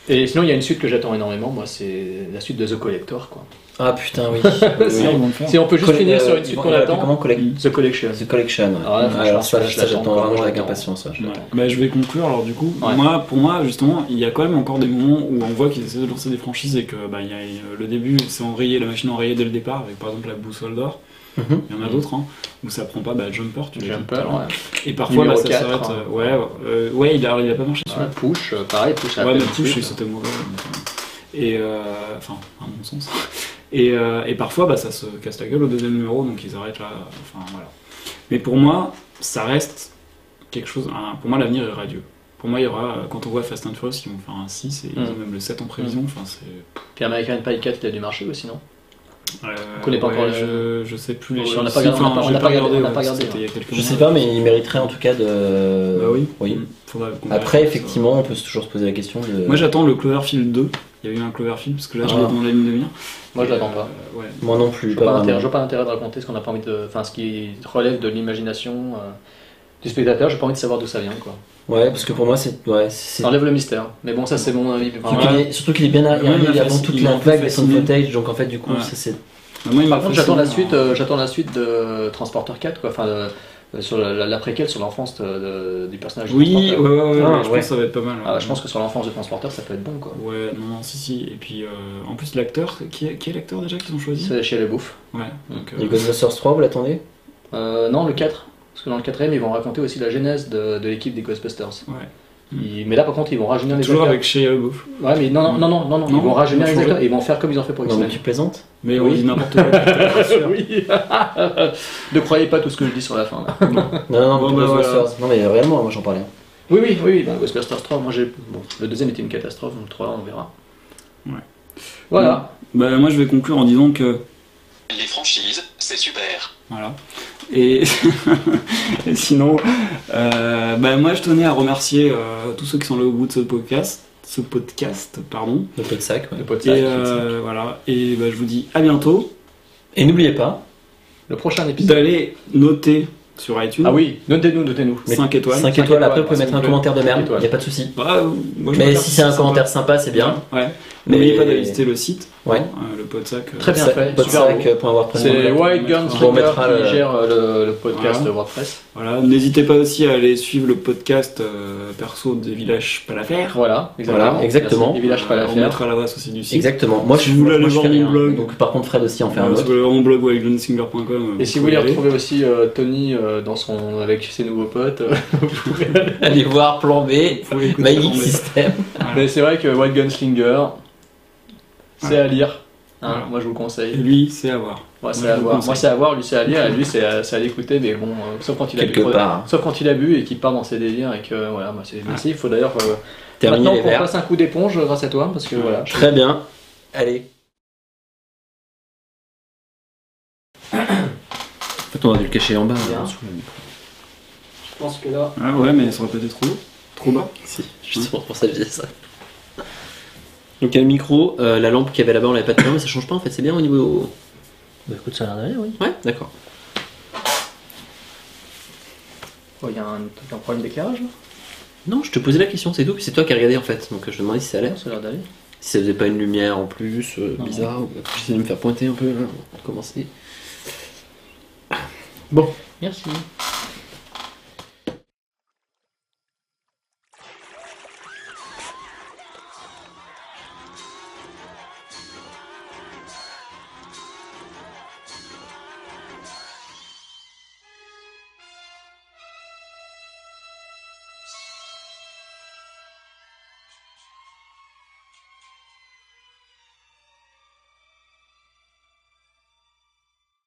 Et sinon, il y a une suite que j'attends énormément, moi, c'est la suite de The Collector, quoi.
Ah putain, oui.
[LAUGHS] si,
Oui, oui.
on, si on peut juste
Colle-
finir sur
euh,
une
ils
suite
vont-
qu'on
ils vont
attend.
appeler Comment Collect-
The Collection.
The Collection. ouais.
Ah ouais, franchement,
Alors ça,
celui-là,
ça,
je l'attends
j'attends vraiment
encore,
avec
j'attends.
impatience. ouais.
Ouais. Bah, je vais conclure alors du coup.
Ouais.
Moi, pour moi, justement, il y a quand même encore des moments où on voit qu'ils essaient de lancer des franchises et que bah, il y a, euh, le début, c'est enrayé, la machine enrayée dès le départ, avec par exemple la boussole d'or.
Mhm.
Il y en a d'autres, hein, où ça prend pas, bah, Jumper, tu l'as dit
Jumper,
tout à l'heure.
ouais.
Et parfois, bah,
Numéro
ça
quatre,
s'arrête.
hein.
euh, ouais, euh, ouais, il a, il a pas marché celui-là.
Ouais, push, euh, pareil, push à la
Ouais, mais
peine
touche,
plus.
c'était mauvais. donc, euh, Et euh, enfin, à mon sens. Et, euh, et parfois, bah, ça se casse la gueule au deuxième numéro, donc ils arrêtent là. Enfin, voilà. Mais pour moi, ça reste quelque chose. un- pour moi, l'avenir est radieux. Pour moi, il y aura, euh, quand on voit Fast and Furious, ils vont faire un 6 et ils
Mm.
ont même le 7 en prévision. Enfin, c'est.
Puis American Pie 4, il a du marché aussi, non
Euh,
On connaît pas encore euh,
je, je sais plus les
On
chiffres.
n'a pas regardé- on n'a
Enfin,
pas- on
j'ai
n'a pas regardé, on n'a
ouais,
pas regardé,
c'était il y a
hein.
quelques
Je
mois.
sais pas, mais il mériterait en tout cas de.
Bah oui.
oui.
Mm.
Faudra qu'on
Après,
vérifie ça.
effectivement, on peut toujours se poser la question de.
euh,
Moi, j'attends le Cloverfield 2. Il y a eu un Cloverfield, parce que là, je
Ah.
l'ai dans la ligne de mire.
Moi, je
Et,
l'attends pas.
euh, ouais.
Moi non plus.
Je vois pas,
vraiment.
l'intérêt- je vois pas l'intérêt de raconter ce qu'on n'a pas envie de. Enfin, ce qui relève de l'imagination euh, du spectateur, j'ai pas envie de savoir d'où ça vient, quoi.
Ouais, parce que pour moi, c'est. Ouais, c'est...
Ça enlève le mystère. Mais bon, ça, c'est mon avis.
Surtout
Enfin,
qu'il est- Surtout qu'il est bien
Ouais, il
arrivé
m'a
avant
fasciné,
toute
il m'a
la vague des
fasciné.
sound footage, donc en fait, du coup,
Ouais.
ça, c'est.
Bah, moi, il m'a
Par
fasciné,
contre, j'attends la
hein.
suite, euh, j'attends la suite de Transporter 4, quoi. Enfin, euh, sur la, la- la préquelle sur l'enfance de- de- du personnage. de
Oui, ouais, ouais,
Transporter.
ouais,
Ah,
je
ouais.
pense que ça va être pas mal. ouais.
Ah, je pense que sur l'enfance de Transporter, ça peut être bon, quoi.
Ouais, non, non, si, si. Et puis, euh, en plus, l'acteur, qui est, qui est l'acteur déjà qu'ils ont choisi
C'est chez les bouffes.
Ouais, donc. euh,
Les Ghostbusters 3, vous l'attendez
Euh, non, le 4. Parce que dans le 4 ils vont raconter aussi la genèse de, de l'équipe des Ghostbusters.
Ouais.
Ils- mais là, par contre, ils vont rajeunir les
Toujours
acteurs.
avec Shia LaBeouf.
Ouais, mais non, non, non, non, non,
Non,
ils vont rajeunir
ils
les
vont
acteurs
changer.
et ils vont faire comme ils ont fait pour
Non, mais
X-Men.
tu plaisantes
Mais
Oui.
on dit n'importe quoi.
[LAUGHS]
bien sûr.
oui
[LAUGHS]
Ne croyez pas tout ce que je dis sur la fin. là.
Non, non,
Bon,
mais
bah,
Ghostbusters. Non, mais réellement, moi j'en parlais.
Oui, oui, oui, oui, bah, Ghostbusters 3, moi j'ai. Bon, le deuxième était une catastrophe, donc le 3, on verra.
Ouais.
Voilà.
Bah, moi, je vais conclure en disant que.
Les franchises, c'est super.
Voilà. Et, [LAUGHS] et sinon, euh, bah, moi, je tenais à remercier euh, tous ceux qui sont là au bout de ce podcast. Ce podcast, pardon.
Le pot de sac, ouais.
Le podcast.
Mm. Et euh, voilà. Et bah, je vous dis à bientôt.
Et n'oubliez pas,
Le prochain épisode.
d'aller noter sur iTunes.
Ah oui, notez-nous, notez-nous.
5 étoiles.
5
Cinq
étoiles,
étoiles,
après, vous
s'il
pouvez mettre
vous
un
plaît.
commentaire de merde,
Cinq étoiles.
y a pas de souci.
Bah, moi, je
Mais
préfère
si c'est un
sympa.
commentaire sympa, c'est bien.
Ouais.
Mais-
N'oubliez pas d'aller visiter le site,
Ouais.
euh, le podsac. euh,
Très bien
Ça-
fait,
pot de
super
sac,
beau.
euh, point WordPress.
C'est
on va
White Guns
mettre-
on mettra
qui
le-
gère euh, le, le podcast
Voilà.
de WordPress.
Voilà. N'hésitez pas aussi à aller suivre le podcast euh, perso des villages pas l'affaire.
Voilà, exactement.
Voilà, exactement.
Merci. Les villages pas
Euh,
la
On
faire.
mettra l'adresse aussi du site.
Exactement. Moi,
Si
je
vous voulez
moi,
aller
je
voir
fais
mon
rien.
blog.
Donc, par contre, Fred aussi en fait
Euh,
un
sur
autre.
le- mon blog wildlandsinger.com.
Et si vous voulez retrouver aussi euh, Tony euh, dans son, avec ses nouveaux potes, euh, vous pouvez aller.
[LAUGHS] Allez voir Plan B, Magic
Plan B.
System.
Mais c'est vrai que White Gunslinger, c'est
Voilà.
à lire. Hein,
Voilà.
Moi je vous le
Et
conseille.
lui, c'est à voir.
Moi c'est
Moi, je
à
vous
voir,
conseille.
moi c'est à voir, lui c'est à lire, et lui c'est à, c'est à l'écouter, mais bon, euh, sauf quand il a bu.
Quelque part.
Sauf quand il a bu et qu'il part dans ses délires et que euh, voilà, moi, c'est merci. Il faut d'ailleurs euh,
Terminer
maintenant
les
qu'on
verres.
passe un coup d'éponge euh, grâce à toi, parce que voilà. je-
Très bien. Allez. En fait, on aurait dû le cacher en bas.
Bien.
hein, sous le micro.
Je pense que là,
Ah ouais, mais ça aurait pas été trop haut. Trop bas.
Si, [LAUGHS] justement pour ça que je disais ça. Donc il y a le micro, euh, la lampe qu'il y avait là-bas on l'avait pas de mais ça change pas en fait, c'est bien au niveau. Bah écoute, ça a l'air d'aller, oui. Ouais, d'accord.
oh, il y a un, un problème d'éclairage là.
Non, je te posais la question, c'est tout, puis c'est toi qui as regardé en fait, donc euh, je te demandais si ça allait.
Non, ça a l'air d'aller.
Si ça faisait pas une lumière en plus, euh,
Non.
bizarre, ou... j'essayais de me faire hein, pointer un peu là, pour commencer. Bon. Merci.